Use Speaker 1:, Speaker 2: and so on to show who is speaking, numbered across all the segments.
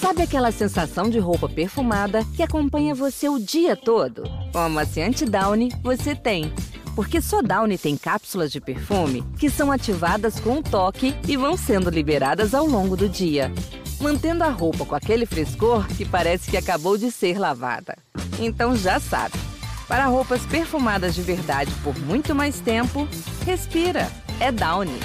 Speaker 1: Sabe aquela sensação de roupa perfumada que acompanha você o dia todo? Com a amaciante Downy, você tem. Porque só Downy tem cápsulas de perfume que são ativadas com o toque e vão sendo liberadas ao longo do dia, mantendo a roupa com aquele frescor que parece que acabou de ser lavada. Então já sabe. Para roupas perfumadas de verdade por muito mais tempo, respira. É Downy.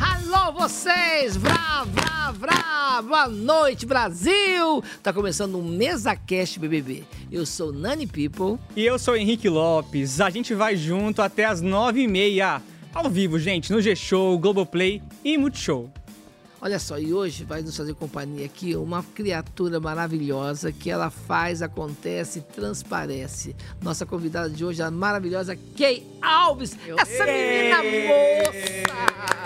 Speaker 2: Alô, vocês! Vrá, vrá, vrá! Boa noite, Brasil! Tá começando o Mesa Cast BBB. Eu sou Nani People.
Speaker 3: E eu sou Henrique Lopes. A gente vai junto até as nove e meia. Ao vivo, gente, no G-Show, Globoplay e Multishow.
Speaker 2: Olha só, e hoje vai nos fazer companhia aqui uma criatura maravilhosa que ela faz, acontece, transparece. Nossa convidada de hoje é a maravilhosa Kay Alves. Essa menina moça!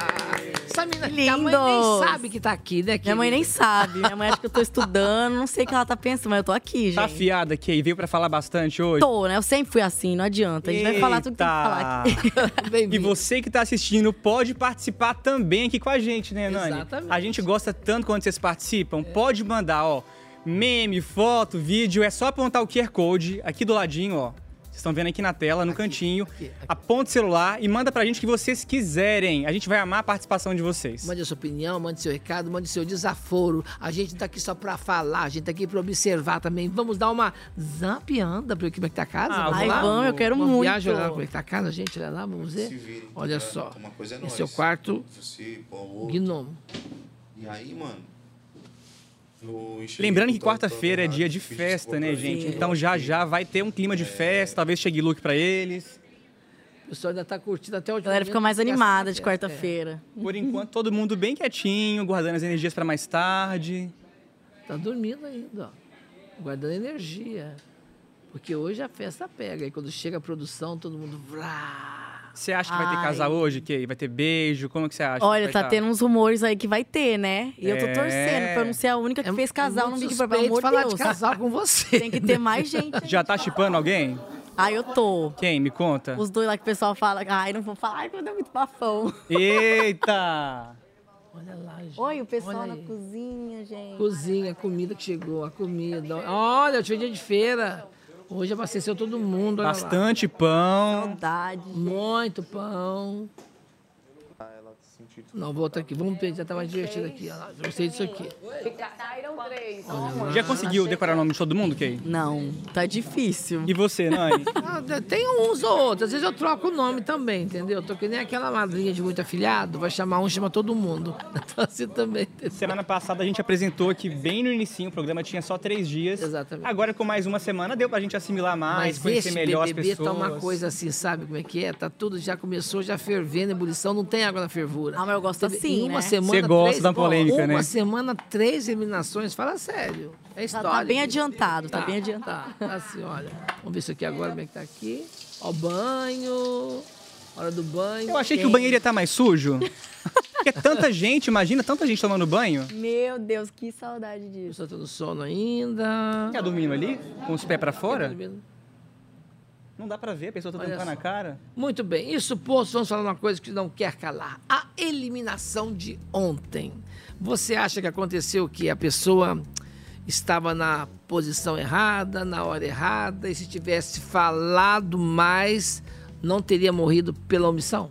Speaker 2: Essa menina que a mãe nem
Speaker 4: Lindos!
Speaker 2: sabe que tá aqui, né?
Speaker 4: Minha mãe nem sabe. Minha mãe acha que eu tô estudando, não sei o que ela tá pensando, mas eu tô aqui, gente.
Speaker 3: Tá afiada, Kay? Veio pra falar bastante hoje?
Speaker 4: Tô, né? Eu sempre fui assim, não adianta. A gente vai falar tudo que tem que falar aqui.
Speaker 2: sabe. Bem
Speaker 3: E você que tá assistindo pode participar também aqui com a gente, né, Nani?
Speaker 2: Exatamente.
Speaker 3: A gente gosta tanto quando vocês participam. Pode mandar, ó, meme, foto, vídeo. É só apontar o QR Code aqui do ladinho, ó. Vocês estão vendo aqui na tela, no cantinho.
Speaker 2: aqui, aqui.
Speaker 3: Aponta o celular e manda pra gente o que vocês quiserem. A gente vai amar a participação de vocês.
Speaker 2: Mande a sua opinião, mande seu recado, mande seu desaforo. A gente tá aqui só pra falar, a gente tá aqui pra observar também. Vamos dar uma zampianda pra ver como é que tá a casa?
Speaker 3: Ah,
Speaker 2: vamos
Speaker 4: Ai,
Speaker 2: lá?
Speaker 4: vamos, eu quero
Speaker 2: uma
Speaker 4: muito.
Speaker 2: viagem olhar como é que tá a casa, gente, olha lá, vamos ver.
Speaker 5: se virem, tá
Speaker 2: olha
Speaker 5: ligado?
Speaker 2: só,
Speaker 5: Uma coisa é
Speaker 2: esse
Speaker 5: nós.
Speaker 2: é o quarto
Speaker 5: Você, Paulo.
Speaker 2: gnomo.
Speaker 5: E aí, mano. eu enxerguei
Speaker 3: Lembrando que
Speaker 5: que eu tava
Speaker 3: quarta-feira é
Speaker 5: todo
Speaker 3: dia de
Speaker 5: errado, fiz
Speaker 3: festa,
Speaker 5: desculpa
Speaker 3: né,
Speaker 5: pra
Speaker 3: gente?
Speaker 5: ele.
Speaker 3: Então já já vai ter um clima de festa, talvez chegue look pra eles.
Speaker 2: O pessoal ainda tá curtindo até o
Speaker 4: A
Speaker 2: último
Speaker 4: galera
Speaker 2: momento,
Speaker 4: fica mais
Speaker 2: porque essa
Speaker 4: animada de
Speaker 2: é a festa,
Speaker 4: quarta-feira.
Speaker 3: Por enquanto, todo mundo bem quietinho, guardando as energias pra mais tarde.
Speaker 2: é. Tá dormindo ainda, ó. Guardando energia. Porque hoje a festa pega. E quando chega a produção, todo mundo... Vrá!
Speaker 3: Você acha que vai ter
Speaker 4: Ai.
Speaker 3: casal hoje, Kay? Vai ter beijo? Como é que você acha?
Speaker 4: Olha,
Speaker 3: que
Speaker 4: tá
Speaker 3: vai
Speaker 4: tendo uns rumores aí que vai ter, né? E eu tô
Speaker 3: É.
Speaker 4: torcendo pra eu não ser a única que fez casal no
Speaker 2: É muito
Speaker 4: Big Brother. Pelo
Speaker 2: suspeito
Speaker 4: amor de
Speaker 2: falar
Speaker 4: Deus.
Speaker 2: de casal com você.
Speaker 4: Tem que ter mais gente.
Speaker 3: Já tá chipando alguém?
Speaker 4: Aí eu tô.
Speaker 3: Quem? Me conta.
Speaker 4: Os dois lá que o pessoal fala, ai, não vou falar, ai, meu Deus, muito bafão.
Speaker 3: Eita!
Speaker 2: Olha lá, gente.
Speaker 4: Oi, o pessoal
Speaker 2: Olha
Speaker 4: na
Speaker 2: aí.
Speaker 4: cozinha, gente.
Speaker 2: Cozinha, a comida que chegou, a comida. Olha, hoje é dia de feira. Hoje abasteceu todo mundo. olha lá.
Speaker 3: Bastante pão.
Speaker 4: Saudade.
Speaker 2: Muito pão. Não, volta aqui. Vamos ver, já tá mais divertido aqui. Olha lá, Gostei disso aqui.
Speaker 3: Já conseguiu decorar o nome de todo mundo, Kay?
Speaker 4: Não, tá difícil.
Speaker 3: E você, Nani?
Speaker 2: Ah, tem uns ou outros. Às vezes eu troco o nome também, entendeu? Tô que nem aquela madrinha de muito afilhado. Vai chamar um, chama todo mundo. Então, assim também. entendeu?
Speaker 3: Semana passada a gente apresentou aqui bem no inicinho, o programa tinha só três dias.
Speaker 2: Exatamente.
Speaker 3: Agora com mais uma semana deu pra gente assimilar mais,
Speaker 2: Mas
Speaker 3: conhecer
Speaker 2: esse
Speaker 3: melhor as
Speaker 2: BBB
Speaker 3: pessoas.
Speaker 2: tá uma coisa assim, sabe como é que é? Tá tudo, já começou, já fervendo, ebulição, não tem água na fervura.
Speaker 4: Ah, mas eu gosto
Speaker 2: Teve-
Speaker 4: assim,
Speaker 2: Em uma
Speaker 4: né?
Speaker 2: semana,
Speaker 3: Você gosta
Speaker 2: três,
Speaker 3: da polêmica,
Speaker 2: uma
Speaker 3: né?
Speaker 2: semana, três eliminações, fala sério. É
Speaker 4: Tá,
Speaker 2: história.
Speaker 4: tá bem adiantado, tá, bem adiantado.
Speaker 2: Tá, tá assim, olha. Vamos ver isso aqui agora, como é que tá aqui. Ó, o banho, hora do banho.
Speaker 3: Eu achei que o banheiro ia estar mais sujo. Porque é tanta gente, imagina, tanta gente tomando banho.
Speaker 4: Meu Deus, que saudade
Speaker 2: Eu
Speaker 4: disso.
Speaker 2: só tô no tá sono ainda.
Speaker 3: Tá dormindo ali, com os pés pra fora?
Speaker 2: Dormindo.
Speaker 3: Não dá pra ver, a pessoa tá
Speaker 2: Olha
Speaker 3: tampando a
Speaker 2: só.
Speaker 3: cara.
Speaker 2: Muito bem, isso posto, vamos falar uma coisa que não quer calar. Ah, A eliminação de ontem. Você acha que aconteceu que a pessoa estava na posição errada, na hora errada, e se tivesse falado mais, não teria morrido pela omissão?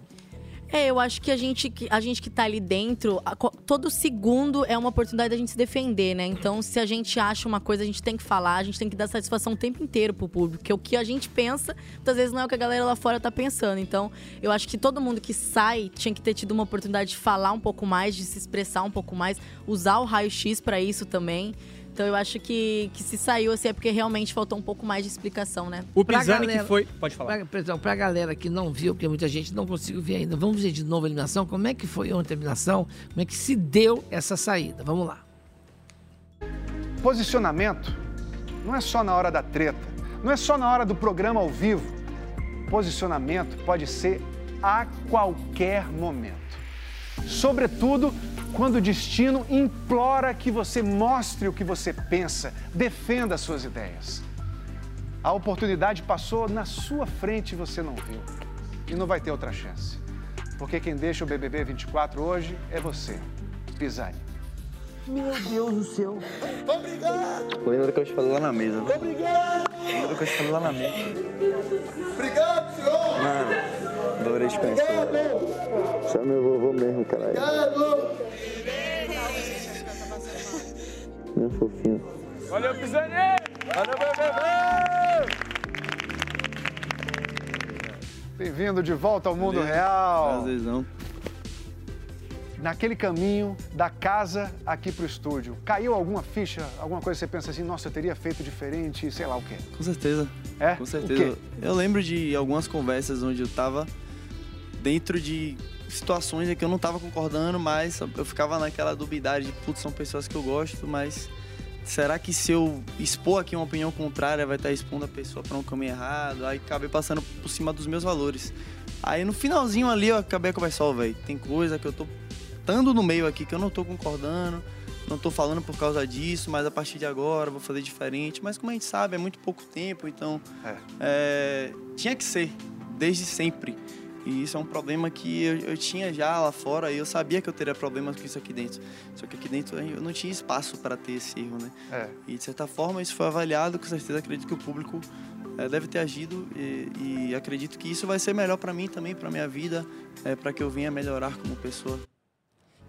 Speaker 4: É, eu acho que a gente que, a gente que tá ali dentro, a co- todo segundo é uma oportunidade da gente se defender, né? Então, se a gente acha uma coisa, a gente tem que falar, a gente tem que dar satisfação o tempo inteiro pro público, porque o que a gente pensa, muitas vezes não é o que a galera lá fora tá pensando. Então, eu acho que todo mundo que sai tinha que ter tido uma oportunidade de falar um pouco mais, de se expressar um pouco mais, usar o raio-x pra isso também. Então, eu acho que, que se saiu assim é porque realmente faltou um pouco mais de explicação, né?
Speaker 3: O
Speaker 2: Pra
Speaker 3: Pisani que
Speaker 2: galera-
Speaker 3: foi. Pode falar.
Speaker 2: Pra, perdão, pra galera que não viu, porque muita gente não conseguiu ver ainda, vamos ver de novo a eliminação? Como é que foi ontem a eliminação? Como é que se deu essa saída? Vamos lá.
Speaker 6: Posicionamento não é só na hora da treta, não é só na hora do programa ao vivo. Posicionamento pode ser a qualquer momento. Sobretudo quando o destino implora que você mostre o que você pensa, defenda suas ideias. A oportunidade passou na sua frente e você não viu. e não vai ter outra chance. Porque quem deixa o BBB 24 hoje é você, Pisani.
Speaker 7: Lembra que eu te falei lá na mesa? Né? Obrigado! Lembra que eu te falei lá na mesa? Obrigado, senhor! Mano, adorei te conhecer. Você é meu vovô mesmo, caralho. Obrigado! Meu fofinho.
Speaker 6: Bem-vindo de volta ao mundo real.
Speaker 7: Prazerzão.
Speaker 6: Naquele caminho da casa aqui pro estúdio, caiu alguma ficha, alguma coisa que você pensa assim, nossa, eu teria feito diferente, sei lá o quê?
Speaker 7: Com certeza.
Speaker 6: É?
Speaker 7: Com
Speaker 6: O
Speaker 7: certeza.
Speaker 6: quê?
Speaker 7: Eu lembro de algumas conversas onde eu tava dentro de situações em que eu não tava concordando, mas eu ficava naquela dubiedade de, putz, são pessoas que eu gosto, mas será que se eu expor aqui uma opinião contrária vai estar expondo a pessoa para um caminho errado? Aí acabei passando por cima dos meus valores. Aí no finalzinho ali eu acabei conversando, velho, tem coisa que eu tô estando no meio aqui que eu não tô concordando, não tô falando por causa disso, mas a partir de agora eu vou fazer diferente. Mas como a gente sabe, é muito pouco tempo, então
Speaker 6: É.
Speaker 7: é, tinha que ser, desde sempre. E isso é um problema que eu, eu tinha já lá fora e eu sabia que eu teria problemas com isso aqui dentro. Só que aqui dentro eu não tinha espaço para ter esse erro, né?
Speaker 6: É.
Speaker 7: E de certa forma isso foi avaliado, com certeza acredito que o público eh, deve ter agido e, e acredito que isso vai ser melhor para mim também, para minha vida, para que eu venha melhorar como pessoa.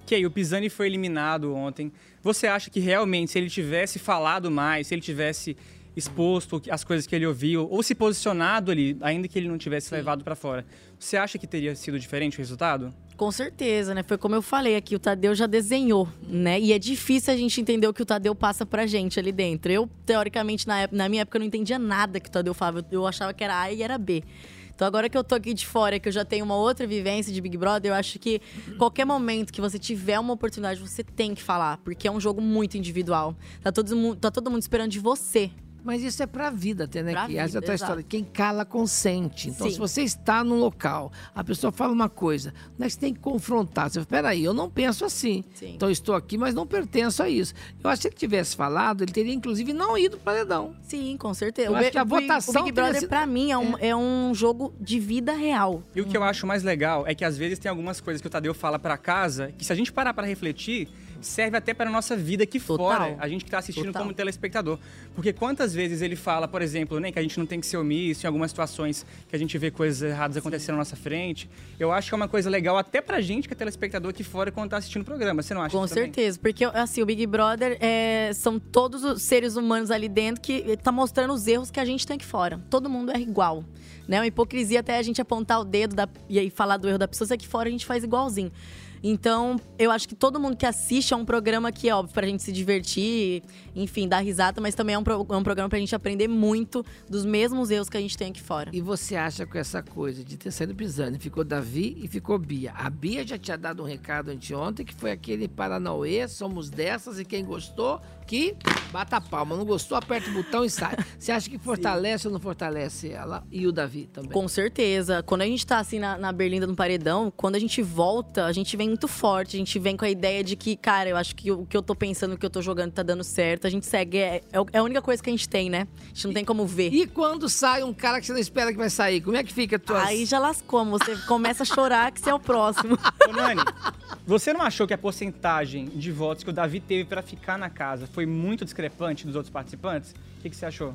Speaker 3: Que aí, o Pisani foi eliminado ontem. Você acha que realmente, se ele tivesse falado mais, se ele tivesse exposto as coisas que ele ouviu, ou se posicionado ali, ainda que ele não tivesse levado pra fora, você acha que teria sido diferente o resultado?
Speaker 4: Com certeza, né? Foi como eu falei aqui, o Tadeu já desenhou, né? E é difícil a gente entender o que o Tadeu passa pra gente ali dentro. Eu, teoricamente, na, época- na minha época, eu não entendia nada que o Tadeu falava. Eu, eu achava que era A e era B. Então agora que eu tô aqui de fora, que eu já tenho uma outra vivência de Big Brother, eu acho que qualquer momento que você tiver uma oportunidade, você tem que falar. Porque é um jogo muito individual. Tá todo, mu- tá todo mundo esperando de você.
Speaker 2: Mas isso é pra vida até, né?
Speaker 4: Pra
Speaker 2: que essa é
Speaker 4: vida,
Speaker 2: outra história.
Speaker 4: exato.
Speaker 2: Quem cala, consente. Então,
Speaker 4: Sim.
Speaker 2: se você está num local, a pessoa fala uma coisa, né? Você tem que confrontar. Você fala, peraí, eu não penso assim.
Speaker 4: Sim.
Speaker 2: Então, eu estou aqui, mas não pertenço a isso. Eu acho que se ele tivesse falado, ele teria, inclusive, não ido para o paredão.
Speaker 4: Sim, com certeza.
Speaker 2: Eu
Speaker 4: O
Speaker 2: acho
Speaker 4: Bi-
Speaker 2: que a
Speaker 4: o Big-
Speaker 2: votação
Speaker 4: O Big
Speaker 2: teria
Speaker 4: Brother,
Speaker 2: sido-
Speaker 4: pra mim, é um, é um jogo de vida real.
Speaker 3: E o que eu acho mais legal é que às vezes tem algumas coisas que o Tadeu fala pra casa, que se a gente parar pra refletir, serve até pra nossa vida aqui
Speaker 4: Total.
Speaker 3: fora, a gente que tá assistindo
Speaker 4: Total.
Speaker 3: como telespectador. Porque quantas vezes ele fala, por exemplo, né, que a gente não tem que ser omisso em algumas situações que a gente vê coisas erradas acontecendo na nossa frente. Eu acho que é uma coisa legal até pra gente que é telespectador aqui fora quando tá assistindo o programa. Você não acha
Speaker 4: Com
Speaker 3: também?
Speaker 4: certeza, porque assim, o Big Brother é, são todos os seres humanos ali dentro que tá mostrando os erros que a gente tem aqui fora. Todo mundo é igual. Né? Uma hipocrisia até a gente apontar o dedo da- e aí falar do erro da pessoa, se aqui fora a gente faz igualzinho. Então, eu acho que todo mundo que assiste é um programa que é óbvio pra gente se divertir, enfim, dar risada, mas também é um, pro- é um programa pra gente aprender muito dos mesmos erros que a gente tem aqui fora.
Speaker 2: E você acha com essa coisa de ter saído pisando, ficou Davi e ficou Bia. A Bia já tinha dado um recado anteontem, que foi aquele Paranauê, somos dessas, e quem gostou, que bata a palma. Não gostou, aperta o botão e sai. Você acha que fortalece ou não fortalece ela? E o Davi também.
Speaker 4: Com certeza. Quando a gente tá assim na, na Berlinda, no paredão, quando a gente volta, a gente vem muito forte. A gente vem com a ideia de que, cara, eu acho que o que eu tô pensando, o que eu tô jogando tá dando certo. A gente segue. É, é o- é a única coisa que a gente tem, né? A gente não tem como ver.
Speaker 2: E quando sai um cara que você não espera que vai sair, como é que fica a tua...
Speaker 4: Aí já lascou, amor. você começa a chorar que você é o próximo.
Speaker 3: Ô, Nani, você não achou que a porcentagem de votos que o Davi teve pra ficar na casa foi muito discrepante dos outros participantes? O que que você achou?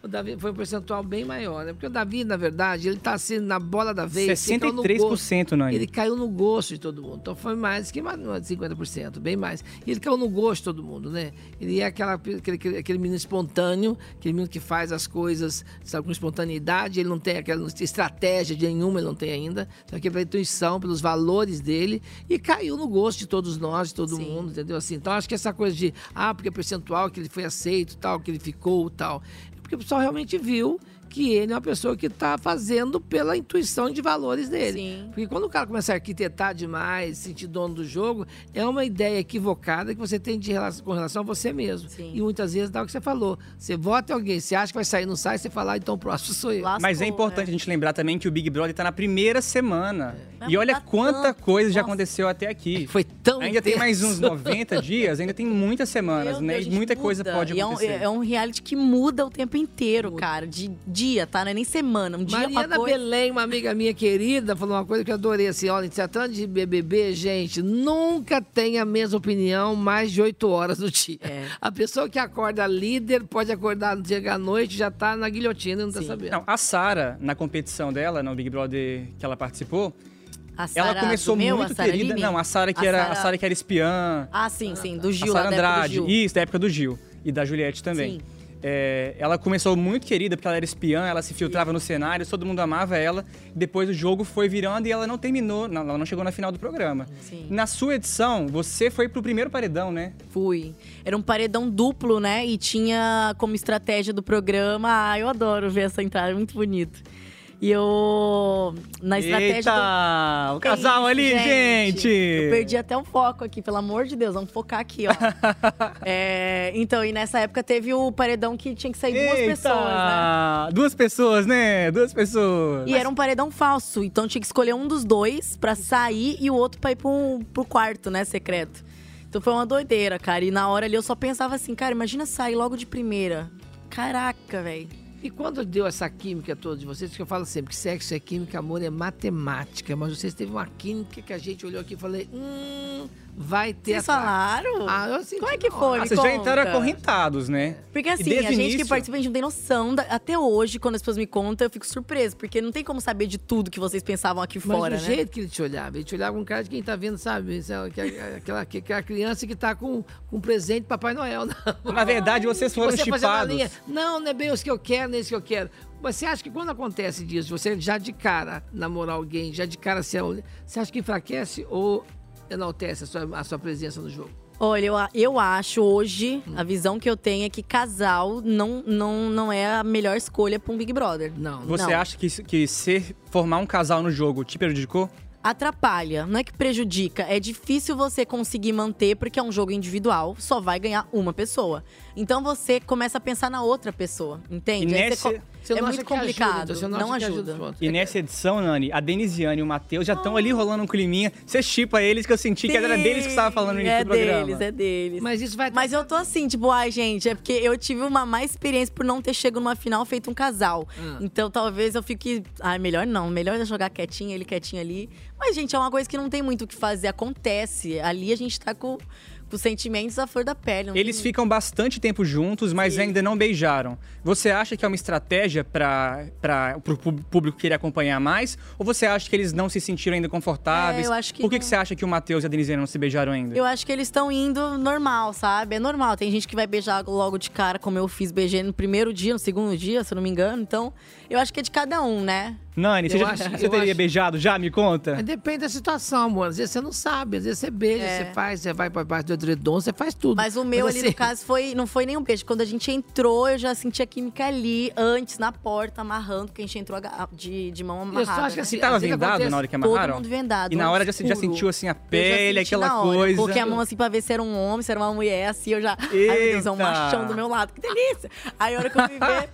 Speaker 2: O Davi foi um percentual bem maior, né? Porque o Davi, na verdade, ele tá assim na bola da vez. ele caiu no gosto.
Speaker 3: 63%, Nani.
Speaker 2: Ele caiu no gosto de todo mundo. Então foi mais que mais é de 50%, bem mais. E ele caiu no gosto de todo mundo, né? Ele é aquela, aquele, aquele- aquele menino espontâneo, aquele menino que faz as coisas sabe, com espontaneidade, ele não tem aquela estratégia de nenhuma, ele não tem ainda. Então aqui pela intuição, pelos valores dele, e caiu no gosto de todos nós, de todo
Speaker 4: Sim.
Speaker 2: mundo, entendeu? Assim, então acho que essa coisa de, ah, porque é percentual que ele foi aceito, tal, que ele ficou, tal. É porque o pessoal realmente viu que ele é uma pessoa que está fazendo pela intuição de valores dele.
Speaker 4: Sim.
Speaker 2: Porque quando o cara começa a arquitetar demais, se sentir dono do jogo, é uma ideia equivocada que você tem de relação, com relação a você mesmo.
Speaker 4: Sim.
Speaker 2: E muitas vezes dá o que você falou. Você vota em alguém, você acha que vai sair, não sai, você fala, "Ah, então o próximo sou eu.
Speaker 4: Lascou,
Speaker 3: Mas é
Speaker 4: né?
Speaker 3: importante a gente lembrar também que o Big Brother tá na primeira semana. E olha
Speaker 4: Tá
Speaker 3: quanta
Speaker 4: tanto,
Speaker 3: coisa já
Speaker 4: nossa. É
Speaker 3: aconteceu até aqui.
Speaker 2: Foi tão
Speaker 3: Ainda tem mais uns
Speaker 2: intenso.
Speaker 3: 90 dias, ainda tem muitas
Speaker 4: Meu
Speaker 3: semanas, né?
Speaker 4: Deus,
Speaker 3: E
Speaker 4: gente,
Speaker 3: muita coisa
Speaker 4: muda.
Speaker 3: pode
Speaker 4: E é um-
Speaker 3: acontecer.
Speaker 4: É um, reality que muda o tempo inteiro, cara. De, dia, tá? Não é nem semana, um dia
Speaker 2: Mariana
Speaker 4: uma coisa.
Speaker 2: Belém, uma amiga minha querida, falou uma coisa que eu adorei assim, olha, em se tratando de BBB, gente, nunca tem a mesma opinião mais de oito horas do dia.
Speaker 4: É.
Speaker 2: A pessoa que acorda líder pode acordar, chega à noite, já tá na guilhotina e
Speaker 4: assim.
Speaker 2: não tá sabendo.
Speaker 3: Não, a Sara, na competição dela, no Big Brother que ela participou,
Speaker 4: A
Speaker 3: ela
Speaker 4: Sara
Speaker 3: começou
Speaker 4: do meu,
Speaker 3: muito
Speaker 4: a Sara de
Speaker 3: querida.
Speaker 4: mim?
Speaker 3: Não, a Sara que era a Sara que era espiã.
Speaker 4: Ah, sim, sim, do Gil,
Speaker 3: a Sara
Speaker 4: lá da época do
Speaker 3: Andrade.
Speaker 4: Gil.
Speaker 3: Isso, da época do Gil. E da Juliette também.
Speaker 4: Sim.
Speaker 3: É, ela começou muito querida, porque ela era espiã, ela se filtrava no cenário, todo mundo amava ela. Depois o jogo foi virando e ela não terminou, não, ela não chegou na final do programa.
Speaker 4: Sim.
Speaker 3: Na sua edição, você foi pro primeiro paredão, né?
Speaker 4: Fui. Era um paredão duplo, né? E tinha como estratégia do programa. Ah, eu adoro ver essa entrada, é muito bonito. E eu. Na estratégia. do-
Speaker 3: Eita, o casal ali, gente!
Speaker 4: Eu perdi até o foco aqui, pelo amor de Deus, vamos focar aqui, ó. É, então, e nessa época teve o paredão que tinha que sair duas
Speaker 3: Eita!
Speaker 4: pessoas, né?
Speaker 3: Duas pessoas, né? Duas pessoas.
Speaker 4: E era um paredão falso, então tinha que escolher um dos dois pra sair e o outro pra ir pro, pro quarto, né, secreto. Então foi uma doideira, cara. E na hora ali eu só pensava assim, cara, imagina sair logo de primeira. Caraca, velho.
Speaker 2: E quando deu Então, essa química toda de vocês, que eu falo sempre que sexo é química, amor é matemática, mas vocês teve uma química que a gente olhou aqui e falei, hum, vai ter
Speaker 4: Vocês
Speaker 2: atraso.
Speaker 4: falaram?
Speaker 2: Ah, eu senti.
Speaker 4: Como é que
Speaker 2: na
Speaker 4: foi?
Speaker 3: Ah,
Speaker 4: Me
Speaker 3: vocês já entraram
Speaker 4: conta.
Speaker 3: acorrentados, né?
Speaker 4: Porque
Speaker 3: E
Speaker 4: assim,
Speaker 3: desde
Speaker 4: a
Speaker 3: o
Speaker 4: gente
Speaker 3: início-
Speaker 4: que participa, a gente não tem noção. da- Até hoje, quando as pessoas me contam, eu fico surpresa. Porque não tem como saber de tudo que vocês pensavam aqui
Speaker 2: Mas
Speaker 4: fora,
Speaker 2: o
Speaker 4: né?
Speaker 2: jeito que ele te olhava, ele te olhava com cara de quem tá vendo, sabe? sei lá, que- é, Aquela, que- aquela criança que tá com, com presente do Papai Noel. Não.
Speaker 3: Na verdade, vocês foram
Speaker 2: Você fazendo a linha,
Speaker 3: chipados.
Speaker 2: Não, não é bem os que eu quero, nem os que eu quero. Mas você acha que quando acontece disso, você já de cara namorar alguém, já de cara ser. a- Você acha que enfraquece ou enaltece a sua, a sua presença no jogo?
Speaker 4: Olha, eu, a- eu acho hoje, a visão que eu tenho é que casal não, não, não é a melhor escolha pra um Big Brother.
Speaker 2: Não.
Speaker 3: Você
Speaker 4: Não.
Speaker 3: acha que, isso- que ser, formar um casal no jogo te prejudicou?
Speaker 4: Atrapalha, não é que prejudica. É difícil você conseguir manter, porque é um jogo individual, só vai ganhar uma pessoa. Então você começa a pensar na outra pessoa,
Speaker 3: E
Speaker 4: entende? Aí
Speaker 3: nessa,
Speaker 4: você co-
Speaker 2: Você
Speaker 4: é
Speaker 2: não acha
Speaker 4: muito
Speaker 2: que ajuda,
Speaker 4: complicado.
Speaker 2: você
Speaker 4: não
Speaker 2: acha que
Speaker 4: ajuda.
Speaker 2: pronto.
Speaker 3: e nessa edição, Nani, a Denisiane e o Matheus já estão ali rolando um climinha. Você chipa eles, que eu senti que era deles que você tava falando no início
Speaker 4: é
Speaker 3: do programa.
Speaker 4: deles, é deles.
Speaker 2: Mas isso vai.
Speaker 4: Mas eu tô assim, tipo, ai, gente, é porque eu tive uma má experiência por não ter chegado numa final feito um casal.
Speaker 2: Hum.
Speaker 4: Então talvez eu fique. Ai, melhor não, melhor eu jogar quietinho, ele quietinho ali. Mas, gente, é uma coisa que não tem muito o que fazer, acontece. Ali a gente tá com, com os sentimentos à flor da pele. não tem-
Speaker 3: Eles ficam bastante tempo juntos, mas ainda não beijaram. Você acha que é uma estratégia para o público querer acompanhar mais? Ou você acha que eles não se sentiram ainda confortáveis?
Speaker 4: É, eu acho que
Speaker 3: Por que,
Speaker 4: não.
Speaker 3: que você acha que o Matheus e a Denisiane não se beijaram ainda?
Speaker 4: Eu acho que eles estão indo normal, sabe? É normal. Tem gente que vai beijar logo de cara, como eu fiz, beijei no primeiro dia, no segundo dia, se eu não me engano. Então, eu acho que é de cada um, né?
Speaker 3: Nani, você,
Speaker 2: Eu
Speaker 3: já-
Speaker 2: acho-
Speaker 3: você
Speaker 2: eu
Speaker 3: teria
Speaker 2: acho-
Speaker 3: beijado já? Me conta.
Speaker 2: Mas É, Depende da situação, amor. Às vezes você não sabe, às vezes você beija, você faz, você vai pra baixo do edredom, você faz tudo.
Speaker 4: É. Mas o meu ali,
Speaker 2: assim,
Speaker 4: no caso, foi, não foi nenhum beijo. Quando a gente entrou, eu já senti a química ali, antes, na porta, amarrando, porque a gente entrou aga- de, de mão amarrada.
Speaker 2: Eu só acho que
Speaker 4: né?
Speaker 2: assim,
Speaker 3: Você tava
Speaker 2: às vezes
Speaker 3: vendado
Speaker 2: acontece-
Speaker 3: na hora que
Speaker 4: Todo
Speaker 3: amarraram?
Speaker 4: mundo vendado,
Speaker 3: E na hora já,
Speaker 4: obscuro.
Speaker 3: já sentiu assim a
Speaker 4: Eu já
Speaker 3: pele,
Speaker 4: senti
Speaker 3: aquela
Speaker 4: na hora. Eu
Speaker 3: coisa.
Speaker 4: Coloquei a mão assim pra ver se era um homem, se era uma mulher, assim, eu já. Ai, meu Deus, é um
Speaker 3: Eita!
Speaker 4: machão do meu lado, que delícia! Aí a hora que eu fui ver.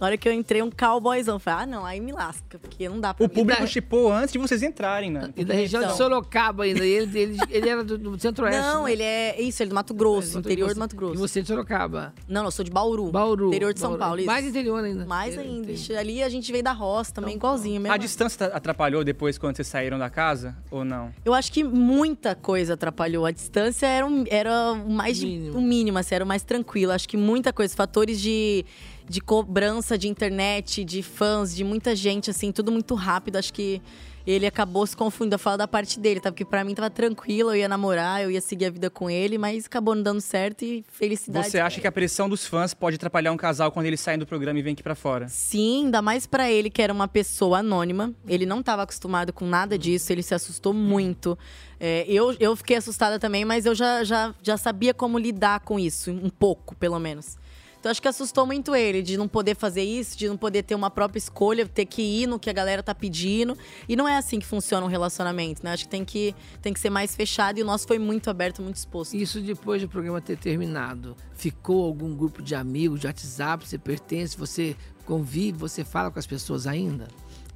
Speaker 4: Na hora que eu entrei, um cowboyzão. Eu Falei, ah, não, aí me lasca, porque não dá pra
Speaker 3: O
Speaker 4: mim.
Speaker 3: público
Speaker 2: daí-
Speaker 3: chipou antes de vocês entrarem, né? Nani.
Speaker 2: E da região de
Speaker 4: Então.
Speaker 2: Sorocaba ainda. e Ele, ele, ele era do, do centro-oeste.
Speaker 4: Não,
Speaker 2: né?
Speaker 4: ele é. Isso, ele é do Mato Grosso, interior do Mato Grosso.
Speaker 2: E você é de Sorocaba.
Speaker 4: Não, não, eu sou de Bauru.
Speaker 2: Bauru.
Speaker 4: Interior de São
Speaker 2: Bauru.
Speaker 4: Paulo, isso.
Speaker 2: Mais interior ainda. É
Speaker 4: Mais
Speaker 2: Eu
Speaker 4: ainda.
Speaker 2: entendo.
Speaker 4: Ixi, ali a gente veio da roça
Speaker 2: um
Speaker 4: também, igualzinho mesmo. assim.
Speaker 3: A distância tá- atrapalhou depois quando vocês saíram da casa ou não?
Speaker 4: Eu acho que muita coisa atrapalhou. A distância era, um- era o mais de-
Speaker 2: Mínimo.
Speaker 4: o mínimo, assim, era o mais tranquilo. Acho que muita coisa, fatores de, de cobrança de internet, de fãs, de muita gente, assim, tudo muito rápido. Acho que ele acabou se confundindo. Eu falo da parte dele, tá? Porque pra mim tava tranquilo, eu ia namorar, eu ia seguir a vida com ele, mas acabou não dando certo e felicidade.
Speaker 3: Você acha que a pressão dos fãs pode atrapalhar um casal quando eles saem do programa e vêm aqui pra fora?
Speaker 4: Sim, ainda mais pra ele que era uma pessoa anônima. Ele não estava acostumado com nada
Speaker 2: Uhum.
Speaker 4: disso, ele se assustou muito. É, eu, eu fiquei assustada também, mas eu já, já, já sabia como lidar com isso, um pouco, pelo menos. Então acho que assustou muito ele de não poder fazer isso, de não poder ter uma própria escolha, ter que ir no que a galera tá pedindo. E não é assim que funciona um relacionamento, né? Acho que tem que, tem que ser mais fechado e o nosso foi muito aberto, muito exposto.
Speaker 2: então, Isso depois do programa ter terminado. Ficou algum grupo de amigos, de WhatsApp, você pertence, você convive, você fala com as pessoas ainda?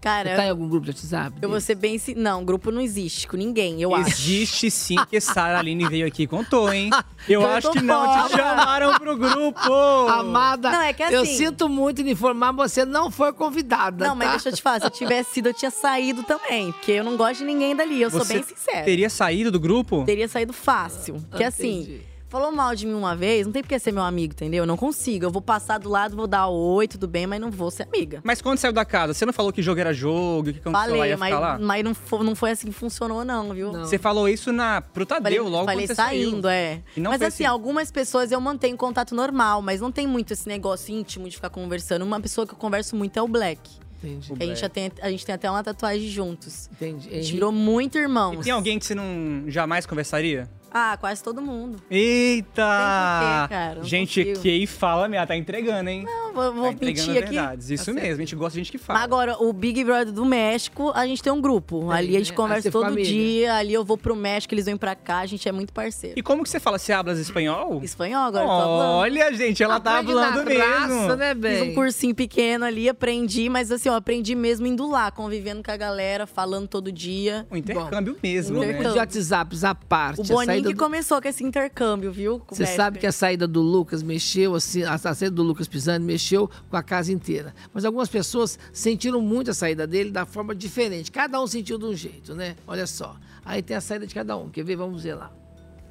Speaker 4: Cara,
Speaker 2: Você tá em algum grupo de WhatsApp?
Speaker 4: eu vou ser bem. sin- Não, grupo não existe com ninguém, eu acho.
Speaker 3: Existe sim que Sara Aline veio aqui e contou, hein? Eu
Speaker 4: Contou
Speaker 3: acho que não, te
Speaker 4: fora.
Speaker 3: chamaram pro grupo!
Speaker 2: Amada,
Speaker 4: Não, é que
Speaker 2: eu
Speaker 4: assim-
Speaker 2: sinto muito em informar, você não foi convidada.
Speaker 4: Não, mas
Speaker 2: tá?
Speaker 4: deixa eu te falar, se eu tivesse sido, eu tinha saído também. Porque eu não gosto de ninguém dali, eu sou
Speaker 3: Você
Speaker 4: bem sincera.
Speaker 3: Teria um- saído do grupo?
Speaker 4: Teria saído fácil. Porque assim,
Speaker 2: Ah, Entendi.
Speaker 4: falou mal de mim uma vez, não tem porque ser meu amigo, entendeu? Eu não consigo. Eu vou passar do lado, vou dar oi, tudo bem, mas não vou ser amiga.
Speaker 3: Mas quando saiu da casa, você não falou que jogo era jogo, que aconteceu lá
Speaker 4: Falei,
Speaker 3: Então, ia
Speaker 4: mas,
Speaker 3: ficar lá?
Speaker 4: mas não, foi, não foi assim que funcionou, não, viu?
Speaker 2: Não.
Speaker 3: Você falou isso na, pro
Speaker 4: Falei,
Speaker 3: Tadeu logo
Speaker 4: falei
Speaker 3: quando você
Speaker 4: saindo,
Speaker 3: saiu.
Speaker 4: é.
Speaker 3: E não
Speaker 4: mas
Speaker 3: foi
Speaker 4: assim,
Speaker 3: assim.
Speaker 4: algumas pessoas eu mantenho contato normal, mas não tem muito esse negócio íntimo de ficar conversando. Uma pessoa que eu converso muito é o Black.
Speaker 2: Entendi.
Speaker 4: A gente, já tem, a gente tem até uma tatuagem juntos.
Speaker 2: Entendi.
Speaker 4: A gente
Speaker 2: Henrique,
Speaker 4: virou muito irmãos.
Speaker 3: E tem alguém que você não jamais conversaria?
Speaker 4: Ah, quase todo mundo.
Speaker 3: Eita!
Speaker 4: Tem por quê, cara? Não
Speaker 3: gente,
Speaker 4: consigo.
Speaker 3: quem fala, minha, tá entregando, hein?
Speaker 4: Não, Tá vou, vou
Speaker 3: tá entregando
Speaker 4: mentir aqui.
Speaker 3: verdades. Isso
Speaker 2: certo.
Speaker 3: mesmo, a gente gosta de gente que fala.
Speaker 4: Mas agora, o Big Brother do México, a gente tem um grupo.
Speaker 2: Tem,
Speaker 4: ali a gente
Speaker 2: né? Aí você
Speaker 4: conversa
Speaker 2: é
Speaker 4: todo
Speaker 2: família.
Speaker 4: dia, ali eu vou pro México, eles vêm pra cá, a gente é muito parceiro.
Speaker 3: E como que você fala? Você habla espanhol?
Speaker 4: Espanhol agora, eu tô falando.
Speaker 3: Olha, gente, ela tá
Speaker 2: aprende na
Speaker 3: falando mesmo.
Speaker 2: raça, né, bem?
Speaker 4: Fiz um cursinho pequeno ali, aprendi, mas assim, eu aprendi mesmo indo lá, convivendo com a galera, falando todo dia.
Speaker 3: O intercâmbio mesmo,
Speaker 4: Intercâmbio.
Speaker 3: né?
Speaker 2: Grupo de WhatsApp, à parte.
Speaker 4: O
Speaker 2: a
Speaker 4: Boninho
Speaker 2: saída
Speaker 4: que
Speaker 2: do-
Speaker 4: começou com esse intercâmbio, viu? com o
Speaker 2: Você sabe
Speaker 4: Vesper.
Speaker 2: que a saída do Lucas mexeu, assim, a a saída do Lucas Pisani mexeu com a casa inteira. Mas algumas pessoas sentiram muito a saída dele da forma diferente. Cada um sentiu de um jeito, né? Olha só. Aí tem a saída de cada um. Quer ver? Vamos ver lá.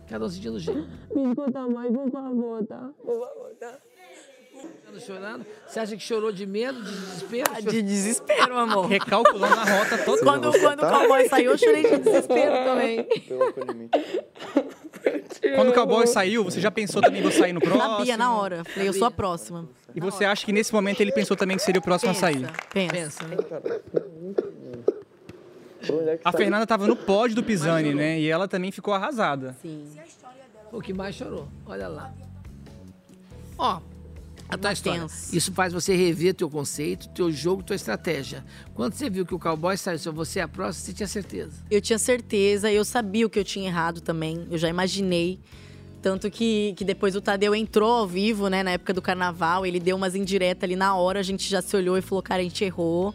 Speaker 8: É
Speaker 2: Cada um sentindo um jeito. Me escuta mais, por favor, tá? Por favor, tá? Chorando? Você acha que chorou de medo, de desespero?
Speaker 4: Ah, De desespero, amor.
Speaker 3: Recalculando a rota toda.
Speaker 4: tá Quando, quando
Speaker 3: Tá.
Speaker 4: o cowboy saiu, eu chorei de desespero também.
Speaker 7: Pelo acolhimento.
Speaker 3: Quando o cowboy saiu, você já pensou também que eu sair no próximo?
Speaker 4: Sabia na hora. Falei, eu sou a próxima.
Speaker 3: E você acha que nesse momento ele pensou também que seria o próximo a sair?
Speaker 4: Pensa.
Speaker 2: Pensa, né?
Speaker 3: A Fernanda tava no pódio do Pisani, né? E ela também ficou arrasada.
Speaker 4: Sim.
Speaker 2: O que mais chorou. Olha lá. Ó, a tua história.
Speaker 4: tensa.
Speaker 2: Isso faz você rever teu conceito, teu jogo, tua estratégia. Quando você viu que o cowboy saiu, se você é a próxima, você tinha certeza.
Speaker 4: Eu tinha certeza, eu sabia o que eu tinha errado também. Eu já imaginei. Tanto que, que depois o Tadeu entrou ao vivo, né, na época do carnaval, ele deu umas indiretas ali na hora, a gente já se olhou e falou, cara, a gente errou.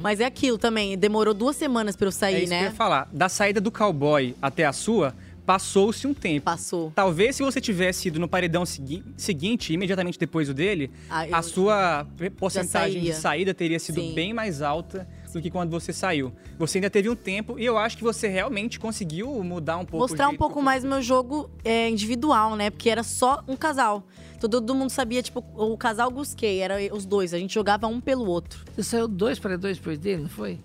Speaker 4: Mas é aquilo também, demorou duas semanas pra eu
Speaker 3: Uhum. é
Speaker 4: sair,
Speaker 3: isso que eu
Speaker 4: né?
Speaker 3: ia falar. Da saída do cowboy até a sua, passou-se um tempo.
Speaker 4: Passou.
Speaker 3: Talvez se você tivesse ido no paredão segui- seguinte, imediatamente depois do dele,
Speaker 4: Ah, eu-
Speaker 3: a sua porcentagem de
Speaker 4: sairia.
Speaker 3: saída teria sido
Speaker 4: Sim.
Speaker 3: bem mais alta do que quando você saiu. Você ainda teve um tempo e eu acho que você realmente conseguiu mudar um pouco. o
Speaker 4: Mostrar um
Speaker 3: jeito
Speaker 4: pouco
Speaker 3: que-
Speaker 4: mais meu jogo é, individual, né? Porque era só um casal. Todo mundo sabia, tipo, o casal Gusquei, era os dois. A gente jogava um pelo outro.
Speaker 2: Você saiu dois paredões depois dele, não foi?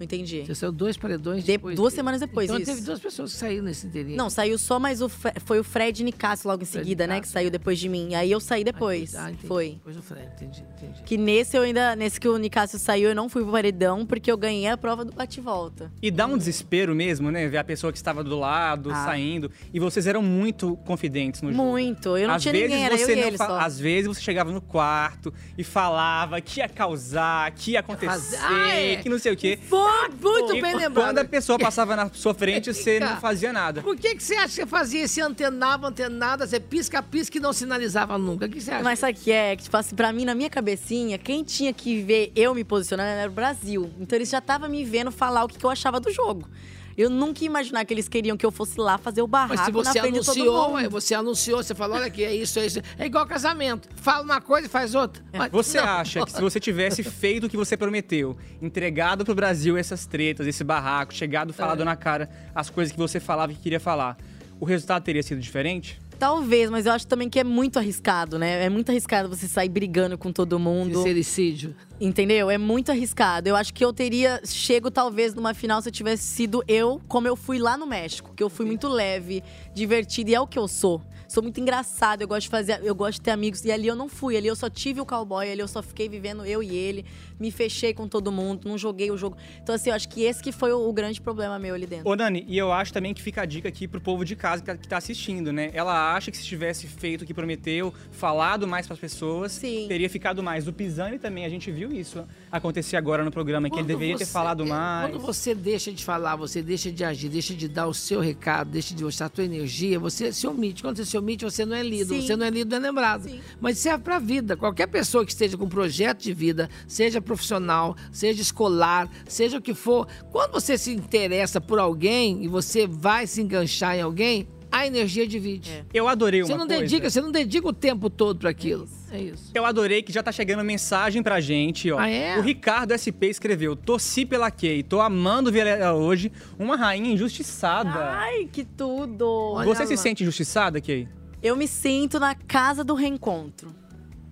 Speaker 4: Não entendi.
Speaker 2: Você saiu dois paredões
Speaker 4: De-
Speaker 2: depois
Speaker 4: duas
Speaker 2: dele.
Speaker 4: semanas depois,
Speaker 2: Então
Speaker 4: isso.
Speaker 2: teve duas pessoas que saíram nesse inteirinho.
Speaker 4: Não, saiu só, mas o Fe- foi o Fred e Nicasso logo em
Speaker 2: Fred
Speaker 4: seguida, né? Que
Speaker 2: Nicasso, é.
Speaker 4: saiu depois de mim. Aí eu saí depois.
Speaker 2: Ah, entendi.
Speaker 4: foi.
Speaker 2: Depois do Fred, entendi, entendi.
Speaker 4: Que nesse eu ainda. Nesse que o Nicasso saiu, eu não fui pro paredão, porque eu ganhei a prova do bate-volta.
Speaker 3: E dá um desespero mesmo, né? Ver a pessoa que estava do lado,
Speaker 4: Ah.
Speaker 3: saindo. E vocês eram muito confidentes no jogo.
Speaker 4: Muito. Eu não
Speaker 3: Às
Speaker 4: tinha
Speaker 3: vezes
Speaker 4: ninguém, era eu
Speaker 3: você
Speaker 4: e
Speaker 3: não
Speaker 4: ele
Speaker 3: fa-
Speaker 4: só.
Speaker 3: Às vezes você chegava no quarto e falava que ia causar, que ia acontecer,
Speaker 2: fazer- Ah, é.
Speaker 3: que não sei o quê.
Speaker 2: Foi muito
Speaker 3: E
Speaker 2: bem
Speaker 3: Quando a
Speaker 2: lembrado.
Speaker 3: pessoa passava na sua frente, você não fazia nada.
Speaker 2: Por que, que você acha que você fazia esse antenava, antenada, você pisca-pisca e não sinalizava nunca? O que você acha?
Speaker 4: Mas sabe o que é? Que, tipo assim, pra mim, na minha cabecinha, quem tinha que ver eu me posicionando era o Brasil. Então eles já estavam me vendo falar o que, que eu achava do jogo. Eu nunca ia imaginar que eles queriam que eu fosse lá fazer o
Speaker 2: Mas se
Speaker 4: barraco na
Speaker 2: você
Speaker 4: frente de todo
Speaker 2: anunciou, é,
Speaker 4: mundo.
Speaker 2: ué, você anunciou, você falou, olha aqui, é isso, é isso. É igual casamento. Fala uma coisa e faz outra.
Speaker 4: É.
Speaker 2: Mas
Speaker 3: É. Você
Speaker 2: não.
Speaker 3: acha que se você tivesse feito o que você prometeu, entregado pro Brasil essas tretas, esse barraco,
Speaker 4: É.
Speaker 3: chegado falado na cara as coisas que você falava que queria falar, o resultado teria sido diferente?
Speaker 4: Talvez, mas eu acho também que é muito arriscado, né? É muito arriscado você sair brigando com todo mundo.
Speaker 2: Sincericídio.
Speaker 4: Entendeu? É muito arriscado. Eu acho que eu teria chego talvez numa final se eu tivesse sido eu, como eu fui lá no México, que eu fui muito leve, divertida e é o que eu sou. Sou muito engraçada, eu gosto de fazer, eu gosto de ter amigos e ali eu não fui, ali eu só tive o cowboy, ali eu só fiquei vivendo eu e ele, me fechei com todo mundo, não joguei o jogo. Então assim, eu acho que esse que foi o, o grande problema meu ali dentro.
Speaker 3: Ô, Nani, e eu acho também que fica a dica aqui pro povo de casa que tá- que tá assistindo, né? Ela acha que se tivesse feito o que prometeu, falado mais pras pessoas,
Speaker 4: Sim.
Speaker 3: teria ficado mais. O Pisani também, a gente viu isso. acontecer agora no programa, que ele
Speaker 2: Quando
Speaker 3: deveria ter
Speaker 2: você-
Speaker 3: falado
Speaker 2: é,
Speaker 3: mais.
Speaker 2: Quando você deixa de falar, você deixa de agir, deixa de dar o seu recado, deixa de mostrar a sua energia, você se omite. Quando você se omite, você não é lido.
Speaker 4: Sim.
Speaker 2: Você não é lido, não é lembrado.
Speaker 4: Sim.
Speaker 2: Mas serve para a vida. Qualquer pessoa que esteja com um projeto de vida, seja profissional, seja escolar, seja o que for, quando você se interessa por alguém e você vai se enganchar em alguém, a energia divide.
Speaker 4: É.
Speaker 3: Eu adorei uma
Speaker 2: Você não
Speaker 3: coisa.
Speaker 2: dedica, você não dedica o tempo todo para aquilo. É isso.
Speaker 3: Eu adorei que já tá chegando mensagem pra gente, ó.
Speaker 2: Ah, é?
Speaker 3: O Ricardo SP escreveu: Torci pela Kay, tô amando ver ela hoje, uma rainha injustiçada.
Speaker 4: Ai, que tudo!
Speaker 2: Olha
Speaker 3: Você
Speaker 2: lá.
Speaker 3: se sente injustiçada, Kay?
Speaker 4: Eu me sinto na casa do reencontro.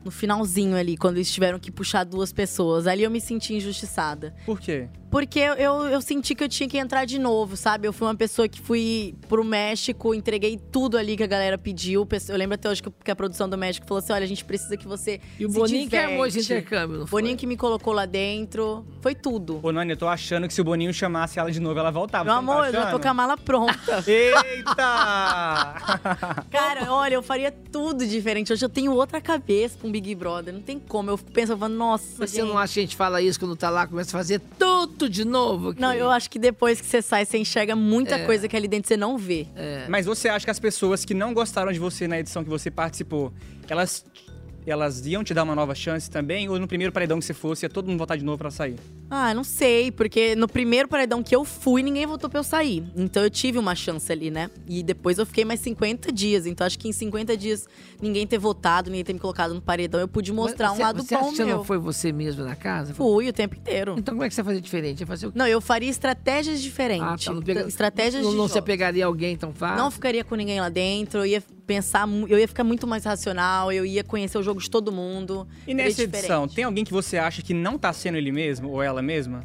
Speaker 4: No finalzinho ali, quando eles tiveram que puxar duas pessoas. Ali eu me senti injustiçada.
Speaker 3: Por quê?
Speaker 4: Porque eu, eu, eu senti que eu tinha que entrar de novo, sabe? Eu fui uma pessoa que fui pro México, entreguei tudo ali que a galera pediu. Pesso- Eu lembro até hoje que- que a produção do México falou assim: olha, a gente precisa que você.
Speaker 2: E o
Speaker 4: se
Speaker 2: Boninho que armou esse
Speaker 4: diverte.
Speaker 2: intercâmbio, não foi?
Speaker 4: Boninho que me colocou lá dentro. Foi tudo.
Speaker 3: Ô, Nani, eu tô achando que se o Boninho chamasse ela de novo, ela voltava.
Speaker 4: Meu
Speaker 3: Você não tá
Speaker 4: amor, eu já tô
Speaker 3: achando?
Speaker 4: com a mala pronta.
Speaker 3: Eita!
Speaker 4: Cara, olha, eu faria tudo diferente. Hoje eu tenho outra cabeça pra um Big Brother. Não tem como. Eu fico pensando, eu falo, nossa.
Speaker 2: Mas Você
Speaker 4: gente.
Speaker 2: não acha que a gente fala isso quando tá lá, começa a fazer tudo de novo? É.
Speaker 4: Não, eu acho que depois que você sai, você enxerga muita coisa que ali dentro você não vê.
Speaker 3: Mas você acha que as pessoas que não gostaram de você na edição que você participou, elas. Elas iam te dar uma nova chance também? Ou no primeiro paredão que você fosse, ia todo mundo voltar de novo pra sair?
Speaker 4: Ah, não sei, porque no primeiro paredão que eu fui, ninguém votou pra eu sair. Então eu tive uma chance ali, né? E depois eu fiquei mais 50 dias. Então acho que em 50 dias, ninguém ter votado, ninguém ter me colocado no paredão, eu pude mostrar um lado
Speaker 2: você
Speaker 4: bom
Speaker 2: acha que você
Speaker 4: meu.
Speaker 2: não foi você mesmo na casa?
Speaker 4: Fui o tempo inteiro.
Speaker 2: Tá Então como é que você fazia diferente? Ia fazer o quê?
Speaker 4: Não, eu faria estratégias
Speaker 2: Ah,
Speaker 4: diferentes.
Speaker 2: tá, não pega-
Speaker 4: Estratégias
Speaker 2: não,
Speaker 4: de
Speaker 2: não
Speaker 4: jogo.
Speaker 2: se apegaria a alguém tão fácil?
Speaker 4: Não ficaria com ninguém lá dentro, eu ia pensar, mu- eu ia ficar muito mais racional, eu ia conhecer o jogo de todo mundo.
Speaker 3: E
Speaker 4: seria
Speaker 3: nessa
Speaker 4: diferente.
Speaker 3: edição, tem alguém que você acha que não tá sendo ele mesmo ou ela mesma?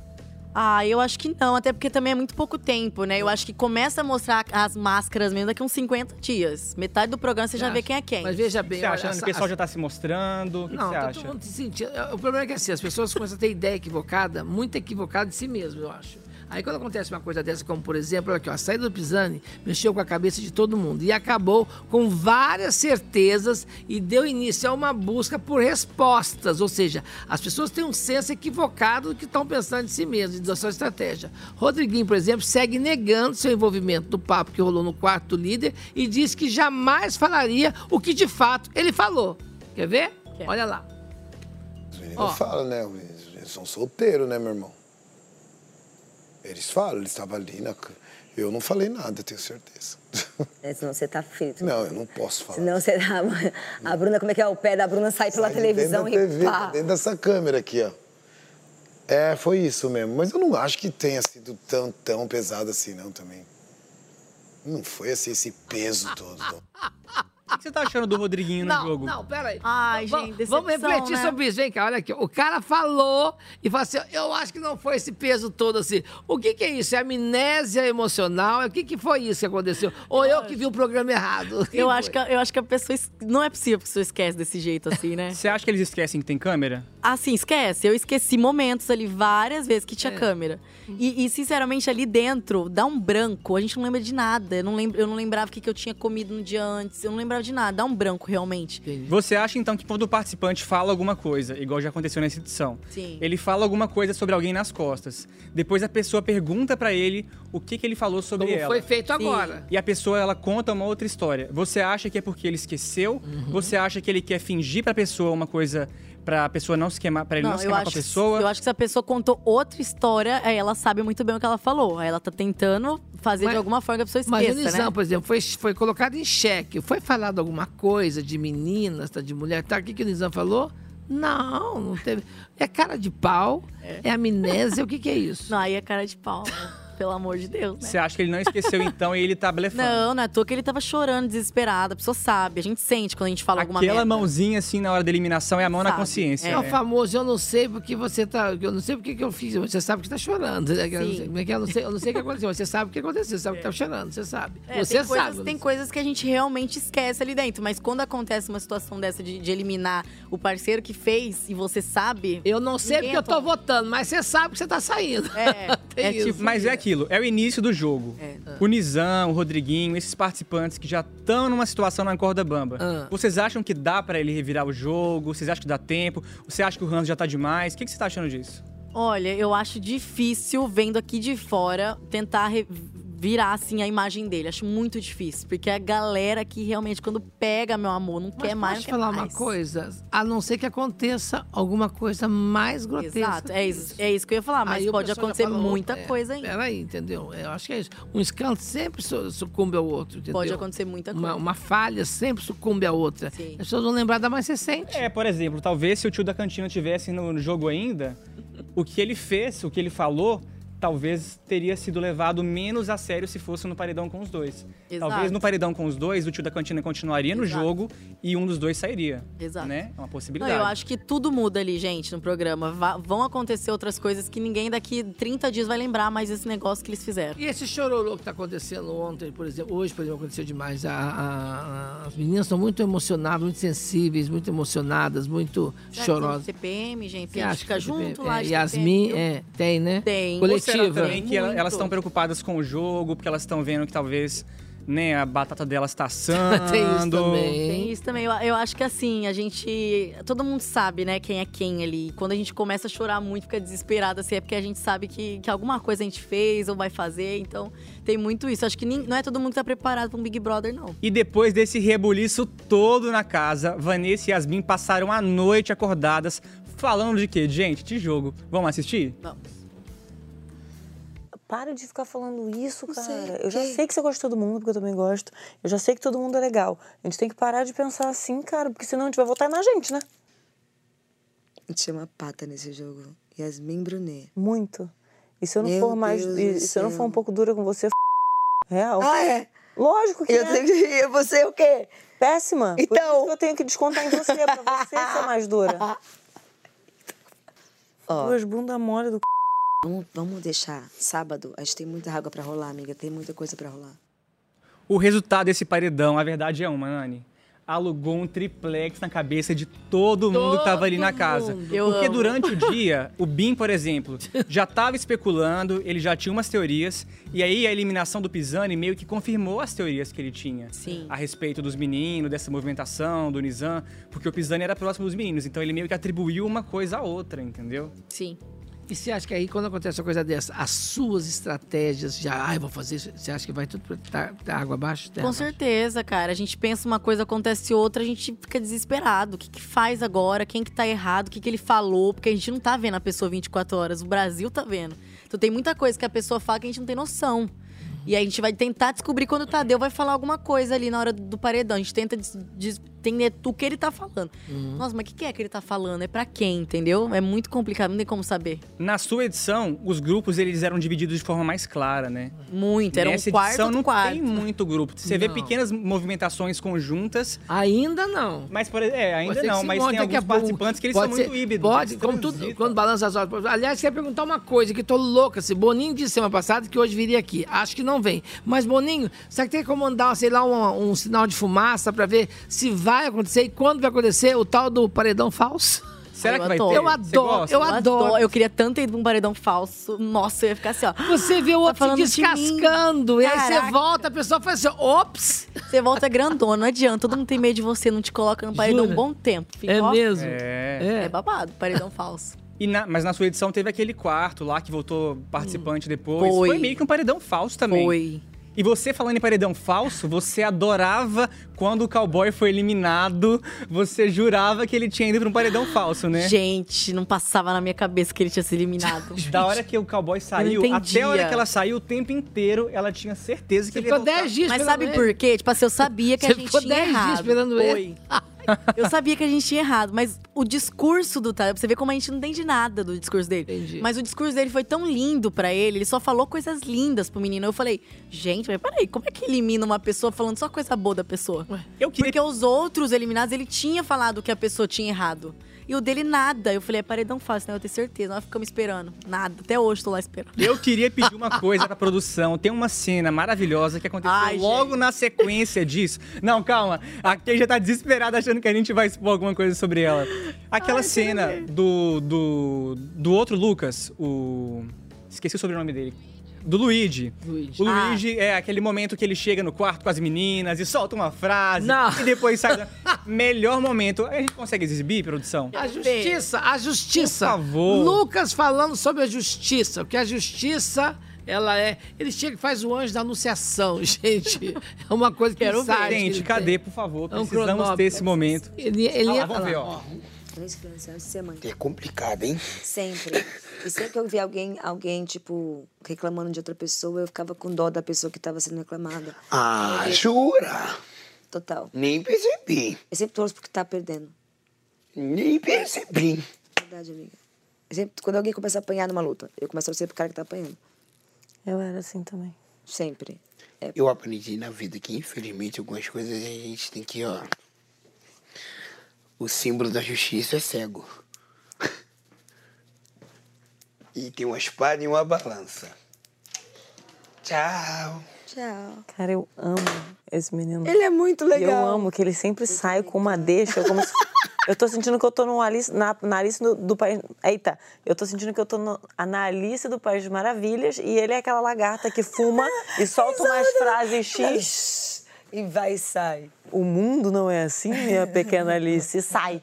Speaker 4: Ah, eu acho que não, até porque também é muito pouco tempo, né? Eu acho que começa a mostrar as máscaras mesmo daqui uns 50 dias. Metade do programa você já
Speaker 2: Acho.
Speaker 4: vê quem é quem.
Speaker 2: Mas veja bem,
Speaker 3: Você
Speaker 2: olha,
Speaker 3: acha que
Speaker 2: essa-
Speaker 3: o pessoal já tá se mostrando? O que que
Speaker 2: Não,
Speaker 3: você
Speaker 2: tá
Speaker 3: acha?
Speaker 2: todo mundo se sentindo. O problema é que assim, as pessoas começam a ter ideia equivocada, muito equivocada de si mesmo, eu acho. Aí quando acontece uma coisa dessa, como por exemplo, olha aqui, ó, a saída do Pisani mexeu com a cabeça de todo mundo e acabou com várias certezas e deu início a uma busca por respostas. Ou seja, as pessoas têm um senso equivocado do que estão pensando de si mesmo, de sua estratégia. Rodriguinho, por exemplo, segue negando seu envolvimento no papo que rolou no quarto do líder e diz que jamais falaria o que de fato ele falou. Quer ver?
Speaker 4: Quer.
Speaker 2: Olha lá.
Speaker 9: Os meninos
Speaker 2: Ó.
Speaker 9: falam, né? Eles- Eles são solteiros, né, meu irmão? Eles falam, eles estavam ali na. c- Eu não falei nada, eu tenho certeza.
Speaker 10: É, senão você tá frito.
Speaker 9: Não, eu não posso falar.
Speaker 10: Senão você dá. A Bruna, como é que é? O pé da Bruna sai pela
Speaker 9: Sai de
Speaker 10: televisão
Speaker 9: dentro da
Speaker 10: e
Speaker 9: TV,
Speaker 10: pá.
Speaker 9: Dentro dessa câmera aqui, ó. É, foi isso mesmo. Mas eu não acho que tenha sido tão, tão pesado assim, não, também. Não foi assim, esse peso todo. não.
Speaker 3: O que você tá achando do Rodriguinho no
Speaker 2: Não,
Speaker 3: jogo?
Speaker 2: não, peraí.
Speaker 4: Ai,
Speaker 2: Va-
Speaker 4: gente,
Speaker 2: Vamos
Speaker 4: decepção,
Speaker 2: refletir
Speaker 4: né?
Speaker 2: sobre isso. Vem cá, olha aqui. O cara falou e falou assim, eu acho que não foi esse peso todo assim. O que que é isso? É amnésia emocional? É O que que foi isso que aconteceu? Ou eu, que vi o programa errado?
Speaker 4: eu, acho que, a- eu acho que a pessoa. es- Não é possível que a pessoa esquece desse jeito assim, né?
Speaker 3: Você acha que eles esquecem que tem câmera?
Speaker 4: Assim, esquece. Eu esqueci momentos ali várias vezes que
Speaker 2: É.
Speaker 4: tinha câmera. E, e, sinceramente, ali dentro, dá um branco. A gente não lembra de nada. Eu não, lembro, eu não lembrava o que, que eu tinha comido no dia antes. Eu não lembrava de nada. Dá um branco, realmente.
Speaker 3: Você acha então que quando o participante fala alguma coisa, igual já aconteceu nessa edição,
Speaker 4: Sim.
Speaker 3: ele fala alguma coisa sobre alguém nas costas. Depois a pessoa pergunta pra ele o que, que ele falou sobre
Speaker 2: Como
Speaker 3: ela.
Speaker 2: foi feito agora.
Speaker 3: E a pessoa ela conta uma outra história. Você acha que é porque ele esqueceu?
Speaker 2: Uhum.
Speaker 3: Você acha que ele quer fingir pra pessoa uma coisa pra pessoa não se queimar, para ele não, se
Speaker 4: eu
Speaker 3: queimar com
Speaker 4: acho,
Speaker 3: a pessoa?
Speaker 4: eu acho que se a pessoa contou outra história, aí ela sabe muito bem o que ela falou. Aí ela tá tentando fazer
Speaker 2: Mas-
Speaker 4: de alguma forma que a pessoa
Speaker 2: Mas a
Speaker 4: esqueça,
Speaker 2: Nizam,
Speaker 4: né?
Speaker 2: por exemplo, foi, foi colocado em xeque. Foi falado alguma coisa de meninas, tá, de mulher, tá? O que, que o Nizam falou? Não, não teve. É cara de pau, é, amnésia, o que que é isso?
Speaker 4: Não, aí é cara de pau, né? pelo amor de Deus, né?
Speaker 3: Você acha que ele não esqueceu então e ele tá blefando?
Speaker 4: Não, não é à toa que ele tava chorando, desesperado. A pessoa sabe, a gente sente quando a gente fala alguma
Speaker 3: Aquela
Speaker 4: merda.
Speaker 3: mãozinha assim na hora da eliminação é a mão na
Speaker 4: Sabe.
Speaker 3: consciência.
Speaker 2: É o
Speaker 3: né?
Speaker 2: famoso, eu não sei porque você tá. Eu não sei porque que eu fiz. Você sabe que tá chorando. né? Eu não
Speaker 4: Sim.
Speaker 2: sei- como é que é? Eu não sei, eu não sei o que aconteceu. Você sabe o que aconteceu, você sabe que tá chorando, você sabe.
Speaker 4: É,
Speaker 2: você
Speaker 4: tem
Speaker 2: sabe.
Speaker 4: Coisas, tem
Speaker 2: Luciano.
Speaker 4: coisas que a gente realmente esquece ali dentro. Mas quando acontece uma situação dessa de, de eliminar o parceiro que fez e você sabe.
Speaker 2: Eu não sei
Speaker 4: Ninguém
Speaker 2: porque eu tô
Speaker 4: é tonto.
Speaker 2: votando, mas você sabe que você tá saindo.
Speaker 4: É,
Speaker 2: Tem
Speaker 4: é
Speaker 2: isso. Ah.
Speaker 3: Mas é aquilo, é o início do jogo.
Speaker 4: É.
Speaker 3: o Nizam, o Rodriguinho, esses participantes que já estão numa situação na corda bamba.
Speaker 2: Ah.
Speaker 3: Vocês acham que dá pra ele revirar o jogo? Vocês acham que dá tempo? Você acha que o Hans já tá demais? O que, que você tá achando disso?
Speaker 4: Olha, eu acho difícil, vendo aqui de fora, tentar re- virar assim a imagem dele. Acho muito difícil, porque é a galera que realmente, quando pega, meu amor, não
Speaker 2: Mas
Speaker 4: quer mais.
Speaker 2: posso
Speaker 4: não quer
Speaker 2: falar
Speaker 4: mais.
Speaker 2: uma coisa? A não ser que aconteça alguma coisa mais grotesca.
Speaker 4: Exato, é isso, é isso que eu ia falar, mas
Speaker 2: Aí o
Speaker 4: pode
Speaker 2: pessoal já
Speaker 4: acontecer
Speaker 2: fala,
Speaker 4: muita
Speaker 2: "Opa, é,
Speaker 4: coisa ainda.
Speaker 2: Peraí, entendeu? Eu acho que é isso. Um escândalo sempre su- sucumbe ao outro, entendeu?
Speaker 4: Pode acontecer muita coisa.
Speaker 2: Uma, uma falha sempre sucumbe à outra.
Speaker 4: Sim.
Speaker 2: As pessoas vão lembrar da mais recente.
Speaker 3: É, por exemplo, talvez se o tio da cantina tivesse no no jogo ainda, o que ele fez, o que ele falou, talvez teria sido levado menos a sério se fosse no paredão com os dois.
Speaker 4: Exato.
Speaker 3: Talvez no paredão com os dois, o tio da cantina continuaria no
Speaker 4: Exato.
Speaker 3: jogo e um dos dois sairia.
Speaker 4: Exato.
Speaker 3: Né? É uma
Speaker 4: Não,
Speaker 3: possibilidade.
Speaker 4: eu acho que tudo muda ali, gente, no programa. Va- vão acontecer outras coisas que ninguém daqui 30 dias vai lembrar mais desse negócio que eles fizeram.
Speaker 2: E esse chororô que tá acontecendo ontem, por exemplo, hoje, por exemplo, aconteceu demais. A- a- a- as meninas são muito emocionadas, muito sensíveis, muito emocionadas, muito
Speaker 4: Será que tem
Speaker 2: chorosas.
Speaker 4: CPM, gente,
Speaker 2: Você
Speaker 4: a gente
Speaker 2: acha
Speaker 4: fica
Speaker 2: que deve-
Speaker 4: junto lá.
Speaker 2: é,
Speaker 4: de
Speaker 2: Yasmin,
Speaker 4: CPM.
Speaker 2: é, tem, né?
Speaker 4: Tem.
Speaker 3: Ou será
Speaker 2: Coletiva.
Speaker 3: também que ela-
Speaker 4: Muito.
Speaker 3: elas estão preocupadas com o jogo, porque elas estão vendo que talvez né, a batata delas tá assando.
Speaker 2: Tem isso também.
Speaker 4: Tem isso também. Eu, eu acho que assim, a gente. Todo mundo sabe, né, quem é quem ali. E Quando a gente começa a chorar muito, fica desesperada, assim, é porque a gente sabe que, que alguma coisa a gente fez ou vai fazer. Então, tem muito isso. Acho que nem- não é todo mundo que tá preparado pra um Big Brother, não.
Speaker 3: E depois desse rebuliço todo na casa, Vanessa e Yasmin passaram a noite acordadas falando de quê? Gente, de jogo. Vamos assistir?
Speaker 4: Vamos.
Speaker 11: Para de ficar falando isso, cara. Eu
Speaker 10: é.
Speaker 11: já sei que você gosta de todo mundo, porque eu também gosto. Eu já sei que todo mundo é legal. A gente tem que parar de pensar assim, cara, porque senão a gente vai votar na gente, né?
Speaker 10: A gente chama pata nesse jogo. Yasmin Brunet.
Speaker 11: Muito. E se eu não
Speaker 10: Meu
Speaker 11: for mais.
Speaker 10: Deus
Speaker 11: e
Speaker 10: do
Speaker 11: se eu não
Speaker 10: céu.
Speaker 11: for um pouco dura com você, f... real.
Speaker 10: Ah, é?
Speaker 11: Lógico que
Speaker 10: Eu
Speaker 11: é.
Speaker 10: tenho que. Eu vou ser o quê?
Speaker 11: Péssima. Por
Speaker 10: Então.
Speaker 11: isso que eu tenho que descontar em você, pra você ser mais dura.
Speaker 10: Ó.
Speaker 11: Duas bundas mole do c.
Speaker 10: Vamos, vamos deixar. Sábado, a gente tem muita água pra rolar, amiga. Tem muita coisa pra rolar.
Speaker 3: O resultado desse paredão, a verdade é uma, Nani. Alugou um triplex na cabeça de todo mundo que tava ali na
Speaker 2: Todo
Speaker 3: casa.
Speaker 2: mundo.
Speaker 4: Eu
Speaker 3: Porque
Speaker 4: amo.
Speaker 3: durante o dia, o Bim, por exemplo, já tava especulando, ele já tinha umas teorias, e aí a eliminação do Pisani meio que confirmou as teorias que ele tinha.
Speaker 4: Sim.
Speaker 3: A respeito dos meninos, dessa movimentação, do Nizam, porque o Pisani era próximo dos meninos, então ele meio que atribuiu uma coisa à outra, entendeu?
Speaker 4: Sim.
Speaker 2: E você acha que aí, quando acontece uma coisa dessa, as suas estratégias já, ah, eu vou fazer isso, você acha que vai tudo pra tá, tá água abaixo?
Speaker 3: É.
Speaker 2: terra
Speaker 4: Com
Speaker 2: abaixo?
Speaker 4: certeza, cara. A gente pensa uma coisa, acontece outra, a gente fica desesperado. O que, que faz agora? Quem que tá errado? O que, que ele falou? Porque a gente não tá vendo a pessoa 24 horas, o Brasil tá vendo. Então tem muita coisa que a pessoa fala que a gente não tem noção. E aí a gente vai tentar descobrir quando o Tadeu vai falar alguma coisa ali na hora do paredão. A gente tenta des- des- entender o que ele tá falando.
Speaker 3: Uhum.
Speaker 4: Nossa, mas o que, que é que ele tá falando? É pra quem, entendeu? É muito complicado, não tem como saber.
Speaker 3: Na sua edição, os grupos eles eram divididos de forma mais clara, né?
Speaker 2: Então
Speaker 4: Muito. Era
Speaker 3: Nessa
Speaker 4: um quarto
Speaker 3: edição
Speaker 4: do
Speaker 3: não
Speaker 4: quarto.
Speaker 3: tem muito grupo. Você vê
Speaker 2: Não.
Speaker 3: pequenas movimentações conjuntas,
Speaker 2: Ainda não.
Speaker 3: mas por, é, ainda
Speaker 2: Pode ser que
Speaker 3: não,
Speaker 2: se
Speaker 3: mas
Speaker 2: monte
Speaker 3: tem
Speaker 2: daqui a
Speaker 3: alguns
Speaker 2: pouco.
Speaker 3: participantes que eles
Speaker 2: Pode
Speaker 3: são
Speaker 2: ser-
Speaker 3: muito híbridos.
Speaker 2: Pode,
Speaker 3: eles
Speaker 2: como tudo,
Speaker 3: transitam.
Speaker 2: quando balança as horas. Aliás, quer perguntar uma coisa que tô louca. Se Boninho disse semana passada que hoje viria aqui. Acho que não vem. Mas, Boninho, será que tem como mandar, sei lá, um, um sinal de fumaça pra ver se vai acontecer e quando vai acontecer o tal do paredão falso?
Speaker 3: Será
Speaker 4: Eu
Speaker 3: que vai ter?
Speaker 4: adoro.
Speaker 2: Eu
Speaker 3: Você
Speaker 2: adoro,
Speaker 3: gosta?
Speaker 2: eu adoro.
Speaker 4: Eu queria tanto ir pra um paredão falso. Nossa, eu ia ficar assim, ó.
Speaker 2: Você vê o
Speaker 4: Tá
Speaker 2: outro
Speaker 4: falando de
Speaker 2: se descascando.
Speaker 4: mim.
Speaker 2: E aí você
Speaker 4: Caraca.
Speaker 2: volta, a pessoa faz assim, ops!
Speaker 4: Você volta grandona, não adianta. Todo mundo tem medo de você, não te coloca no paredão
Speaker 2: Jura?
Speaker 4: um bom tempo. Fica,
Speaker 2: É
Speaker 4: ó,
Speaker 2: mesmo?
Speaker 3: É.
Speaker 4: É
Speaker 2: É.
Speaker 4: babado, paredão falso.
Speaker 3: E na- mas na sua edição teve aquele quarto lá que voltou participante depois.
Speaker 4: Foi.
Speaker 3: Foi. meio que um paredão falso também.
Speaker 4: Foi.
Speaker 3: E você falando em paredão falso, você adorava quando o cowboy foi eliminado. Você jurava que ele tinha ido pra um paredão falso, né?
Speaker 4: Gente, não passava na minha cabeça que ele tinha se eliminado.
Speaker 3: Da hora que o cowboy saiu, até
Speaker 4: entendia.
Speaker 3: a hora que ela saiu, o tempo inteiro, ela tinha certeza que
Speaker 2: Você
Speaker 3: ele ia
Speaker 2: ficou
Speaker 3: voltar.
Speaker 2: 10 dias
Speaker 4: Mas
Speaker 2: pelo
Speaker 4: sabe
Speaker 2: menos.
Speaker 4: por quê? Tipo assim, eu sabia que
Speaker 2: Você
Speaker 4: a gente
Speaker 2: ficou
Speaker 4: tinha
Speaker 2: 10 dias
Speaker 4: errado.
Speaker 2: esperando ele.
Speaker 4: Foi. Eu sabia que a gente tinha errado, mas o discurso do Tadeu, pra você ver como a gente não entende nada do discurso dele.
Speaker 2: Entendi.
Speaker 4: Mas o discurso dele foi tão lindo pra ele, ele só falou coisas lindas pro menino. Eu falei, gente, mas peraí, como é que elimina uma pessoa falando só coisa boa da pessoa?
Speaker 3: Eu queria
Speaker 4: Porque os outros eliminados, ele tinha falado que a pessoa tinha errado. E o dele nada. Eu falei, é paredão fácil, né? Eu tenho certeza. Nós ficamos esperando. Nada. Até hoje tô lá esperando.
Speaker 3: Eu queria pedir uma coisa pra produção. Tem uma cena maravilhosa que aconteceu
Speaker 4: Ai,
Speaker 3: logo
Speaker 4: gente.
Speaker 3: na sequência disso. Não, calma. A Kay já tá desesperada achando que a gente vai expor alguma coisa sobre ela. Aquela cena do, do, do outro Lucas, o. Esqueci o sobrenome dele. Do Luigi.
Speaker 2: Luigi.
Speaker 3: O
Speaker 4: Ah.
Speaker 3: Luigi é aquele momento que ele chega no quarto com as meninas e solta uma frase. E depois sai. da- Melhor momento. A gente consegue exibir, produção?
Speaker 2: A justiça, a justiça.
Speaker 3: Por favor.
Speaker 2: Lucas falando sobre a justiça, porque a justiça, ela é. Ele chega e faz o anjo da anunciação, gente. É uma coisa que
Speaker 3: Quero ver.
Speaker 2: sai.
Speaker 3: Gente, cadê, por favor?
Speaker 2: É um
Speaker 3: Precisamos
Speaker 2: cronómetro.
Speaker 3: ter esse momento.
Speaker 2: Ele, é- ele
Speaker 3: Ah lá,
Speaker 2: ia
Speaker 3: vamos
Speaker 2: falar,
Speaker 3: ver,
Speaker 2: ó.
Speaker 3: ó.
Speaker 10: Três crianças antes de ser mãe.
Speaker 12: É complicado, hein?
Speaker 10: Sempre. E sempre que eu via alguém, alguém, tipo, reclamando de outra pessoa, eu ficava com dó da pessoa que estava sendo reclamada.
Speaker 12: Ah,
Speaker 10: Porque-
Speaker 12: jura?
Speaker 10: Total.
Speaker 12: Nem percebi.
Speaker 10: Eu sempre torço porque tá perdendo. É
Speaker 12: Nem percebi.
Speaker 10: Verdade, amiga. Eu sempre- quando alguém começa a apanhar numa luta, eu começo a ser pro cara que tá apanhando.
Speaker 11: Eu era assim também.
Speaker 10: Sempre.
Speaker 2: É.
Speaker 12: Eu aprendi na vida que, infelizmente, algumas coisas a gente tem que, ó. O símbolo da justiça é cego. E tem uma espada e uma balança.
Speaker 10: Ah,
Speaker 12: Tchau.
Speaker 10: Tchau.
Speaker 11: Cara, eu amo esse menino.
Speaker 10: Ele é muito
Speaker 11: E eu
Speaker 10: legal.
Speaker 11: amo que ele sempre sai com uma deixa. Como se... eu tô sentindo que eu tô no Alice, na, na Alice do, do País... Eita, eu tô sentindo que eu tô no- na Alice do País das Maravilhas e ele é aquela lagarta que fuma e solta umas frases X.
Speaker 13: E vai e sai.
Speaker 11: O mundo não é assim, minha pequena Alice. E Sai.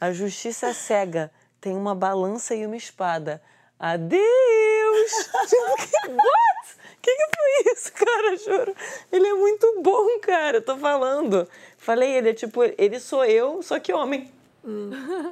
Speaker 11: A justiça é cega. Tem uma balança e uma espada. Adeus! Tipo, que- What? Que que foi isso, cara? Juro. Ele é muito bom, cara. Eu tô falando. Falei, ele é tipo, ele sou eu, só que homem.
Speaker 2: Hum.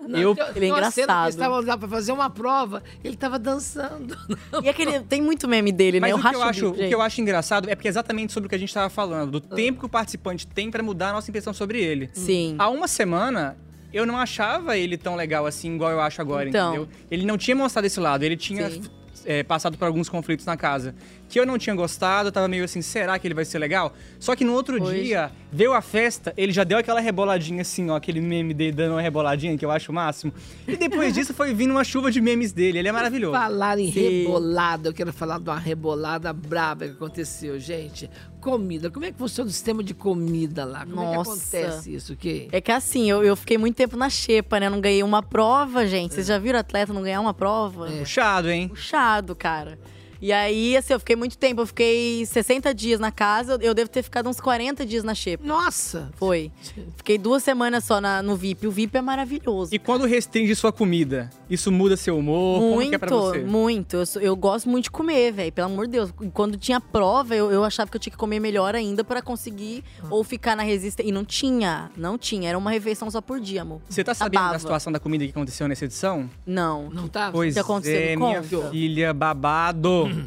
Speaker 2: Não, tem- tem uma cena que Eles estavam lá pra fazer uma prova, ele tava dançando.
Speaker 4: E aquele. Tem muito meme dele, né?
Speaker 3: Mas
Speaker 4: Eu
Speaker 3: o, que
Speaker 4: racho
Speaker 3: eu
Speaker 4: o
Speaker 3: acho,
Speaker 4: bico,
Speaker 3: o que
Speaker 4: gente. Ah.
Speaker 3: eu acho engraçado é porque é exatamente sobre o que a gente estava falando, do tempo que o participante tem para mudar a nossa impressão sobre ele.
Speaker 4: Hum. Sim.
Speaker 3: Há uma semana, eu não achava ele tão legal assim, igual eu acho agora,
Speaker 4: Então.
Speaker 3: entendeu? Ele não tinha mostrado esse lado, ele tinha
Speaker 4: Sim.
Speaker 3: é, passado por alguns conflitos na casa. Que eu não tinha gostado, eu tava meio assim, será que ele vai ser legal? Só que no outro
Speaker 4: Pois.
Speaker 3: dia, veio a festa, ele já deu aquela reboladinha assim, ó, aquele meme dele dando uma reboladinha, que eu acho o máximo. E depois disso foi vindo uma chuva de memes dele, ele é maravilhoso.
Speaker 2: Falar em
Speaker 3: Sim.
Speaker 2: rebolada, eu quero falar de uma rebolada braba que aconteceu, gente. Comida, como é que funciona o sistema de comida lá? Como
Speaker 4: Nossa.
Speaker 2: é que acontece isso, que
Speaker 4: É que assim, eu, eu fiquei muito tempo na xepa, né? Não ganhei uma prova, gente.
Speaker 3: É.
Speaker 4: Vocês já viram atleta não ganhar uma prova?
Speaker 3: Puxado, hein?
Speaker 4: Puxado, cara. E aí, assim, eu fiquei muito tempo. Eu fiquei 60 dias na casa. Eu devo ter ficado uns 40 dias na xepa.
Speaker 2: Nossa!
Speaker 4: Foi. Fiquei duas semanas só na- no VIP. O VIP é maravilhoso.
Speaker 3: E quando restringe sua comida, isso muda seu humor? Como que é pra você?
Speaker 4: Muito, muito. Eu, sou- eu gosto muito de comer, velho. Pelo amor de Deus. E Quando tinha prova, eu, eu achava que eu tinha que comer melhor ainda pra conseguir
Speaker 3: Ah.
Speaker 4: ou ficar na resistência. E não tinha, não tinha. Era uma refeição só por dia, amor.
Speaker 3: Você tá sabendo
Speaker 4: Acabava.
Speaker 3: da situação da comida que aconteceu nessa edição?
Speaker 4: Não.
Speaker 2: Não tá?
Speaker 3: Pois
Speaker 4: que aconteceu?
Speaker 3: é,
Speaker 4: Me
Speaker 3: minha
Speaker 4: conta.
Speaker 3: filha, babado.
Speaker 4: Uhum.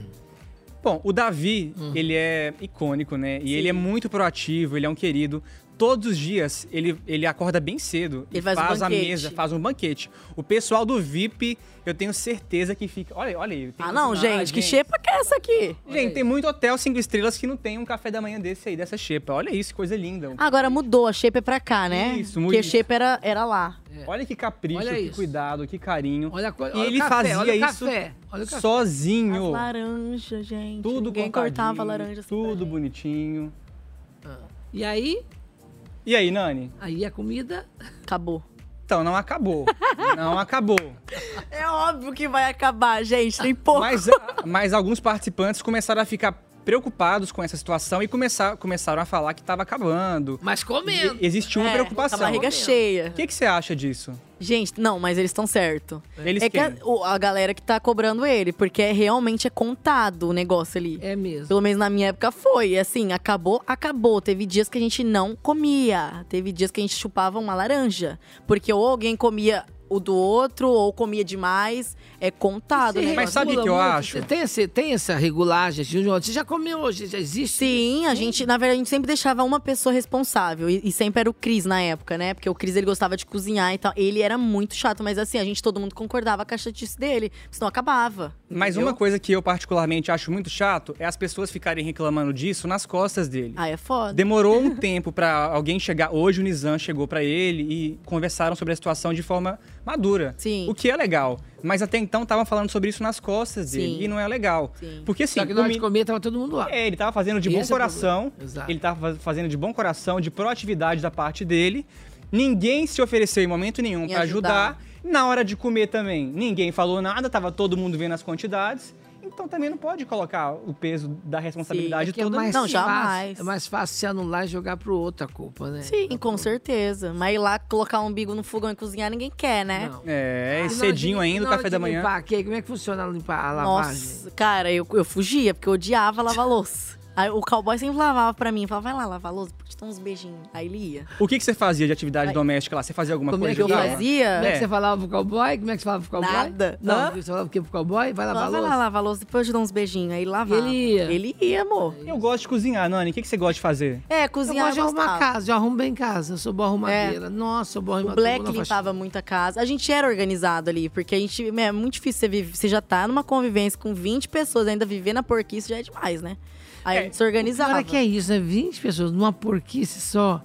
Speaker 3: Bom, o Davi, ele é icônico, né? E ele é muito proativo, ele é um querido. Todos os dias, ele, ele acorda bem cedo.
Speaker 4: Ele
Speaker 3: e
Speaker 4: faz um
Speaker 3: a
Speaker 4: banquete.
Speaker 3: mesa, faz um banquete. O pessoal do VIP, eu tenho certeza que fica... Olha, olha aí. tem
Speaker 4: Ah, não,
Speaker 3: sinais,
Speaker 4: gente, que xepa que é essa aqui?
Speaker 3: Gente, tem muito hotel cinco estrelas que não tem um café da manhã desse aí, dessa xepa. Olha isso, que coisa linda.
Speaker 4: Agora mudou, a shape é pra cá, né?
Speaker 3: Isso,
Speaker 4: Porque a
Speaker 3: muito.
Speaker 4: shape era, era lá.
Speaker 3: Olha que capricho,
Speaker 4: Olha
Speaker 3: que
Speaker 4: isso.
Speaker 3: cuidado, que carinho.
Speaker 2: Olha a coisa-
Speaker 3: e
Speaker 2: olha o
Speaker 3: ele
Speaker 2: café,
Speaker 3: fazia
Speaker 2: olha o
Speaker 3: isso
Speaker 2: café, olha o café.
Speaker 3: sozinho.
Speaker 4: As laranjas, gente.
Speaker 3: Tudo
Speaker 4: Ninguém
Speaker 3: cortadinho,
Speaker 4: cortava laranja. assim
Speaker 3: Tudo bonitinho.
Speaker 2: Ah. E aí,
Speaker 3: E aí, Nani?
Speaker 2: aí a comida
Speaker 4: acabou.
Speaker 3: Então, não acabou. não acabou.
Speaker 4: É óbvio que vai acabar, gente. Tem pouco.
Speaker 3: Mas, é- a- mas alguns participantes começaram a ficar preocupados com essa situação e começar, começaram a falar que estava acabando.
Speaker 2: Mas comendo.
Speaker 3: E, existe uma
Speaker 4: É,
Speaker 3: preocupação.
Speaker 4: com a barriga cheia.
Speaker 3: O que, que você acha disso?
Speaker 4: Gente, não, mas eles estão certo.
Speaker 3: Eles
Speaker 4: é que a,
Speaker 3: quem?
Speaker 4: o- a galera que tá cobrando ele, porque é- realmente é contado o negócio ali.
Speaker 2: É mesmo.
Speaker 4: Pelo menos na minha época foi. E assim, acabou, acabou. Teve dias que a gente não comia. Teve dias que a gente chupava uma laranja. Porque ou alguém comia o do outro, ou comia demais. É contado, né?
Speaker 2: regula muito? Tem, esse, tem essa regulagem, assim, João? Você já comeu hoje? Já existe?
Speaker 4: Sim, a gente, na verdade, a gente sempre deixava uma pessoa responsável. E, e sempre era o Cris na época, né? Porque o Cris ele gostava de cozinhar e tal. Ele era muito chato, mas assim, a gente todo mundo concordava com a chatice dele, senão acabava.
Speaker 3: Mas
Speaker 4: entendeu?
Speaker 3: uma coisa que eu particularmente acho muito chato é as pessoas ficarem reclamando disso nas costas dele.
Speaker 4: Ah, é foda.
Speaker 3: Demorou um tempo pra alguém chegar. Hoje o Nizam chegou pra ele e conversaram sobre a situação de forma madura. Sim. O que é legal. Mas até então estavam falando sobre isso nas costas dele. E não é legal. Porque assim.
Speaker 2: Só que na hora
Speaker 3: comi-
Speaker 2: de comer, tava todo mundo lá.
Speaker 3: É, ele tava fazendo de bom
Speaker 2: Esse é o
Speaker 3: coração.
Speaker 2: problema. Exato.
Speaker 3: ele tava fazendo de bom coração, de proatividade da parte dele. Ninguém se ofereceu em momento nenhum
Speaker 4: Em
Speaker 3: pra ajudar. Na hora de comer também, ninguém falou nada, tava todo mundo vendo as quantidades. Então também não pode colocar o peso da responsabilidade
Speaker 4: é que é
Speaker 3: toda.
Speaker 4: mais Não, fácil. jamais.
Speaker 2: É mais fácil se anular e jogar pro outro a culpa, né?
Speaker 4: Sim, com certeza. Mas ir lá colocar o umbigo no fogão e cozinhar, ninguém quer, né?
Speaker 3: É,
Speaker 2: E
Speaker 3: e
Speaker 2: na hora
Speaker 3: cedinho
Speaker 2: de-
Speaker 3: ainda,
Speaker 2: na
Speaker 3: o
Speaker 2: hora
Speaker 3: café
Speaker 2: de
Speaker 3: da manhã.
Speaker 2: limpar, que- como é que funciona a, limpar, a lavagem?
Speaker 4: Nossa, cara, eu, eu fugia, porque eu odiava lavar louça. Aí o cowboy sempre lavava pra mim, falava, vai lá lavar louça, porque te dão uns beijinhos. Aí ele ia.
Speaker 3: O que, que você fazia de atividade
Speaker 4: Ai.
Speaker 3: doméstica lá? Você fazia alguma
Speaker 4: Como é
Speaker 3: coisa?
Speaker 4: que eu
Speaker 3: ajudava?
Speaker 4: fazia?
Speaker 2: Como é que você
Speaker 3: É.
Speaker 2: falava pro cowboy? Como é que você falava pro cowboy?
Speaker 4: Nada.
Speaker 2: Não,
Speaker 4: Hã?
Speaker 2: você falava o quê pro cowboy? Vai lavar
Speaker 4: Falava,
Speaker 2: a
Speaker 4: vai
Speaker 2: louça.
Speaker 4: lá lavar louça, depois eu te dou uns beijinhos. Aí ele lavava.
Speaker 2: Ele ia.
Speaker 4: Ele ia, amor.
Speaker 3: Eu gosto de cozinhar, Nani. O que, que você gosta de fazer?
Speaker 4: É, cozinhar
Speaker 2: Eu gosto de
Speaker 4: eu
Speaker 2: arrumar a
Speaker 4: gostava.
Speaker 2: casa, eu arrumo bem casa, eu sou boa arrumadeira.
Speaker 4: É.
Speaker 2: Nossa, eu sou boa
Speaker 4: O
Speaker 2: arrumadeira.
Speaker 4: Black limpava muito a casa. A gente era organizado ali, porque a gente. meu, É muito difícil você viver. Você já tá numa convivência com 20 pessoas, ainda viver na porquice já é demais, né? Aí a gente se organizava. Ah.
Speaker 2: Olha que é isso, né? 20 pessoas numa porquice só.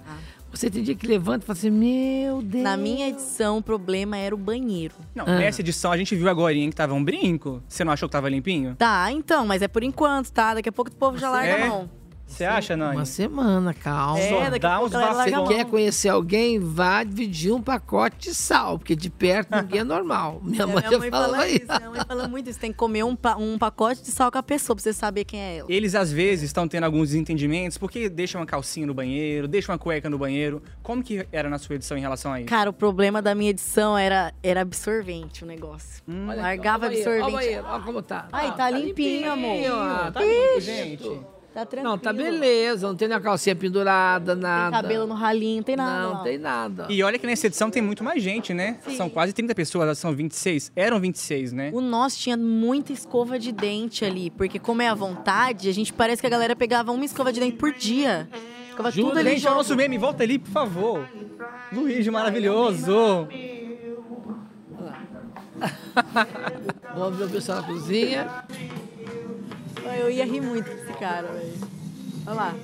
Speaker 2: Você tem dia que levanta e fala assim, meu Deus.
Speaker 4: Na minha edição, o problema era o banheiro.
Speaker 3: Não,
Speaker 2: Ah.
Speaker 3: nessa edição a gente viu agora que tava um brinco. Você não achou que tava limpinho?
Speaker 4: Tá, então, mas é por enquanto, tá? Daqui a pouco o povo já larga
Speaker 3: É?
Speaker 4: a mão.
Speaker 3: Você acha, Nani?
Speaker 2: Uma semana, calma.
Speaker 4: É, Só daqui a dá pouco uns ela larga a
Speaker 2: Você
Speaker 4: mão.
Speaker 2: quer conhecer alguém, vá dividir um pacote de sal, porque de perto ninguém é normal. Minha
Speaker 4: É,
Speaker 2: mãe, já falava isso.
Speaker 4: Minha mãe fala muito isso. Tem que comer um, pa- um pacote de sal com a pessoa pra você saber quem é ela.
Speaker 3: Eles às vezes estão tendo alguns desentendimentos porque deixam uma calcinha no banheiro, deixam uma cueca no banheiro. Como que era na sua edição em relação a isso?
Speaker 4: Cara, o problema da minha edição era, era absorvente o negócio.
Speaker 2: Hum, Olha aqui,
Speaker 4: Largava
Speaker 2: ó o banheiro, Ó, o
Speaker 4: absorvente.
Speaker 2: banheiro, ó como tá.
Speaker 4: Ai,
Speaker 2: Ah,
Speaker 4: tá limpinho, amor.
Speaker 2: ah, Tá limpo,
Speaker 4: Ixi,
Speaker 2: gente.
Speaker 4: Tá tranquilo.
Speaker 2: Não, tá beleza. Não tem nem a calcinha pendurada, nada.
Speaker 4: Cabelo no ralinho, tem nada.
Speaker 2: Não,
Speaker 4: lá.
Speaker 2: tem
Speaker 4: Tá.
Speaker 2: nada.
Speaker 3: E olha que nessa edição tem muito mais gente, né? São quase 30 pessoas, elas são 26. Eram 26, né?
Speaker 4: O nosso tinha muita escova de dente ali, porque como é à vontade, a gente parece que a galera pegava uma escova de dente por dia. Ficava tudo ali.
Speaker 3: Gente, é o nosso meme. Volta ali, por favor. Luigi, maravilhoso.
Speaker 2: Vamos ver o é. pessoal na cozinha.
Speaker 4: Eu ia rir muito com esse cara, velho. Olha lá.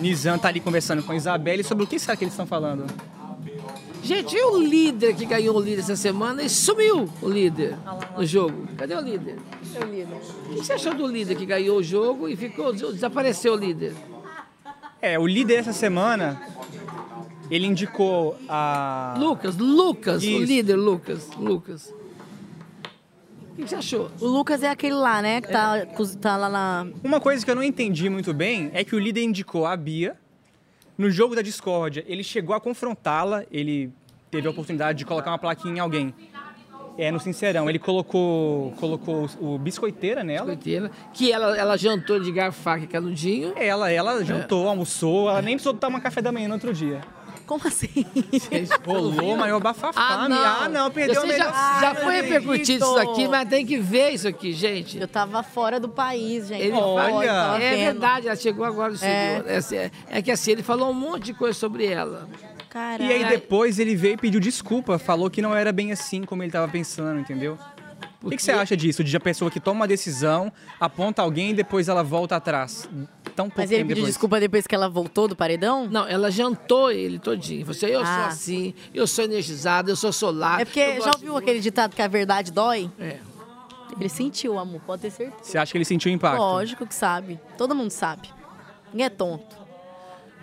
Speaker 3: Nizam tá ali conversando com a Isabelle sobre o que será que eles estão falando.
Speaker 2: Gente, e o líder que ganhou o líder essa semana e sumiu o líder no jogo? Cadê o líder?
Speaker 4: Eu lido.
Speaker 2: O que você achou do líder que ganhou o jogo e ficou desapareceu o líder?
Speaker 3: É, o líder essa semana, ele indicou a.
Speaker 2: Lucas, Lucas, o
Speaker 3: Isso.
Speaker 2: líder Lucas, Lucas. O que você achou?
Speaker 4: O Lucas é aquele lá, né? Que tá, cos- tá lá na.
Speaker 3: Uma coisa que eu não entendi muito bem é que o líder indicou a Bia no jogo da discórdia. Ele chegou a confrontá-la, ele teve a oportunidade de colocar uma plaquinha em alguém. É, no Sincerão, ele colocou, colocou o biscoiteira nela.
Speaker 2: Biscoiteira. Que ela, ela jantou de garfo, faca e canudinho. É.
Speaker 3: Ela, ela jantou, almoçou, ela nem precisou tomar café da manhã no outro dia.
Speaker 4: Como assim?
Speaker 3: Rolou, maior bafafá. minha- Ah, não, perdeu
Speaker 2: Você
Speaker 3: o melhor.
Speaker 2: já, já
Speaker 4: Ai,
Speaker 2: foi
Speaker 4: eu não
Speaker 2: repercutido isso
Speaker 4: acredito.
Speaker 2: aqui, mas tem que ver isso aqui, gente.
Speaker 4: Eu tava fora do país, gente.
Speaker 2: Ele
Speaker 4: Tava fora,
Speaker 2: fala,
Speaker 4: tava
Speaker 2: é
Speaker 4: vendo.
Speaker 2: verdade, ela chegou agora do
Speaker 4: É.
Speaker 2: exterior. É. assim, é- é que assim, ele falou um monte de coisa sobre ela.
Speaker 4: Caralho.
Speaker 3: E aí depois ele veio e pediu desculpa, falou que não era bem assim como ele tava pensando, entendeu? O que, que você acha disso? De a pessoa que toma uma decisão, aponta alguém e depois ela volta atrás. Tão pouco
Speaker 4: Mas ele
Speaker 3: tempo
Speaker 4: pediu
Speaker 3: depois.
Speaker 4: desculpa depois que ela voltou do paredão?
Speaker 2: Não, ela jantou ele todinho. Você, eu sou
Speaker 4: Ah.
Speaker 2: assim, eu sou energizada, eu sou solar.
Speaker 4: É porque
Speaker 2: eu
Speaker 4: já
Speaker 2: gosto
Speaker 4: ouviu
Speaker 2: de-
Speaker 4: aquele ditado que a verdade dói?
Speaker 2: É.
Speaker 4: Ele sentiu, amor, pode ter certeza.
Speaker 3: Você acha que ele sentiu impacto?
Speaker 4: Lógico que sabe. Todo mundo sabe. Ninguém é tonto.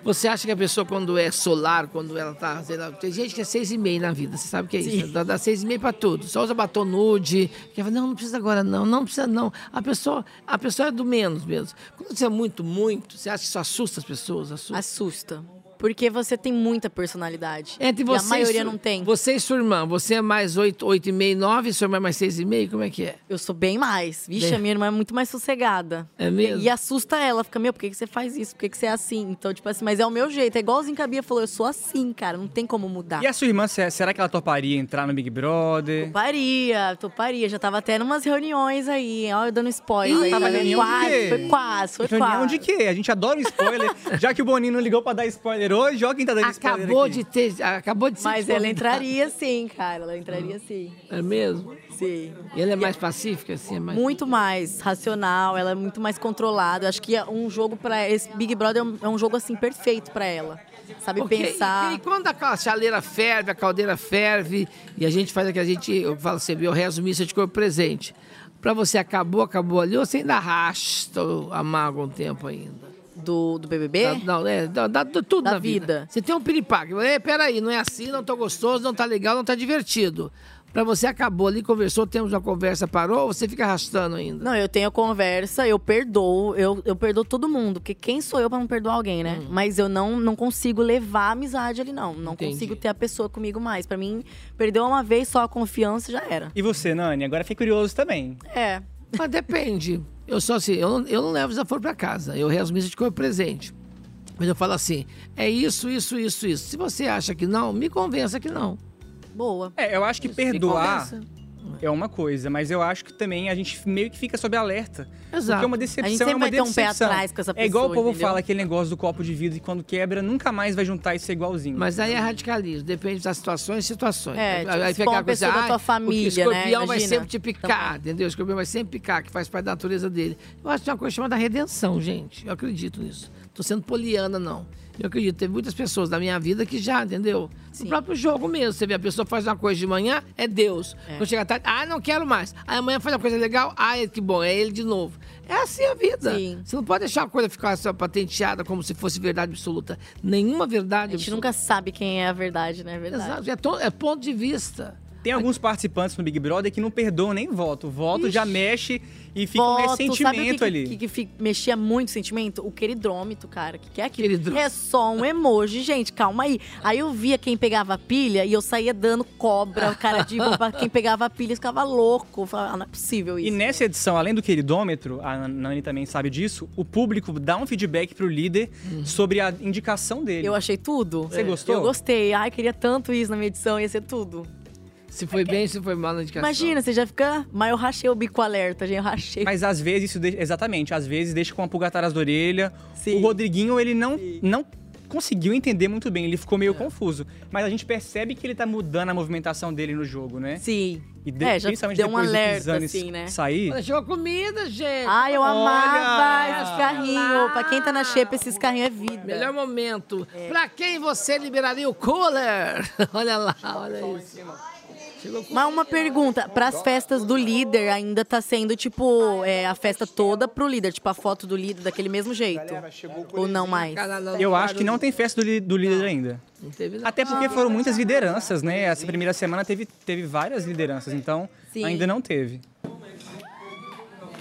Speaker 2: Você acha que a pessoa, quando é solar, quando ela tá. sei lá, tem gente que é seis e meia na vida, você sabe o que é isso? Dá, dá seis e meia pra tudo. Só usa batom nude. Que fala, não, não precisa agora, não, não precisa, não. A pessoa, a pessoa é do menos mesmo. Quando você é muito, muito, você acha que isso assusta as pessoas? Assusta.
Speaker 4: Assusta. Porque você tem muita personalidade. e
Speaker 2: Entre
Speaker 4: a
Speaker 2: você
Speaker 4: maioria
Speaker 2: e su-
Speaker 4: não tem.
Speaker 2: Você e sua irmã, você é mais 8, 8 e meio, 9, sua irmã é mais 6 e meio, como é que é?
Speaker 4: Eu sou bem mais. Vixe,
Speaker 2: Bem-
Speaker 4: a minha irmã é muito mais sossegada.
Speaker 2: É mesmo?
Speaker 4: E, e assusta ela. Fica, meu, por que, que você faz isso? Por que, que você é assim? Então, tipo assim, mas é o meu jeito. É igualzinho que a Bia falou. Eu sou assim, cara. Não tem como mudar.
Speaker 3: E a sua irmã, se- será que ela toparia entrar no Big Brother?
Speaker 4: Toparia, toparia. Já tava até numas reuniões aí. Ó, eu dando spoiler. aí,
Speaker 3: tava
Speaker 4: tá vendo?
Speaker 3: reunião de
Speaker 4: quase,
Speaker 3: quê?
Speaker 4: foi quase, foi
Speaker 3: Reunião
Speaker 4: quase.
Speaker 3: de quê? A gente adora o spoiler. já que o Boninho não ligou pra dar spoiler hoje, olha quem tá dando spoiler
Speaker 2: Acabou
Speaker 3: aqui.
Speaker 2: de ter. Acabou de ser.
Speaker 4: Mas ela
Speaker 2: desconvidada.
Speaker 4: entraria sim, cara. Ela
Speaker 3: Hum.
Speaker 4: entraria sim.
Speaker 2: É mesmo?
Speaker 4: Sim.
Speaker 2: E ela é mais pacífica, assim? É mais...
Speaker 4: Muito mais racional, ela é muito mais controlada. Eu Acho que é um jogo pra. Esse Big Brother é um- é um jogo assim perfeito pra ela. Sabe
Speaker 2: Porque- E,
Speaker 4: pensar.
Speaker 2: e quando a ca- chaleira ferve, a caldeira ferve, e a gente faz aqui, a gente, eu falo sempre, eu rezo missa de corpo presente. Pra você, acabou, acabou ali, ou você ainda arrasta o- a mágoa um tempo ainda?
Speaker 4: Do, do BBB?
Speaker 2: Dá- Não, é, dá, dá tudo
Speaker 4: Da
Speaker 2: na vida.
Speaker 4: vida.
Speaker 2: Você tem um piripaque. É, peraí, não é assim, não tô gostoso, não tá legal, não tá divertido. Pra você acabou ali, conversou, temos uma conversa, parou, ou você fica arrastando ainda?
Speaker 4: Não, eu tenho a conversa, eu perdoo, eu, eu perdoo todo mundo, porque quem sou eu pra não perdoar alguém,
Speaker 3: Hum.
Speaker 4: né? Mas eu não, não consigo levar a amizade ali, não. Não
Speaker 3: Entendi.
Speaker 4: consigo ter a pessoa comigo mais. Pra mim, perdeu uma vez só a confiança, já era.
Speaker 3: E você, Nani? Agora fiquei curioso também.
Speaker 4: É.
Speaker 2: Mas depende. Eu só assim, eu não, eu não levo desaforo pra casa. Eu rezo missa de corpo presente. Mas eu falo assim, é isso, isso, isso, isso. Se você acha que não, me convença que não.
Speaker 4: Boa.
Speaker 3: É, eu acho que perdoar
Speaker 2: convença.
Speaker 3: é uma coisa, mas eu acho que também a gente meio que fica sob alerta.
Speaker 2: Exato.
Speaker 3: Porque uma
Speaker 2: A gente
Speaker 3: decepção
Speaker 2: sempre
Speaker 3: é uma
Speaker 2: vai ter
Speaker 3: decepção.
Speaker 2: um pé atrás com essa
Speaker 3: É igual o
Speaker 2: pessoa,
Speaker 3: povo
Speaker 2: entendeu?
Speaker 3: fala, aquele negócio do copo de vidro, que quando quebra, nunca mais vai juntar e ser igualzinho.
Speaker 2: Mas aí é radicalismo, depende das situações e situações.
Speaker 3: É,
Speaker 2: aí
Speaker 3: tipo,
Speaker 2: aí
Speaker 3: se
Speaker 2: fica
Speaker 3: for uma
Speaker 2: aquela coisa,
Speaker 3: pessoa da
Speaker 2: "Ai,
Speaker 3: tua família,
Speaker 2: o escorpião
Speaker 3: né?
Speaker 2: vai
Speaker 3: Imagina."
Speaker 2: sempre te picar, entendeu? O escorpião vai sempre picar, que faz parte da natureza dele. Eu acho que tem uma coisa chamada redenção, gente. Eu acredito nisso. Tô sendo poliana, não. Eu acredito, teve muitas pessoas da minha vida que já, entendeu? No próprio jogo mesmo, você vê, a pessoa faz uma coisa de manhã, é Deus.
Speaker 13: É.
Speaker 2: Quando chega à tarde, ah, não quero mais. Aí amanhã faz uma coisa legal, ah, que bom, é ele de novo. É assim a vida.
Speaker 4: Sim.
Speaker 2: Você não pode deixar a coisa ficar só patenteada como se fosse verdade absoluta. Nenhuma verdade
Speaker 4: A gente nunca sabe quem é a verdade, né? É Verdade.
Speaker 2: Exato, é, to- é ponto de vista.
Speaker 3: Tem alguns participantes no Big Brother que não perdoam nem voto. O voto já mexe e fica um
Speaker 4: Voto, sabe o
Speaker 3: ressentimento
Speaker 4: que,
Speaker 3: ali.
Speaker 4: Que, que, fi- mexia muito o sentimento? O queridrômito, cara. O que, que é aquilo?
Speaker 3: Queridrômito.
Speaker 4: É só um emoji, gente. Calma aí. Aí eu via quem pegava a pilha e eu saía dando cobra, cara de pra quem pegava a pilha eu ficava louco. Eu Falava, ah, não é possível
Speaker 3: E
Speaker 4: isso.
Speaker 3: nessa edição, além do queridômetro, a Nani também sabe disso, o público dá um feedback pro líder sobre a indicação dele.
Speaker 4: Hum. Eu achei tudo.
Speaker 3: Você
Speaker 4: É.
Speaker 3: gostou?
Speaker 4: Eu gostei. Ai, queria tanto isso na minha edição, ia ser tudo.
Speaker 2: Se foi bem, se foi mal na indicação.
Speaker 4: Imagina, você já fica. Mas eu rachei o bico alerta, gente. Eu rachei.
Speaker 3: Mas às vezes isso deixa, exatamente, às vezes deixa com a pulga atrás da orelha. O Rodriguinho, ele não não conseguiu entender muito bem, ele ficou
Speaker 4: É.
Speaker 3: meio confuso, mas a gente percebe que ele tá mudando a movimentação dele no jogo, né?
Speaker 4: Sim.
Speaker 3: E de,
Speaker 4: É, já
Speaker 3: principalmente
Speaker 4: deu um
Speaker 3: depois
Speaker 4: alerta,
Speaker 3: do Pisanes
Speaker 4: assim, né?
Speaker 3: sair.
Speaker 2: Olha, Chegou comida, gente.
Speaker 4: Ai, eu
Speaker 2: Olha!
Speaker 4: amava esses carrinhos. Pra quem tá na xepa, esses carrinhos é vida. É.
Speaker 2: Melhor momento. Pra quem você liberaria o cooler? olha lá, olha isso. Chegou com...
Speaker 4: Mas um uma pergunta, pras festas do líder ainda tá sendo, tipo, é, a festa toda pro líder, tipo, a foto do líder daquele mesmo jeito. Ou não mais?
Speaker 3: Eu acho que não tem festa do, li- do líder ainda.
Speaker 2: teve, não.
Speaker 3: Até porque foram muitas lideranças, né? Essa primeira semana teve, teve várias lideranças, então
Speaker 4: Sim.
Speaker 3: ainda não teve.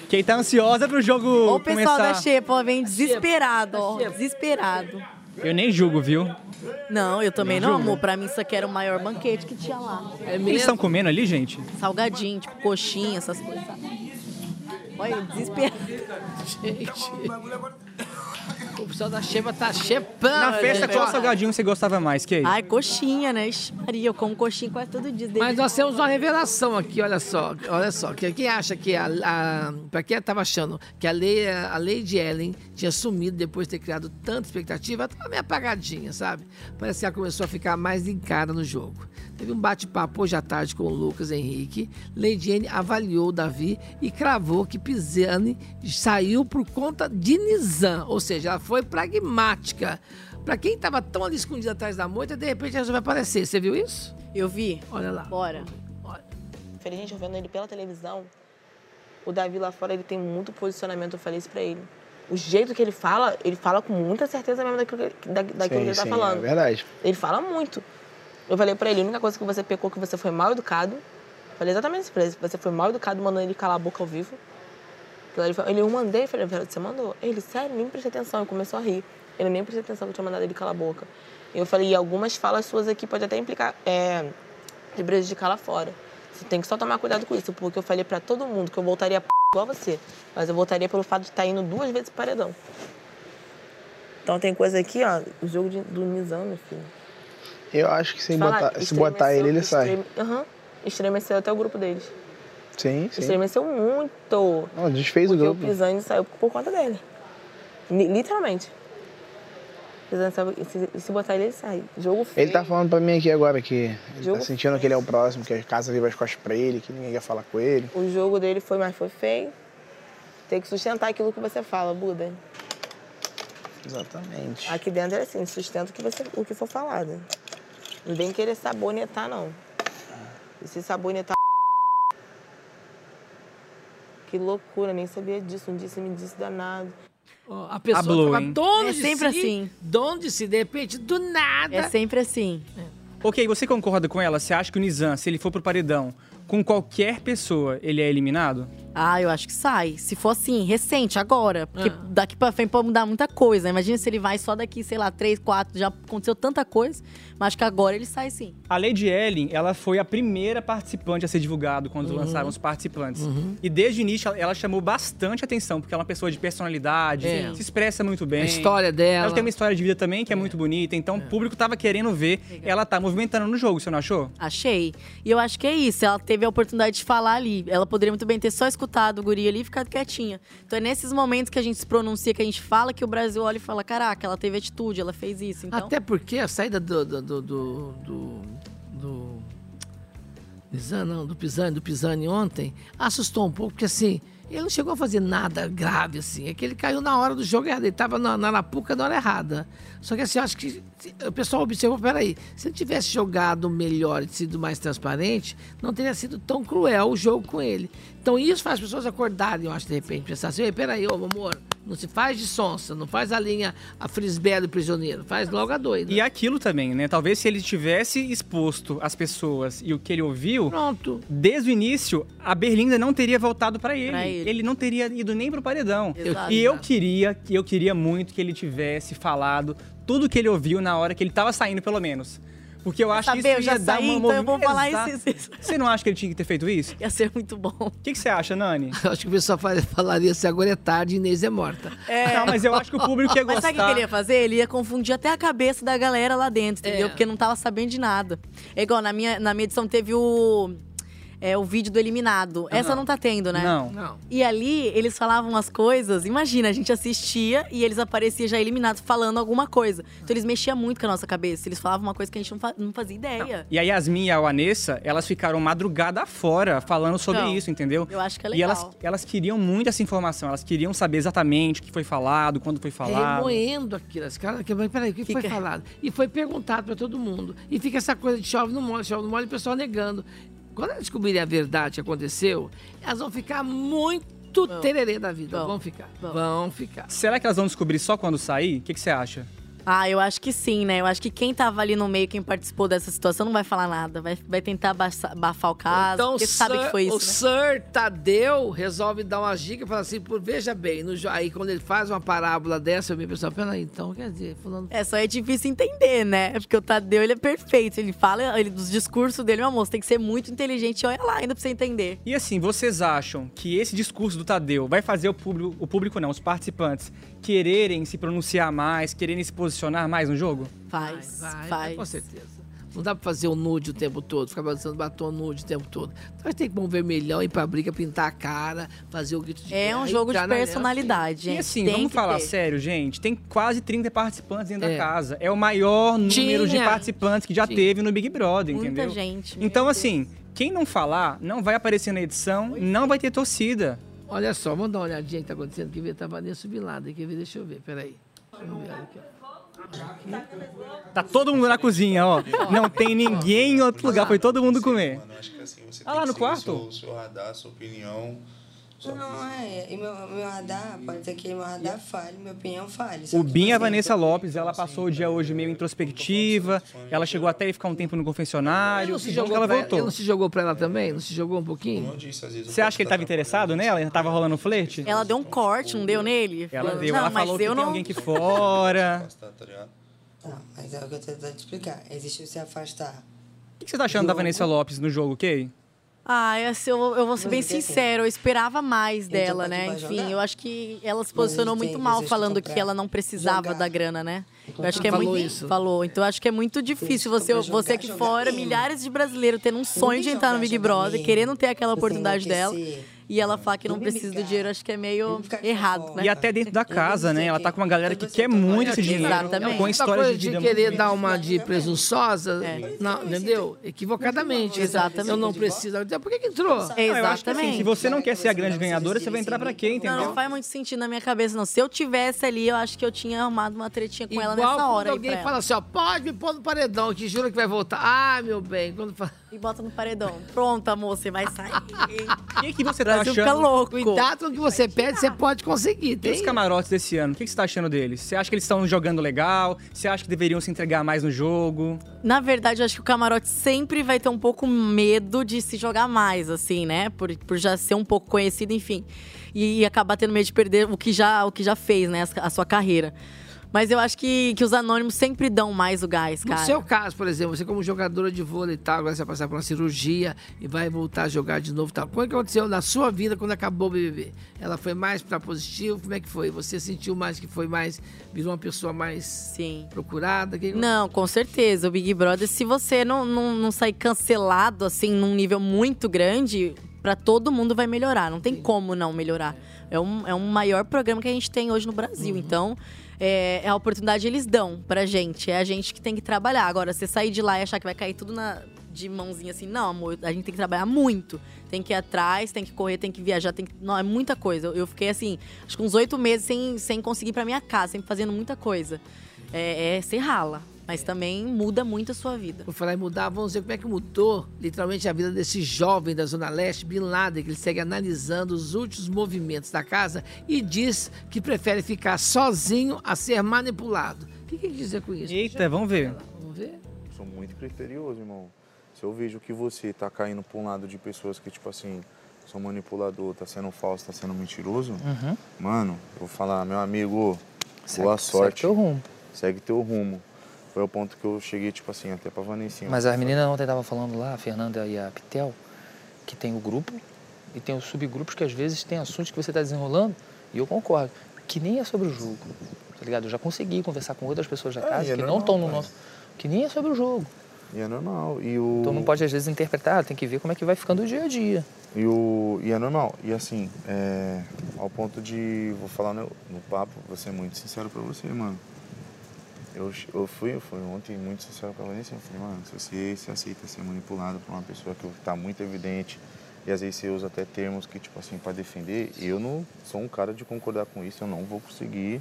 Speaker 3: Quem tá ansiosa pro jogo
Speaker 4: Ou o pessoal
Speaker 3: começar.
Speaker 4: da Xepa, ó, vem desesperado, ó. Desesperado.
Speaker 3: Eu nem julgo, viu?
Speaker 4: Não, eu também não,
Speaker 3: Jura?
Speaker 4: amor. Pra mim, isso aqui era o maior banquete que tinha lá.
Speaker 2: É
Speaker 3: Eles estão comendo ali, gente?
Speaker 4: Salgadinho, tipo, coxinha, essas coisas. sabe? Olha, eu desesperado.
Speaker 2: O pessoal da Xepa tá chepando.
Speaker 3: Na festa, qual salgadinho você gostava mais, Kay?
Speaker 4: Ai, coxinha, né? Ixi, Maria, eu como coxinha quase todo dia. desde-
Speaker 2: Mas nós temos uma revelação aqui, olha só, olha só. Que- Quem acha que a, a para quem estava achando que a lei, a lei de Ellen tinha sumido depois de ter criado tanta expectativa, ela estava meio apagadinha, sabe? Parece que ela começou a ficar mais linkada no jogo. Teve um bate-papo hoje à tarde com o Lucas Henrique. Lady Anne avaliou o Davi e cravou que Pisani saiu por conta de Nizam, ou seja, ela foi pragmática. Pra quem tava tão ali escondido atrás da moita, de repente resolveu aparecer. Você viu isso?
Speaker 4: Eu vi.
Speaker 2: Olha lá.
Speaker 4: Bora.
Speaker 8: Infelizmente, eu vendo ele pela televisão, o Davi lá fora, ele tem muito posicionamento, eu falei isso pra ele. O jeito que ele fala, ele fala com muita certeza mesmo daquilo que, da- daquilo que ele tá falando.
Speaker 14: É verdade.
Speaker 8: Ele fala muito. Eu falei pra ele, a única coisa que você pecou é que você foi mal educado. Falei exatamente isso pra ele. Você foi mal educado, mandando ele calar a boca ao vivo. Ele, falou, ele eu mandei, falei, "Velho, você mandou? Ele, sério, nem prestei atenção. E começou a rir. Ele nem prestei atenção que eu tinha mandado ele calar a boca. E eu falei, e algumas falas suas aqui pode até implicar, é, te prejudicar lá fora. Você tem que só tomar cuidado com isso, porque eu falei pra todo mundo que eu voltaria p... igual você. Mas eu voltaria pelo fato de estar indo duas vezes pro paredão. Então tem coisa aqui, ó, o jogo de- do Nizam, meu filho.
Speaker 14: Eu acho que se,
Speaker 8: Falar,
Speaker 14: botar, se botar
Speaker 8: estremeceu,
Speaker 14: ele, ele sai.
Speaker 8: estreme- Aham. Estremeceu até o grupo deles.
Speaker 14: Sim, sim.
Speaker 8: Estremeceu muito.
Speaker 14: Não, desfez o
Speaker 8: porque
Speaker 14: grupo.
Speaker 8: o Pisani saiu por conta dele. Li- Literalmente. O Pisani saiu, e se, e se botar ele, ele sai. Jogo feio.
Speaker 14: Ele tá falando pra mim aqui agora que ele
Speaker 8: Jogo
Speaker 14: tá sentindo que ele é o próximo, que a casa vira as costas pra ele, que ninguém quer falar com ele.
Speaker 8: O jogo dele foi, mas foi feio. Tem que sustentar aquilo que você fala, Buda.
Speaker 14: Exatamente.
Speaker 8: Aqui dentro é assim, sustenta o que, você, o que for falado. Não vem querer sabonetar, não. E se sabonetar... Que loucura, nem sabia disso. Um dia você me disse danado.
Speaker 2: A pessoa
Speaker 3: Hablou,
Speaker 2: tava
Speaker 3: hein?
Speaker 2: dona
Speaker 4: É
Speaker 2: de
Speaker 4: sempre
Speaker 2: si,
Speaker 4: assim.
Speaker 2: dono de si, de repente, do nada.
Speaker 4: É sempre É assim.
Speaker 3: Ok, você concorda com ela? Você acha que o Nizam, se ele for pro paredão com qualquer pessoa, ele é eliminado?
Speaker 4: Ah, eu acho que sai. Se for assim, recente, agora. Porque daqui pra frente pode mudar muita coisa. né? Imagina se ele vai só daqui, sei lá, três, quatro. Já aconteceu tanta coisa. Mas acho que agora ele sai sim.
Speaker 3: A Lady Ellen, ela foi a primeira participante a ser divulgado quando
Speaker 4: Uhum.
Speaker 3: lançaram os participantes.
Speaker 2: Uhum.
Speaker 3: E desde o início, ela- ela chamou bastante atenção, porque ela é uma pessoa de personalidade,
Speaker 2: É.
Speaker 3: se expressa muito bem.
Speaker 2: A história dela.
Speaker 3: Ela tem uma história de vida também que é, muito bonita, então o público tava querendo ver. Ela tá movimentando no jogo, você não achou?
Speaker 4: Achei. E eu acho que é isso. Ela teve a oportunidade de falar ali. Ela poderia muito bem ter só escutado o guri ali e ficado quietinha. Então é nesses momentos que a gente se pronuncia, que a gente fala, que o Brasil olha e fala: caraca, ela teve atitude, ela fez isso. Então,
Speaker 2: Até porque a saída do. do. do. do. do, do Nizam, não, do Pisani, do Pisani ontem, assustou um pouco, porque assim, ele não chegou a fazer nada grave, assim. É que ele caiu na hora do jogo errado, ele tava na, na arapuca na hora errada. Só que assim, eu acho que se- o pessoal observou, peraí, se ele tivesse jogado melhor e sido mais transparente, não teria sido tão cruel o jogo com ele. Então isso faz as pessoas acordarem, eu acho, de repente, pensar assim, "Ei, peraí, ô amor, não se faz de sonsa, não faz a linha, a frisbé do prisioneiro, faz logo a doida.
Speaker 3: E aquilo também, né? Talvez se ele tivesse exposto as pessoas e o que ele ouviu,
Speaker 2: Pronto.
Speaker 3: desde o início, a Berlinda não teria voltado pra ele.
Speaker 2: Pra
Speaker 3: ele.
Speaker 2: ele.
Speaker 3: não teria ido nem pro paredão.
Speaker 2: Exato.
Speaker 3: E eu queria, que- eu queria muito que ele tivesse falado tudo que ele ouviu na hora que ele tava saindo, pelo menos. Porque eu acho que
Speaker 4: saber,
Speaker 3: isso
Speaker 4: eu já
Speaker 3: ia dar
Speaker 4: saí,
Speaker 3: uma
Speaker 4: então eu vou
Speaker 3: movimenta-
Speaker 4: falar isso,
Speaker 3: Exato. Você não acha que ele tinha que ter feito isso?
Speaker 4: Ia ser muito bom. O
Speaker 3: que, que você acha, Nani?
Speaker 2: Eu acho que o pessoal fa- falaria se agora é tarde, Inês é morta.
Speaker 3: É. Não, mas eu acho que o público ia
Speaker 4: Mas sabe o que
Speaker 3: gostar.
Speaker 4: ele ia fazer? Ele ia confundir até a cabeça da galera lá dentro, entendeu? Porque não tava sabendo de nada. É igual, na minha, na minha edição teve o. É, o vídeo do eliminado. Essa não tá tendo, né?
Speaker 3: Não. Não.
Speaker 4: E ali, eles falavam as coisas. Imagina, a gente assistia e eles apareciam já eliminados falando alguma coisa. Então eles mexiam muito com a nossa cabeça. Eles falavam uma coisa que a gente não, fa- não fazia ideia.
Speaker 3: E a Yasmin e a Vanessa, elas ficaram madrugada fora falando sobre
Speaker 4: Então,
Speaker 3: isso, entendeu?
Speaker 4: eu acho que é
Speaker 3: E
Speaker 4: legal.
Speaker 3: elas, elas queriam muito essa informação, elas queriam saber exatamente o que foi falado, quando foi falado.
Speaker 2: Remoendo aquilo, as caras, que- mas peraí, o que foi falado? E foi perguntado pra todo mundo. E fica essa coisa de chove no mole, chove no mole, e o pessoal negando. Quando elas descobrirem a verdade que aconteceu, elas vão ficar muito tererê da vida. Vão, ficar. Vão ficar.
Speaker 3: Será que elas vão descobrir só quando sair? O que, que você acha?
Speaker 4: Ah, eu acho que sim, né? Eu acho que quem tava ali no meio, quem participou dessa situação, não vai falar nada. Vai, vai tentar abaça- abafar o caso.
Speaker 2: Então, o
Speaker 4: porque sabe
Speaker 2: Sir-
Speaker 4: que foi isso,
Speaker 2: o
Speaker 4: né?
Speaker 2: Sir Tadeu resolve dar uma dica e fala assim, "Pô, veja bem, no jo- aí quando ele faz uma parábola dessa, eu me pessoal, peraí, então quer dizer, fulano
Speaker 4: É, só é difícil entender, né? Porque o Tadeu, ele é perfeito. Ele fala ele, dos discursos dele, meu amor, você tem que ser muito inteligente. Olha lá, ainda pra você entender.
Speaker 3: E assim, vocês acham que esse discurso do Tadeu vai fazer o público, o público não, os participantes, quererem se pronunciar mais, quererem se posicionar mais no jogo?
Speaker 4: Faz,
Speaker 2: vai,
Speaker 4: faz.
Speaker 2: Com certeza. Não dá pra fazer o nude o tempo todo, ficar balançando batom nude o tempo todo. Então vai ter que pôr um vermelhão, ir pra briga, pintar a cara, fazer o grito de
Speaker 4: É um
Speaker 2: guerra,
Speaker 4: jogo de
Speaker 2: entrar na nela.
Speaker 4: personalidade, gente.
Speaker 3: E assim,
Speaker 4: Tem
Speaker 3: vamos
Speaker 4: que
Speaker 3: falar
Speaker 4: ter.
Speaker 3: sério, gente. Tem quase 30 participantes dentro da
Speaker 2: É.
Speaker 3: casa. É o maior número de
Speaker 2: Tinha.
Speaker 3: participantes que já
Speaker 2: Tinha.
Speaker 3: teve no Big Brother,
Speaker 4: Muita
Speaker 3: entendeu?
Speaker 4: gente,
Speaker 3: Então, assim, quem não falar, não vai aparecer na edição,
Speaker 4: é.
Speaker 3: não vai ter torcida.
Speaker 2: Olha só, vamos dar uma olhadinha que tá acontecendo. Quer ver? Tá Vanessa Bilada. Quer ver? Deixa eu ver, peraí. Vamos ver aqui, ó.
Speaker 3: Tá todo mundo na cozinha, ó. Não tem ninguém em outro lugar, foi todo mundo comer.
Speaker 5: Acho que assim, você
Speaker 3: Ah,
Speaker 5: tem
Speaker 3: lá
Speaker 5: que
Speaker 3: no
Speaker 5: seguir
Speaker 3: quarto?
Speaker 5: Seu, seu radar, sua opinião.
Speaker 13: Não, não, é. E meu, meu radar, pode ser que meu radar falhe, minha opinião falhe. Só
Speaker 3: O
Speaker 13: que
Speaker 3: Bin e a
Speaker 13: você-
Speaker 3: Vanessa Lopes, ela passou o dia hoje meio introspectiva, ela chegou até a ficar um tempo no confessionário,
Speaker 2: Não se
Speaker 3: que bom que
Speaker 2: jogou
Speaker 3: ela
Speaker 2: pra ela-
Speaker 3: voltou.
Speaker 2: não se jogou pra ela também? Não se jogou um pouquinho?
Speaker 3: Você acha que ele tava interessado nela? Ele Tava rolando flerte?
Speaker 4: Ela deu um corte, não deu nele?
Speaker 3: Ela deu,
Speaker 4: não,
Speaker 3: ela
Speaker 4: mas
Speaker 3: falou que
Speaker 4: eu
Speaker 3: tem
Speaker 4: não...
Speaker 3: alguém aqui fora.
Speaker 15: tá
Speaker 13: Não, mas é o que eu tô tentando te explicar. Existe o se afastar.
Speaker 3: O que você tá achando da Vanessa Lopes no jogo, Kay?
Speaker 4: Ah, essa eu, eu vou ser bem
Speaker 13: Mas é assim.
Speaker 4: sincera, eu esperava mais
Speaker 13: Então,
Speaker 4: dela,
Speaker 13: pode
Speaker 4: né?
Speaker 13: vai
Speaker 4: Enfim,
Speaker 13: jogar.
Speaker 4: eu acho que ela se
Speaker 13: Mas
Speaker 4: posicionou
Speaker 13: não tem
Speaker 4: muito mal
Speaker 13: desejo de
Speaker 4: falando
Speaker 13: comprar. Então
Speaker 4: que ela não precisava da grana, né? Eu acho que é
Speaker 13: Falou
Speaker 4: muito.
Speaker 13: isso.
Speaker 4: Falou. Então eu acho que é muito difícil você,
Speaker 13: comprar,
Speaker 4: você
Speaker 13: jogar,
Speaker 4: aqui
Speaker 13: jogar
Speaker 4: fora,
Speaker 13: mesmo.
Speaker 4: milhares de brasileiros tendo um sonho de entrar no Big Brother, querendo ter aquela oportunidade dela. E ela falar que não precisa do dinheiro, acho que é meio errado, né?
Speaker 3: E até dentro da casa, né? Ela tá com uma galera que quer muito esse dinheiro.
Speaker 4: Exatamente.
Speaker 3: Com
Speaker 2: Essa
Speaker 3: história
Speaker 2: coisa
Speaker 3: de
Speaker 2: de,
Speaker 3: vida
Speaker 2: querer
Speaker 3: muito-
Speaker 2: dar uma de presunçosa,
Speaker 4: É.
Speaker 2: não, entendeu? Equivocadamente. Exatamente. Eu não preciso. Então, por que, que entrou?
Speaker 3: Não, eu acho que, assim, se você não quer ser a grande ganhadora, você vai entrar pra quê, entendeu?
Speaker 4: Não, não faz muito sentido na minha cabeça, não. Se eu tivesse ali, eu acho que eu tinha arrumado uma tretinha com ela
Speaker 2: Igual
Speaker 4: nessa
Speaker 2: quando
Speaker 4: hora. aí
Speaker 2: alguém
Speaker 4: pra ela.
Speaker 2: fala assim, ó, pode me pôr no paredão, que jura que vai voltar. Ah, meu bem, quando fala...
Speaker 4: E bota no paredão. Pronto, amor, você vai sair. O
Speaker 3: que, que você
Speaker 2: tá
Speaker 4: Fica
Speaker 3: achando?
Speaker 4: louco.
Speaker 2: Cuidado com o que você pede, você pode conseguir,
Speaker 3: E
Speaker 2: tem?
Speaker 3: os camarotes desse ano, o que que você tá achando deles? Você acha que eles estão jogando legal? Você acha que deveriam se entregar mais no jogo?
Speaker 4: Na verdade, eu acho que o camarote sempre vai ter um pouco medo de se jogar mais, assim, né? Por, por já ser um pouco conhecido, enfim. E, acabar tendo medo de perder o que já, o que já fez, né? A, a sua carreira. Mas eu acho que, que os anônimos sempre dão mais o gás,
Speaker 2: No
Speaker 4: cara.
Speaker 2: seu caso, por exemplo, você como jogadora de vôlei e tal, agora você vai passar por uma cirurgia e vai voltar a jogar de novo e tal. Como é que aconteceu na sua vida quando acabou o BBB? Ela foi mais pra positivo? Como é que foi? Você sentiu mais que foi mais, virou uma pessoa mais procurada? Que-
Speaker 4: Não, com certeza. O Big Brother, se você não, não, não sair cancelado, assim, num nível muito grande, pra todo mundo vai melhorar. Não tem como não melhorar. É um, é um maior programa que a gente tem hoje no Brasil. Então, é, é a oportunidade que eles dão pra gente. É a gente que tem que trabalhar. Agora, você sair de lá e achar que vai cair tudo na- de mãozinha assim, não, amor, a gente tem que trabalhar muito. Tem que ir atrás, tem que correr, tem que viajar, tem que. Não, é muita coisa. Eu, eu fiquei assim, acho que uns oito meses sem, sem conseguir ir pra minha casa, sempre fazendo muita coisa. É, é você rala, mas também muda muito a sua vida.
Speaker 2: Vou falar em mudar, vamos ver como é que mudou literalmente a vida desse jovem da Zona Leste, Bin Laden, que ele segue analisando os últimos movimentos da casa e diz que prefere ficar sozinho a ser manipulado. O que que ele quer dizer com isso?
Speaker 3: Eita, vamos ver.
Speaker 2: Vamos ver?
Speaker 16: Sou muito criterioso, irmão. Se eu vejo que você tá caindo pra um lado de pessoas que, tipo assim, são manipulador, tá sendo falso, tá sendo mentiroso,
Speaker 14: Uhum.
Speaker 16: mano, eu vou falar, meu amigo, boa
Speaker 14: segue
Speaker 16: sorte.
Speaker 14: teu rumo.
Speaker 16: Segue teu rumo. Foi o ponto que eu cheguei, tipo assim, até pra Vanessinha.
Speaker 17: Mas as meninas ontem estavam falando lá, a Fernanda e a Pitel, que tem o grupo e tem os subgrupos que às vezes tem assuntos que você está desenrolando, e eu concordo, que nem é sobre o jogo, tá ligado? Eu já consegui conversar com outras pessoas da
Speaker 16: É, e
Speaker 17: casa
Speaker 16: é
Speaker 17: que
Speaker 16: normal,
Speaker 17: não estão no
Speaker 16: mas-
Speaker 17: nosso... que nem é sobre o jogo.
Speaker 16: E é normal. E o...
Speaker 17: Então não pode às vezes interpretar, tem que ver como é que vai ficando o dia a dia.
Speaker 16: E, o, e é normal. E assim, é, ao ponto de. Vou falar no, no papo, vou ser muito sincero pra você, mano. Eu, che- eu fui, eu fui ontem muito sincero pra Vanessa. Eu falei, mano, se você se aceita ser manipulado por uma pessoa que tá muito evidente, e às vezes você usa até termos que, tipo assim, pra defender, eu não sou um cara de concordar com isso, eu não vou conseguir.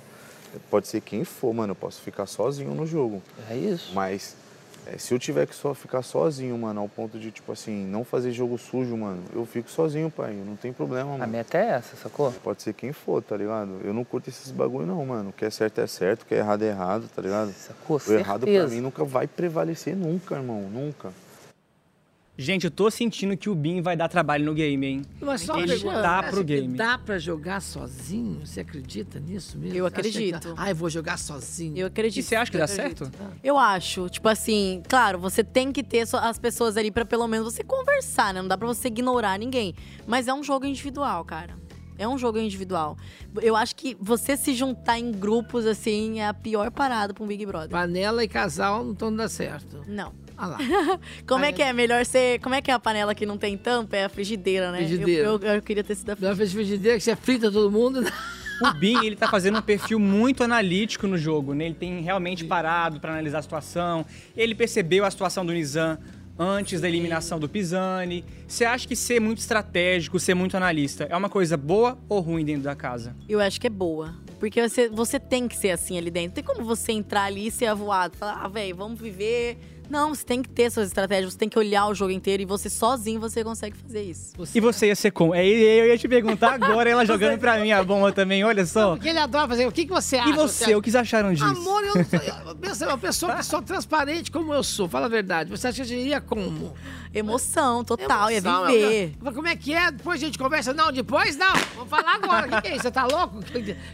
Speaker 16: Pode ser quem for, mano, eu posso ficar sozinho no jogo.
Speaker 17: É isso.
Speaker 16: Mas é, se eu tiver que só ficar sozinho, mano, ao ponto de, tipo assim, não fazer jogo sujo, mano, eu fico sozinho, pai. Não tem problema, mano. A
Speaker 17: meta é essa, sacou?
Speaker 16: Pode ser quem for, tá ligado? Eu não curto esses bagulho, não, mano. O que é certo é certo, o que é errado é errado, tá ligado?
Speaker 17: Sacou?
Speaker 16: O errado pra
Speaker 17: Certeza.
Speaker 16: mim nunca vai prevalecer, nunca, irmão. Nunca.
Speaker 3: Gente, eu tô sentindo que o Bin vai dar trabalho no game, hein?
Speaker 2: Mas só uma
Speaker 3: Ele dá
Speaker 2: pergunta, você
Speaker 3: pro
Speaker 2: acha que
Speaker 3: game.
Speaker 2: Dá pra jogar sozinho? Você acredita nisso mesmo?
Speaker 4: Eu
Speaker 2: Você acha que-
Speaker 4: acredito.
Speaker 2: Ah, eu vou jogar sozinho. Ah.
Speaker 4: Eu acredito.
Speaker 2: E você acha que
Speaker 4: eu
Speaker 2: dá
Speaker 4: acredito.
Speaker 2: certo?
Speaker 4: Eu acho. Tipo assim, claro, você tem que ter so- as pessoas ali pra pelo menos você conversar, né? Não dá pra você ignorar ninguém. Mas é um jogo individual, cara. É um jogo individual. Eu acho que você se juntar em grupos, assim, é a pior parada pra um Big Brother.
Speaker 2: Panela e casal não estão dando certo.
Speaker 4: Não.
Speaker 2: Ah lá.
Speaker 4: como é que é? Melhor ser. Como é que é a panela que não tem tampa? É a frigideira, né? Eu-
Speaker 3: Frigideira.
Speaker 4: Eu, eu queria ter sido a Ah,
Speaker 2: frigideira. é frigideira que você frita todo mundo. né?
Speaker 3: O Bin, ele tá fazendo um perfil muito analítico no jogo, né? Ele tem realmente parado pra analisar a situação. Ele percebeu a situação do Nizam antes da eliminação do Pisani. Você acha que ser muito estratégico, ser muito analista, é uma coisa boa ou ruim dentro da casa?
Speaker 4: Eu acho que é boa. Porque você, você tem que ser assim ali dentro. Tem como você entrar ali e ser avoado. Falar, ah, velho, vamos viver. Não, você tem que ter suas estratégias, você tem que olhar o jogo inteiro e você sozinho você consegue fazer isso.
Speaker 3: E você ia ser como? É, Eu ia te perguntar agora, ela jogando pra mim a bomba também, olha só.
Speaker 2: Porque ele adora fazer. O que, que você acha?
Speaker 3: E você, o que vocês acharam disso?
Speaker 2: Amor, eu não sou. eu- Pensa, uma pessoa que sou transparente como eu sou, fala a verdade. Você acha que eu diria como?
Speaker 4: Emoção total, ia
Speaker 2: Emoção,
Speaker 4: viver.
Speaker 2: eu- Como é que é? Depois a gente conversa. Não, depois não. Vou falar agora. O que, que é isso? Você tá louco?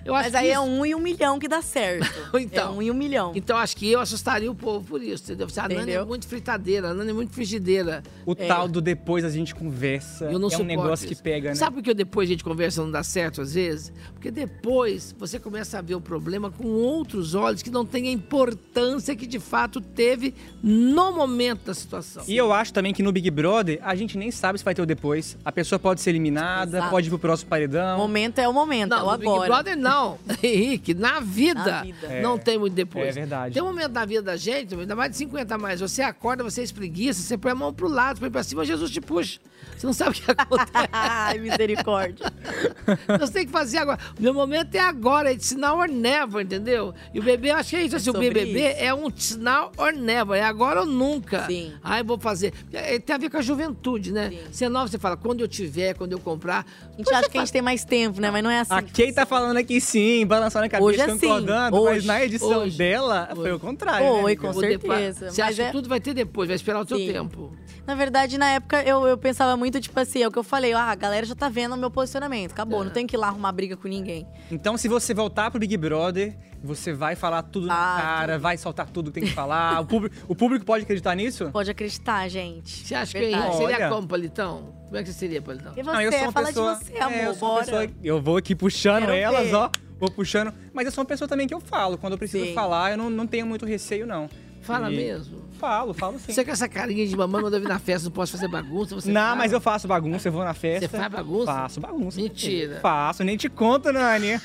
Speaker 2: Eu acho
Speaker 4: Mas aí
Speaker 2: que
Speaker 4: é
Speaker 2: isso-
Speaker 4: um e um milhão que dá certo.
Speaker 2: Então,
Speaker 4: um e um milhão.
Speaker 2: Então acho que eu assustaria o povo por isso, entendeu? Você, a Nani é
Speaker 4: Entendeu?
Speaker 2: muito fritadeira, a Nani é muito frigideira. É.
Speaker 3: O tal do depois a gente conversa.
Speaker 2: Eu não
Speaker 3: é um
Speaker 2: suporto
Speaker 3: negócio
Speaker 2: isso.
Speaker 3: que pega, né?
Speaker 2: Sabe por que depois a gente conversa não dá certo às vezes? Porque depois você começa a ver o problema com outros olhos que não tem a importância que de fato teve no momento da situação.
Speaker 3: E eu acho também que no Big Brother, a gente nem sabe se vai ter o depois. A pessoa pode ser eliminada,
Speaker 2: Exato.
Speaker 3: pode ir pro próximo paredão.
Speaker 4: momento é o momento,
Speaker 2: Não,
Speaker 4: é o
Speaker 2: no Big
Speaker 4: agora.
Speaker 2: Brother não, Henrique, na vida,
Speaker 4: Na vida.
Speaker 2: não
Speaker 3: É.
Speaker 2: tem muito depois.
Speaker 3: É verdade.
Speaker 2: Tem um momento da vida da gente, ainda mais de 50 a mais demais. Você acorda, você espreguiça, você põe a mão pro lado, põe pra cima, Jesus te puxa. Você não sabe o que acontece.
Speaker 4: Ai, misericórdia.
Speaker 2: Você tem que fazer agora. O meu momento é agora, é de sinal or never, entendeu? E o bebê, eu acho que é isso. assim, o
Speaker 4: sobre
Speaker 2: BBB
Speaker 4: isso.
Speaker 2: é um sinal or never, é agora ou nunca.
Speaker 4: Sim.
Speaker 2: Ah, eu vou fazer. É, Tem a ver com a juventude, né? Você é nova, você fala, quando eu tiver, quando eu comprar.
Speaker 4: A gente acha que é a gente tem mais tempo, né? Mas não é assim.
Speaker 3: A Kay tá falando aqui sim, balançando a cabeça,
Speaker 4: Hoje é sim.
Speaker 3: concordando, mas
Speaker 4: Hoje,
Speaker 3: na edição
Speaker 4: hoje,
Speaker 3: dela foi o contrário. né,
Speaker 4: Foi,
Speaker 3: amiga?
Speaker 4: com
Speaker 3: Vou ter-
Speaker 4: certeza. é-
Speaker 2: Você acha que tudo vai ter depois, vai esperar o seu
Speaker 4: Sim.
Speaker 2: tempo.
Speaker 4: Na verdade, na época, eu, eu pensava muito, tipo assim, é o que eu falei, ah, a galera já tá vendo o meu posicionamento, acabou,
Speaker 2: É.
Speaker 4: não tem que ir lá arrumar briga com ninguém.
Speaker 3: Então, se você voltar pro Big Brother, você vai falar tudo na cara, vai soltar tudo que tem que falar. o, público, o público pode acreditar nisso?
Speaker 4: Pode acreditar, gente.
Speaker 2: Você acha
Speaker 3: Verdade.
Speaker 2: que é isso? Seria
Speaker 3: Olha.
Speaker 2: como, Palitão? Como é que você seria, Palitão?
Speaker 4: E você? Não, eu sou uma Fala de pessoa- você, é, amor, eu sou uma bora. pessoa
Speaker 3: Eu vou aqui puxando
Speaker 4: Quero
Speaker 3: elas,
Speaker 4: ver.
Speaker 3: ó. Vou puxando. Mas eu sou uma pessoa também que eu falo. Quando eu preciso
Speaker 2: Sim.
Speaker 3: falar, eu não, não tenho muito receio, não.
Speaker 2: Fala
Speaker 3: E-
Speaker 2: mesmo.
Speaker 3: Falo, falo sim.
Speaker 2: Você com essa carinha de mamãe, quando eu vim na festa, não posso fazer bagunça, você
Speaker 3: não,
Speaker 2: fala.
Speaker 3: mas eu faço bagunça, eu vou na festa.
Speaker 2: Você faz bagunça?
Speaker 3: Faço bagunça.
Speaker 2: Mentira.
Speaker 3: Faço, nem te conto, Nani.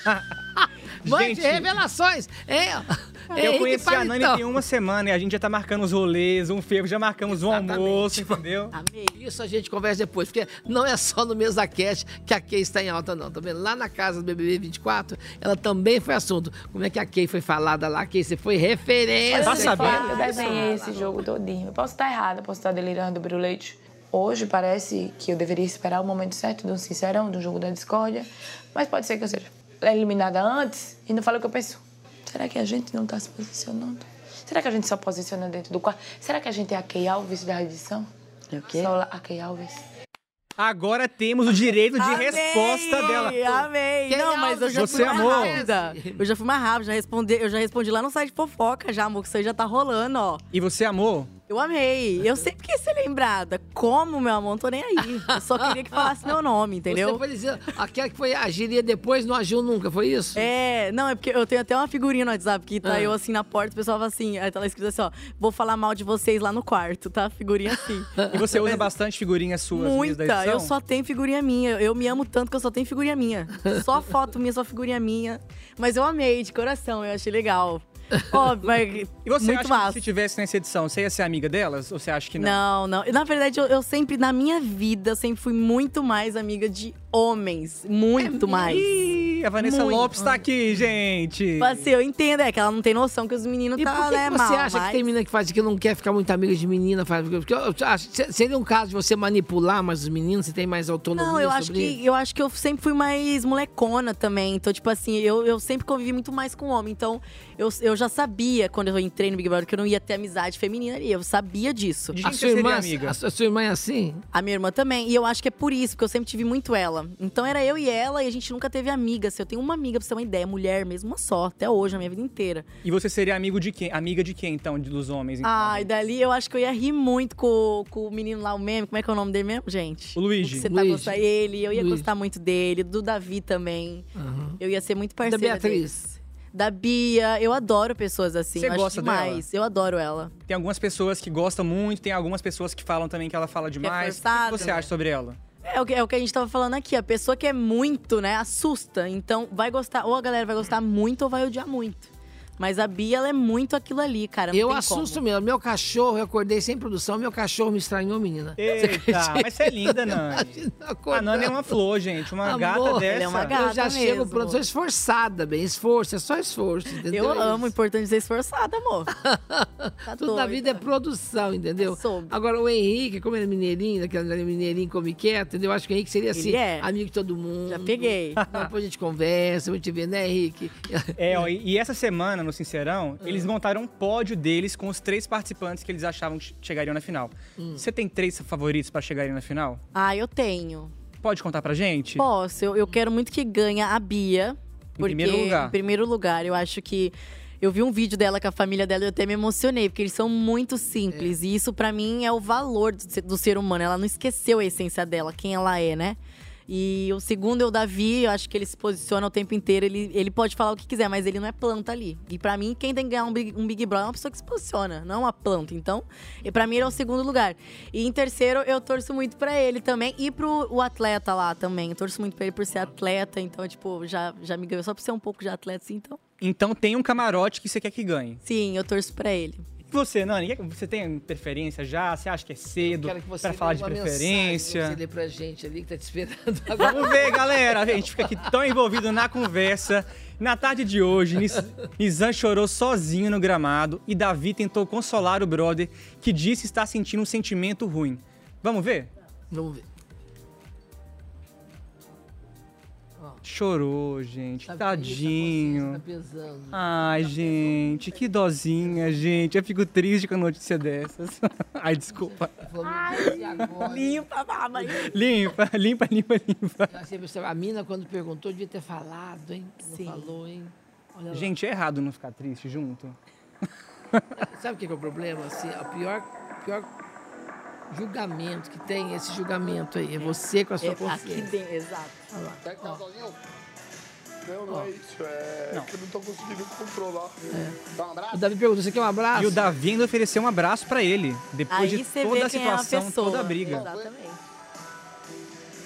Speaker 2: Mãe de revelações! É,
Speaker 3: Eu conheci a Nani
Speaker 2: então.
Speaker 3: tem um uma semana e a gente já tá marcando os rolês, um fervo, já marcamos um almoço, entendeu?
Speaker 2: Isso a gente conversa depois, porque não é só no Mesa Cash que a Kay está em alta, não. Tá vendo? Lá na casa do BBB 24, ela também foi assunto. Como é que a Kay foi falada lá? Kay, você foi referência.
Speaker 8: Posso falar? Eu
Speaker 2: Tá
Speaker 8: desenhei esse jogo todinho. Eu posso estar errada, eu posso estar delirando do leite. Hoje parece que eu deveria esperar o momento certo de um sincerão, de um jogo da discórdia. Mas pode ser que eu seja eliminada antes e não fale o que eu penso. Será que a gente não está se posicionando? Será que a gente só posiciona dentro do quarto? Será que a gente é a Key Alves da edição? É o quê? Só a Key Alves.
Speaker 3: Agora temos o direito de resposta dela.
Speaker 4: Amei.
Speaker 3: Quem
Speaker 2: é
Speaker 4: não, mas eu já
Speaker 3: Você
Speaker 4: fui mais
Speaker 3: amou?
Speaker 4: rápida. Eu já fui mais rápida, já respondi, eu já respondi lá no site fofoca, já, amor, que isso aí já tá rolando, ó.
Speaker 3: E você amou?
Speaker 4: Eu amei. Eu sempre quis ser lembrada. Como, meu amor, não tô nem aí. Eu só queria que falasse meu nome, entendeu?
Speaker 2: Você foi dizendo, aquela que foi agiria depois não agiu nunca, foi isso?
Speaker 4: É, não, é porque eu tenho até uma figurinha no WhatsApp que tá
Speaker 2: Ah.
Speaker 4: eu assim na porta, o pessoal fala assim, aí tá lá escrito assim, ó, vou falar mal de vocês lá no quarto, tá? Figurinha assim.
Speaker 3: E você usa bastante figurinhas suas minhas
Speaker 4: Muita,
Speaker 3: da edição?
Speaker 4: eu só tenho figurinha minha. Eu me amo tanto que eu só tenho figurinha minha. Só foto minha, só figurinha minha. Mas eu amei, de coração, eu achei legal. Ó, mas
Speaker 3: E você
Speaker 4: muito
Speaker 3: acha
Speaker 4: massa.
Speaker 3: que se tivesse nessa edição, você ia ser amiga delas? Ou você acha que não?
Speaker 4: Não, não. Na verdade, eu, eu sempre, na minha vida, eu sempre fui muito mais amiga de homens. Muito mais.
Speaker 3: Ih, a Vanessa
Speaker 4: Muito.
Speaker 3: Lopes tá aqui, gente.
Speaker 4: Tipo assim, eu entendo, é que ela não tem noção que os meninos
Speaker 2: E por
Speaker 4: tá,
Speaker 2: que
Speaker 4: né,
Speaker 2: que
Speaker 4: mal.
Speaker 2: você acha que
Speaker 4: mas-
Speaker 2: tem menina que faz que não quer ficar muito amiga de menina? Faz, porque eu eu acho, que se- seria um caso de você manipular mais os meninos, você tem mais autonomia
Speaker 4: Não, eu
Speaker 2: sobre
Speaker 4: acho, que, eu acho que eu sempre fui mais molecona também. Então, tipo assim, eu, eu sempre convivi muito mais com homem. Então, eu, eu já sabia, quando eu entrei no Big Brother, que eu não ia ter amizade feminina ali. Eu sabia disso.
Speaker 2: a sua, irmã, a sua- a sua irmã é assim?
Speaker 4: A minha irmã também. E eu acho que é por isso, porque eu sempre tive muito ela. Então era eu e ela, e a gente nunca teve amiga. Se eu tenho uma amiga, pra você ter uma ideia, mulher mesmo, uma só, até hoje, a minha vida inteira.
Speaker 3: E você seria amigo de quem? Amiga de quem, então, de- dos homens? Então?
Speaker 4: Ah, e dali eu acho que eu ia rir muito com, com o menino lá, o meme. Como é que é o nome dele mesmo, gente?
Speaker 3: O Luigi.
Speaker 4: que Você tá
Speaker 3: Luigi.
Speaker 4: gostando ele, eu ia
Speaker 3: Luigi.
Speaker 4: gostar muito dele, do Davi também.
Speaker 2: Aham.
Speaker 4: Eu ia ser muito parceira
Speaker 2: Beatriz.
Speaker 4: deles. Da Bia, eu adoro pessoas assim.
Speaker 3: Você
Speaker 4: eu
Speaker 3: gosta
Speaker 4: acho demais. Eu adoro ela.
Speaker 3: Tem algumas pessoas que gostam muito, tem algumas pessoas que falam também que ela fala demais. o que que
Speaker 4: é forçada. né?
Speaker 3: você acha sobre ela?
Speaker 4: É o, que, é o que a gente tava falando aqui, a pessoa que é muito, né, assusta. Então, vai gostar, ou a galera vai gostar muito ou vai odiar muito. Mas a Bia, ela é muito aquilo ali, cara. não
Speaker 2: eu
Speaker 4: tem
Speaker 2: assusto
Speaker 4: como.
Speaker 2: mesmo. Meu cachorro, eu acordei sem produção, meu cachorro me estranhou, menina.
Speaker 3: Eita, mas você é linda, Nani.
Speaker 2: Imagina
Speaker 3: A Nani é uma
Speaker 2: acordando.
Speaker 3: flor, gente. Uma
Speaker 2: Amor,
Speaker 3: gata
Speaker 4: é
Speaker 3: dessa.
Speaker 2: Eu já chego pronto, sou esforçada, bem. Esforço, é só esforço, entendeu?
Speaker 4: Eu amo, o importante é ser esforçada, amor. Tá
Speaker 2: Tudo na vida é produção, entendeu? Agora, o Henrique, como ele é mineirinho, daquele ali mineirinho come quieto, entendeu? Eu acho que o Henrique seria
Speaker 4: Ele
Speaker 2: assim,
Speaker 4: é.
Speaker 2: amigo de todo mundo. Já
Speaker 4: peguei.
Speaker 2: Depois a gente conversa, eu vou te ver, né, Henrique?
Speaker 3: É, ó, e e essa semana, no Sincerão, eles montaram um pódio deles com os três participantes que eles achavam que chegariam na final.
Speaker 2: Hum.
Speaker 3: Você tem três favoritos pra chegarem na final?
Speaker 4: Ah, eu tenho.
Speaker 3: Pode contar pra gente?
Speaker 4: Posso, eu, eu quero muito que ganhe a Bia.
Speaker 3: Em
Speaker 4: Porque,
Speaker 3: primeiro lugar.
Speaker 4: Em primeiro lugar, eu acho que. Eu vi um vídeo dela com a família dela e eu até me emocionei, porque eles são muito simples. E isso, pra mim, é o valor do ser, do ser humano. Ela não esqueceu a essência dela, quem ela é, né? E o segundo é o Davi, eu acho que ele se posiciona o tempo inteiro. Ele, ele pode falar o que quiser, mas ele não é planta ali. E pra mim, quem tem que ganhar um Big, um Big Brother é uma pessoa que se posiciona, não uma planta. Então, e pra mim, ele é o segundo lugar. E em terceiro, eu torço muito pra ele também. E pro o atleta lá também. Eu torço muito pra ele por ser atleta. Então, tipo, já, já me ganhou só por ser um pouco de atleta, assim, então.
Speaker 3: Então tem um camarote que você quer que ganhe.
Speaker 4: Sim, eu torço pra ele.
Speaker 3: Você, Nani, você tem preferência já? Você acha que é cedo
Speaker 2: Quero que você
Speaker 3: pra
Speaker 2: lê
Speaker 3: falar de
Speaker 2: uma
Speaker 3: preferência?
Speaker 2: Mensagem, que você lê pra gente ali que tá te esperando agora.
Speaker 3: Vamos ver, galera. A gente fica aqui tão envolvido na conversa. Na tarde de hoje, Nis- Nizam chorou sozinho no gramado e Davi tentou consolar o brother que disse estar sentindo um sentimento ruim. Vamos ver?
Speaker 2: Vamos ver.
Speaker 3: Chorou, gente.
Speaker 2: Tá-
Speaker 3: Tadinho.
Speaker 2: Tá pesando.
Speaker 3: Ai, gente, que dozinha, gente. Eu fico triste com a notícia dessas. Ai, desculpa.
Speaker 2: Limpa
Speaker 4: a barba aí.
Speaker 3: Limpa, limpa, limpa, limpa.
Speaker 2: A mina, quando perguntou, devia ter falado, hein? Não falou, hein? Olha lá.
Speaker 3: Gente, é errado não ficar triste junto.
Speaker 2: Sabe o que que é o problema? Assim, o pior, pior julgamento que tem, é esse julgamento aí, é você com a sua
Speaker 4: É, aqui
Speaker 2: consciência.
Speaker 4: dentro, exato.
Speaker 5: Quer que tá sozinho? Não, não é isso. É que eu não tô conseguindo controlar.
Speaker 2: É.
Speaker 5: Dá um abraço.
Speaker 2: O Davi perguntou, você quer um abraço?
Speaker 3: E o Davi ainda ofereceu um abraço pra ele, depois de toda a
Speaker 14: é
Speaker 2: é
Speaker 3: situação, toda a briga.
Speaker 4: Exatamente.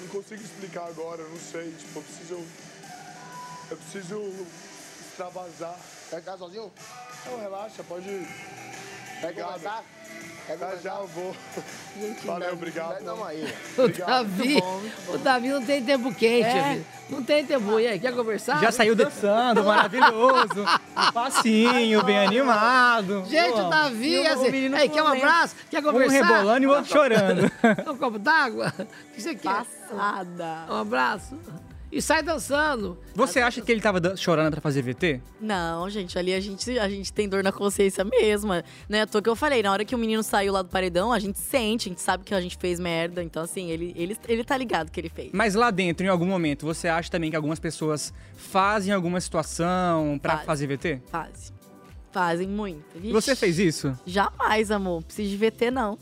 Speaker 5: Não consigo explicar agora, eu não sei. Tipo, eu preciso. Eu preciso extravasar. Quer ficar sozinho? Não, relaxa, pode. Obrigado. Já já eu vou. Valeu, obrigado. Não, aí.
Speaker 2: O
Speaker 5: Obrigado.
Speaker 2: Davi, o Davi não tem tempo quente,
Speaker 5: É.
Speaker 2: amigo. Não tem tempo. E aí, quer conversar?
Speaker 3: Já saiu dançando, maravilhoso. Um passinho, bem animado.
Speaker 2: Gente, o Davi, é assim, "Ei, quer um abraço? Quer
Speaker 3: Um
Speaker 2: conversar?" Tá
Speaker 3: rebolando e o outro chorando.
Speaker 2: Um copo d'água? O que você quer? Passada. Um abraço. E sai dançando.
Speaker 3: Você acha que ele tava dan- chorando pra fazer VT?
Speaker 4: Não, gente, ali a gente, a gente tem dor na consciência mesmo. Né? À toa que eu falei, na hora que o menino saiu lá do paredão, a gente sente, a gente sabe que a gente fez merda. Então, assim, ele, ele, ele tá ligado que ele fez.
Speaker 3: Mas lá dentro, em algum momento, você acha também que algumas pessoas fazem alguma situação pra fazer VT?
Speaker 4: Faz. Fazem muito. Vixe,
Speaker 3: Você fez isso?
Speaker 4: Jamais, amor. Preciso de VT, não.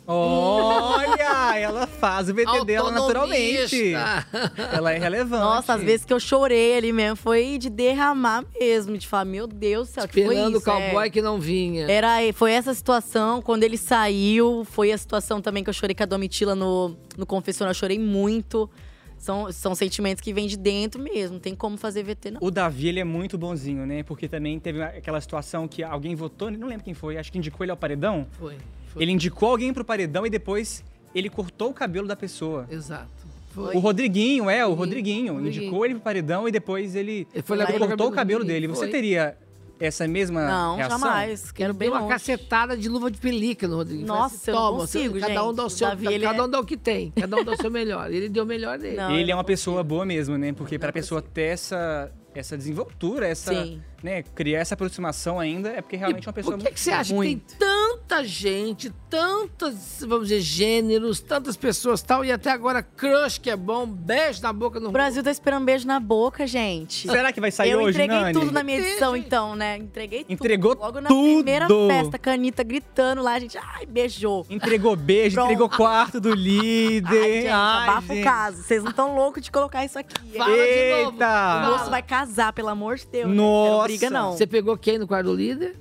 Speaker 3: Olha, ela faz o VT dela naturalmente.
Speaker 4: Autonomista.
Speaker 3: Ela é relevante.
Speaker 4: Nossa, às vezes que eu chorei ali mesmo foi de derramar mesmo, de falar, meu Deus do céu, que foi
Speaker 2: Esperando
Speaker 4: isso,
Speaker 2: o cowboy
Speaker 4: é.
Speaker 2: que não vinha.
Speaker 4: Era, eh, foi essa situação, quando ele saiu, foi a situação também que eu chorei com a Domitila no, no confessionário, eu chorei muito. São, são sentimentos que vêm de dentro mesmo, não tem como fazer VT não.
Speaker 3: O Davi, ele é muito bonzinho, né? Porque também teve aquela situação que alguém votou, não lembro quem foi, acho que indicou ele ao paredão.
Speaker 2: Foi.
Speaker 3: Ele indicou alguém pro paredão e depois ele cortou o cabelo da pessoa.
Speaker 2: Exato.
Speaker 3: O Rodriguinho, é, o Rodriguinho. Indicou ele pro paredão e depois ele,
Speaker 2: foi lá e cortou o
Speaker 3: cortou o
Speaker 2: cabelo
Speaker 3: cabelo
Speaker 2: do
Speaker 3: dele.
Speaker 2: Rodriguinho,
Speaker 3: Você
Speaker 2: foi.
Speaker 3: teria essa mesma Ah, reação?
Speaker 4: Quero
Speaker 2: Ele
Speaker 4: bem
Speaker 2: Deu uma
Speaker 4: longe.
Speaker 2: cacetada de luva de pelica no Rodrigo. Falei assim,
Speaker 4: Nossa, eu não
Speaker 2: "Toma,
Speaker 4: consigo,
Speaker 2: você- Cada um
Speaker 4: gente.
Speaker 2: dá o seu,
Speaker 4: Davi, ele
Speaker 2: cada
Speaker 4: é-
Speaker 2: um dá o que tem. Cada um dá o seu melhor. Ele deu o melhor dele.
Speaker 3: ele é uma pessoa boa mesmo, né? Porque pra pessoa ter essa, essa desenvoltura, essa,
Speaker 2: Sim.
Speaker 3: né, criar essa aproximação ainda, é porque realmente é uma pessoa
Speaker 2: Por que,
Speaker 3: muito
Speaker 2: que você acha
Speaker 3: ruim.
Speaker 2: que tem tanta gente, tantas, vamos dizer, gêneros, tantas pessoas tal, e até agora crush que é bom, beijo na boca no
Speaker 4: O Brasil tá esperando um beijo na boca, gente.
Speaker 3: Será que vai sair
Speaker 4: eu
Speaker 3: hoje,
Speaker 4: entreguei
Speaker 3: Nani?
Speaker 4: tudo na minha edição, então, né? Entreguei tudo.
Speaker 3: Entregou
Speaker 4: Logo na
Speaker 3: tudo.
Speaker 4: primeira festa, Canita gritando lá, a gente, ai, beijou.
Speaker 3: Entregou beijo,
Speaker 4: Pronto.
Speaker 3: entregou quarto do líder.
Speaker 4: Gente,
Speaker 3: Ai,
Speaker 4: abafa o
Speaker 3: gente.
Speaker 4: caso. Vocês não estão loucos de colocar isso aqui. hein?
Speaker 3: Fala de novo. Eita.
Speaker 4: O moço vai casar, pelo amor de Deus. né? Não
Speaker 3: Nossa.
Speaker 4: briga, não.
Speaker 2: Você pegou quem no quarto do líder?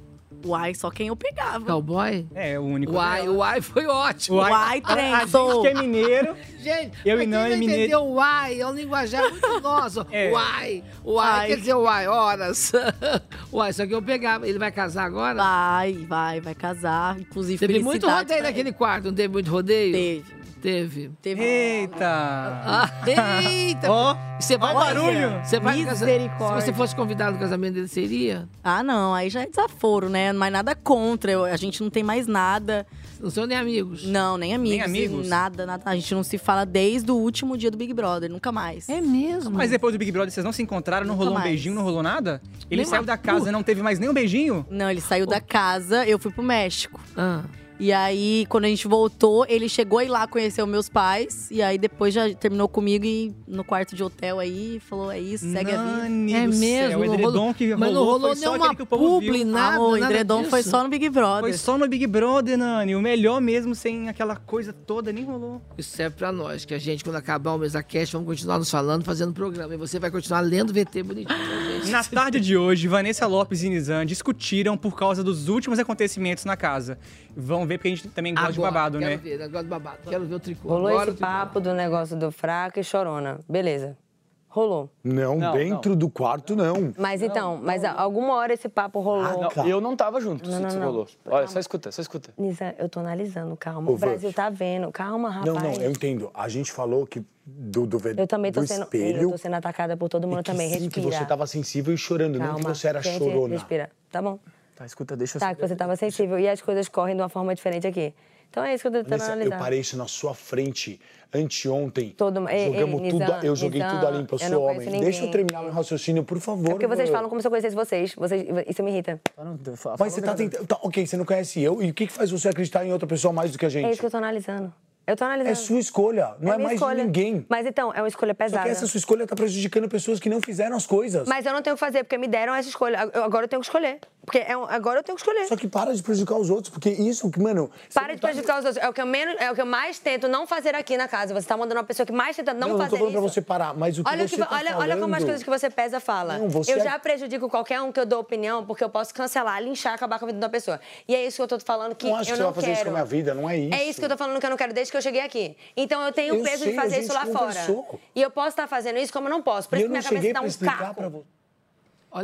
Speaker 4: Uai, só quem eu pegava.
Speaker 2: Cowboy?
Speaker 3: É, o único.
Speaker 2: Uai, o uai foi ótimo.
Speaker 3: Uai, Uai, trem, a sou. gente que é mineiro,
Speaker 2: Gente,
Speaker 3: eu
Speaker 2: pra
Speaker 3: e
Speaker 2: quem
Speaker 3: Nani
Speaker 2: não
Speaker 3: é mineiro.
Speaker 2: entendeu uai, é um linguajar muito nosso.
Speaker 3: É.
Speaker 2: Uai, uai,
Speaker 4: Uai.
Speaker 2: quer dizer uai, horas. uai, só que eu pegava. Ele vai casar agora?
Speaker 4: Vai, vai, vai casar. Inclusive,
Speaker 2: Teve
Speaker 4: felicidade
Speaker 2: muito rodeio
Speaker 4: pra
Speaker 2: naquele quarto, não teve muito rodeio?
Speaker 4: Teve.
Speaker 2: Teve. Ah,
Speaker 4: Teve.
Speaker 3: Eita!
Speaker 2: eita!
Speaker 3: Ó,
Speaker 2: você vai
Speaker 4: ó o barulho.
Speaker 2: Você vai no casa-
Speaker 4: Misericórdia.
Speaker 2: Se você fosse convidado no casamento dele, seria?
Speaker 4: Ah, não, aí já é desaforo, né? Mas nada contra, eu- a gente não tem mais nada.
Speaker 2: Não são nem amigos.
Speaker 4: Não, nem amigos.
Speaker 3: amigos?
Speaker 4: Nada, nada. A gente não se fala desde o último dia do Big Brother, nunca mais. É
Speaker 2: mesmo?
Speaker 3: Mas depois do Big Brother, vocês não se encontraram, não
Speaker 4: Nunca
Speaker 3: rolou um
Speaker 4: mais.
Speaker 3: beijinho, não rolou nada? Ele
Speaker 4: Nem
Speaker 3: saiu
Speaker 4: uma
Speaker 3: da casa
Speaker 4: puta.
Speaker 3: e não teve mais nenhum beijinho?
Speaker 4: Não, ele saiu da casa, eu fui pro México.
Speaker 2: Ah.
Speaker 4: E aí, quando a gente voltou, ele chegou aí lá, conheceu meus pais. E aí, depois já terminou comigo e no quarto de hotel aí, falou, é isso, segue a vida.
Speaker 2: É do céu, mesmo, o não edredom rolou- que mas não rolou rolou foi só nenhuma aquele que o povo publi, viu. nada,
Speaker 4: Amor, o
Speaker 2: nada
Speaker 4: edredom
Speaker 2: disso.
Speaker 4: foi só no Big Brother.
Speaker 3: Foi só no Big Brother, Nani. O melhor mesmo, sem aquela coisa toda, nem rolou.
Speaker 2: Isso serve pra nós, que a gente, quando acabar o mês da cast, vamos continuar nos falando, fazendo programa. E você vai continuar lendo VT bonitinho pra gente.
Speaker 3: Na tarde de hoje, Vanessa Lopes e Nizam discutiram por causa dos últimos acontecimentos na casa. Vão ver, porque a gente também gosta de
Speaker 2: Agora,
Speaker 3: babado,
Speaker 2: quero
Speaker 3: né?
Speaker 2: Ver, eu gosto de babado. Quero ver o tricô.
Speaker 11: Rolou
Speaker 2: Agora
Speaker 11: esse papo do negócio do fraca e chorona. Beleza.
Speaker 18: Rolou.
Speaker 15: Não,
Speaker 18: Não,
Speaker 15: dentro do quarto não.
Speaker 18: Mas então, mas a- alguma hora esse papo rolou.
Speaker 15: Ah,
Speaker 17: Eu não tava junto,
Speaker 18: Não,
Speaker 17: se
Speaker 18: não,
Speaker 17: se
Speaker 18: não.
Speaker 17: rolou. Olha, só escuta, só escuta.
Speaker 18: Nisa, eu tô analisando, calma.
Speaker 15: Ô,
Speaker 18: o Brasil
Speaker 15: Vans.
Speaker 18: tá vendo. Calma, rapaz.
Speaker 15: Não, não, eu entendo. A gente falou que do, do, ve-
Speaker 18: Eu também tô
Speaker 15: do
Speaker 18: sendo. Eu
Speaker 15: espelho
Speaker 18: tô sendo atacada por todo mundo também.
Speaker 15: sim,
Speaker 18: Respira.
Speaker 15: que você tava sensível e chorando, não que
Speaker 18: Calma.
Speaker 15: você era
Speaker 18: Gente,
Speaker 15: chorona.
Speaker 18: Respira. Tá bom.
Speaker 15: Tá, escuta, deixa
Speaker 18: Tá, que você tava sensível. E as coisas correm de uma forma diferente aqui. Então é isso que eu tô tentando
Speaker 15: Vanessa, eu
Speaker 18: analisar.
Speaker 15: parei isso na sua frente anteontem.
Speaker 18: Todo- Ei, ei,
Speaker 15: Jogamos
Speaker 18: Nizam,
Speaker 15: tudo, a- eu joguei
Speaker 18: Nizam,
Speaker 15: tudo a limpo, eu
Speaker 18: eu
Speaker 15: sou
Speaker 18: não conheço
Speaker 15: homem.
Speaker 18: ninguém.
Speaker 15: Deixa eu terminar meu raciocínio, por favor.
Speaker 18: É porque vocês
Speaker 15: mano.
Speaker 18: falam como se eu conhecesse vocês. vocês isso me irrita.
Speaker 15: Mas você tá tentando. Tá, ok, você não conhece eu. E o que, que faz você acreditar em outra pessoa mais do que a
Speaker 18: É isso
Speaker 15: gente?
Speaker 18: que eu tô analisando. Eu tô analisando.
Speaker 15: É sua escolha, não é,
Speaker 18: minha
Speaker 15: mais de
Speaker 18: escolha.
Speaker 15: ninguém.
Speaker 18: Mas então, é uma escolha pesada.
Speaker 15: Só que essa sua escolha tá prejudicando pessoas que não fizeram as coisas.
Speaker 18: Mas eu não tenho o que fazer, porque me deram essa escolha. Eu- agora eu tenho que escolher. Porque é um- agora eu tenho que escolher.
Speaker 15: Só que para de prejudicar os outros, porque isso, que, mano. você
Speaker 18: Para
Speaker 15: não
Speaker 18: de
Speaker 15: tá-
Speaker 18: prejudicar os outros. É o, que eu menos, é o que eu mais tento não fazer aqui na casa. Você tá mandando uma pessoa que mais tenta não,
Speaker 15: Não, eu não tô
Speaker 18: fazer
Speaker 15: falando
Speaker 18: isso.
Speaker 15: pra você parar, mas o que
Speaker 18: olha, o
Speaker 15: você
Speaker 18: que vo-
Speaker 15: tá
Speaker 18: olha, olha como as
Speaker 15: falando-
Speaker 18: coisas que você pesa fala.
Speaker 15: Não, você
Speaker 18: eu
Speaker 15: é-
Speaker 18: já prejudico qualquer um que eu dou opinião, porque eu posso cancelar, linchar, acabar com a vida da pessoa. E é isso que eu tô falando que
Speaker 15: não acho
Speaker 18: eu
Speaker 15: que você
Speaker 18: não
Speaker 15: vai fazer
Speaker 18: quero.
Speaker 15: isso com a minha vida, não é isso.
Speaker 18: É isso que eu tô falando que eu não quero desde que eu cheguei aqui. Então eu tenho
Speaker 15: Eu
Speaker 18: o peso
Speaker 15: sei,
Speaker 18: de
Speaker 15: a
Speaker 18: fazer
Speaker 15: gente
Speaker 18: isso lá
Speaker 15: conversou.
Speaker 18: fora. E eu posso estar fazendo isso como eu não posso. Por
Speaker 15: E
Speaker 18: isso
Speaker 15: eu
Speaker 18: que
Speaker 15: não
Speaker 18: minha
Speaker 15: cheguei
Speaker 18: cabeça
Speaker 15: pra
Speaker 18: dá um
Speaker 15: explicar
Speaker 18: caco.
Speaker 15: pra você.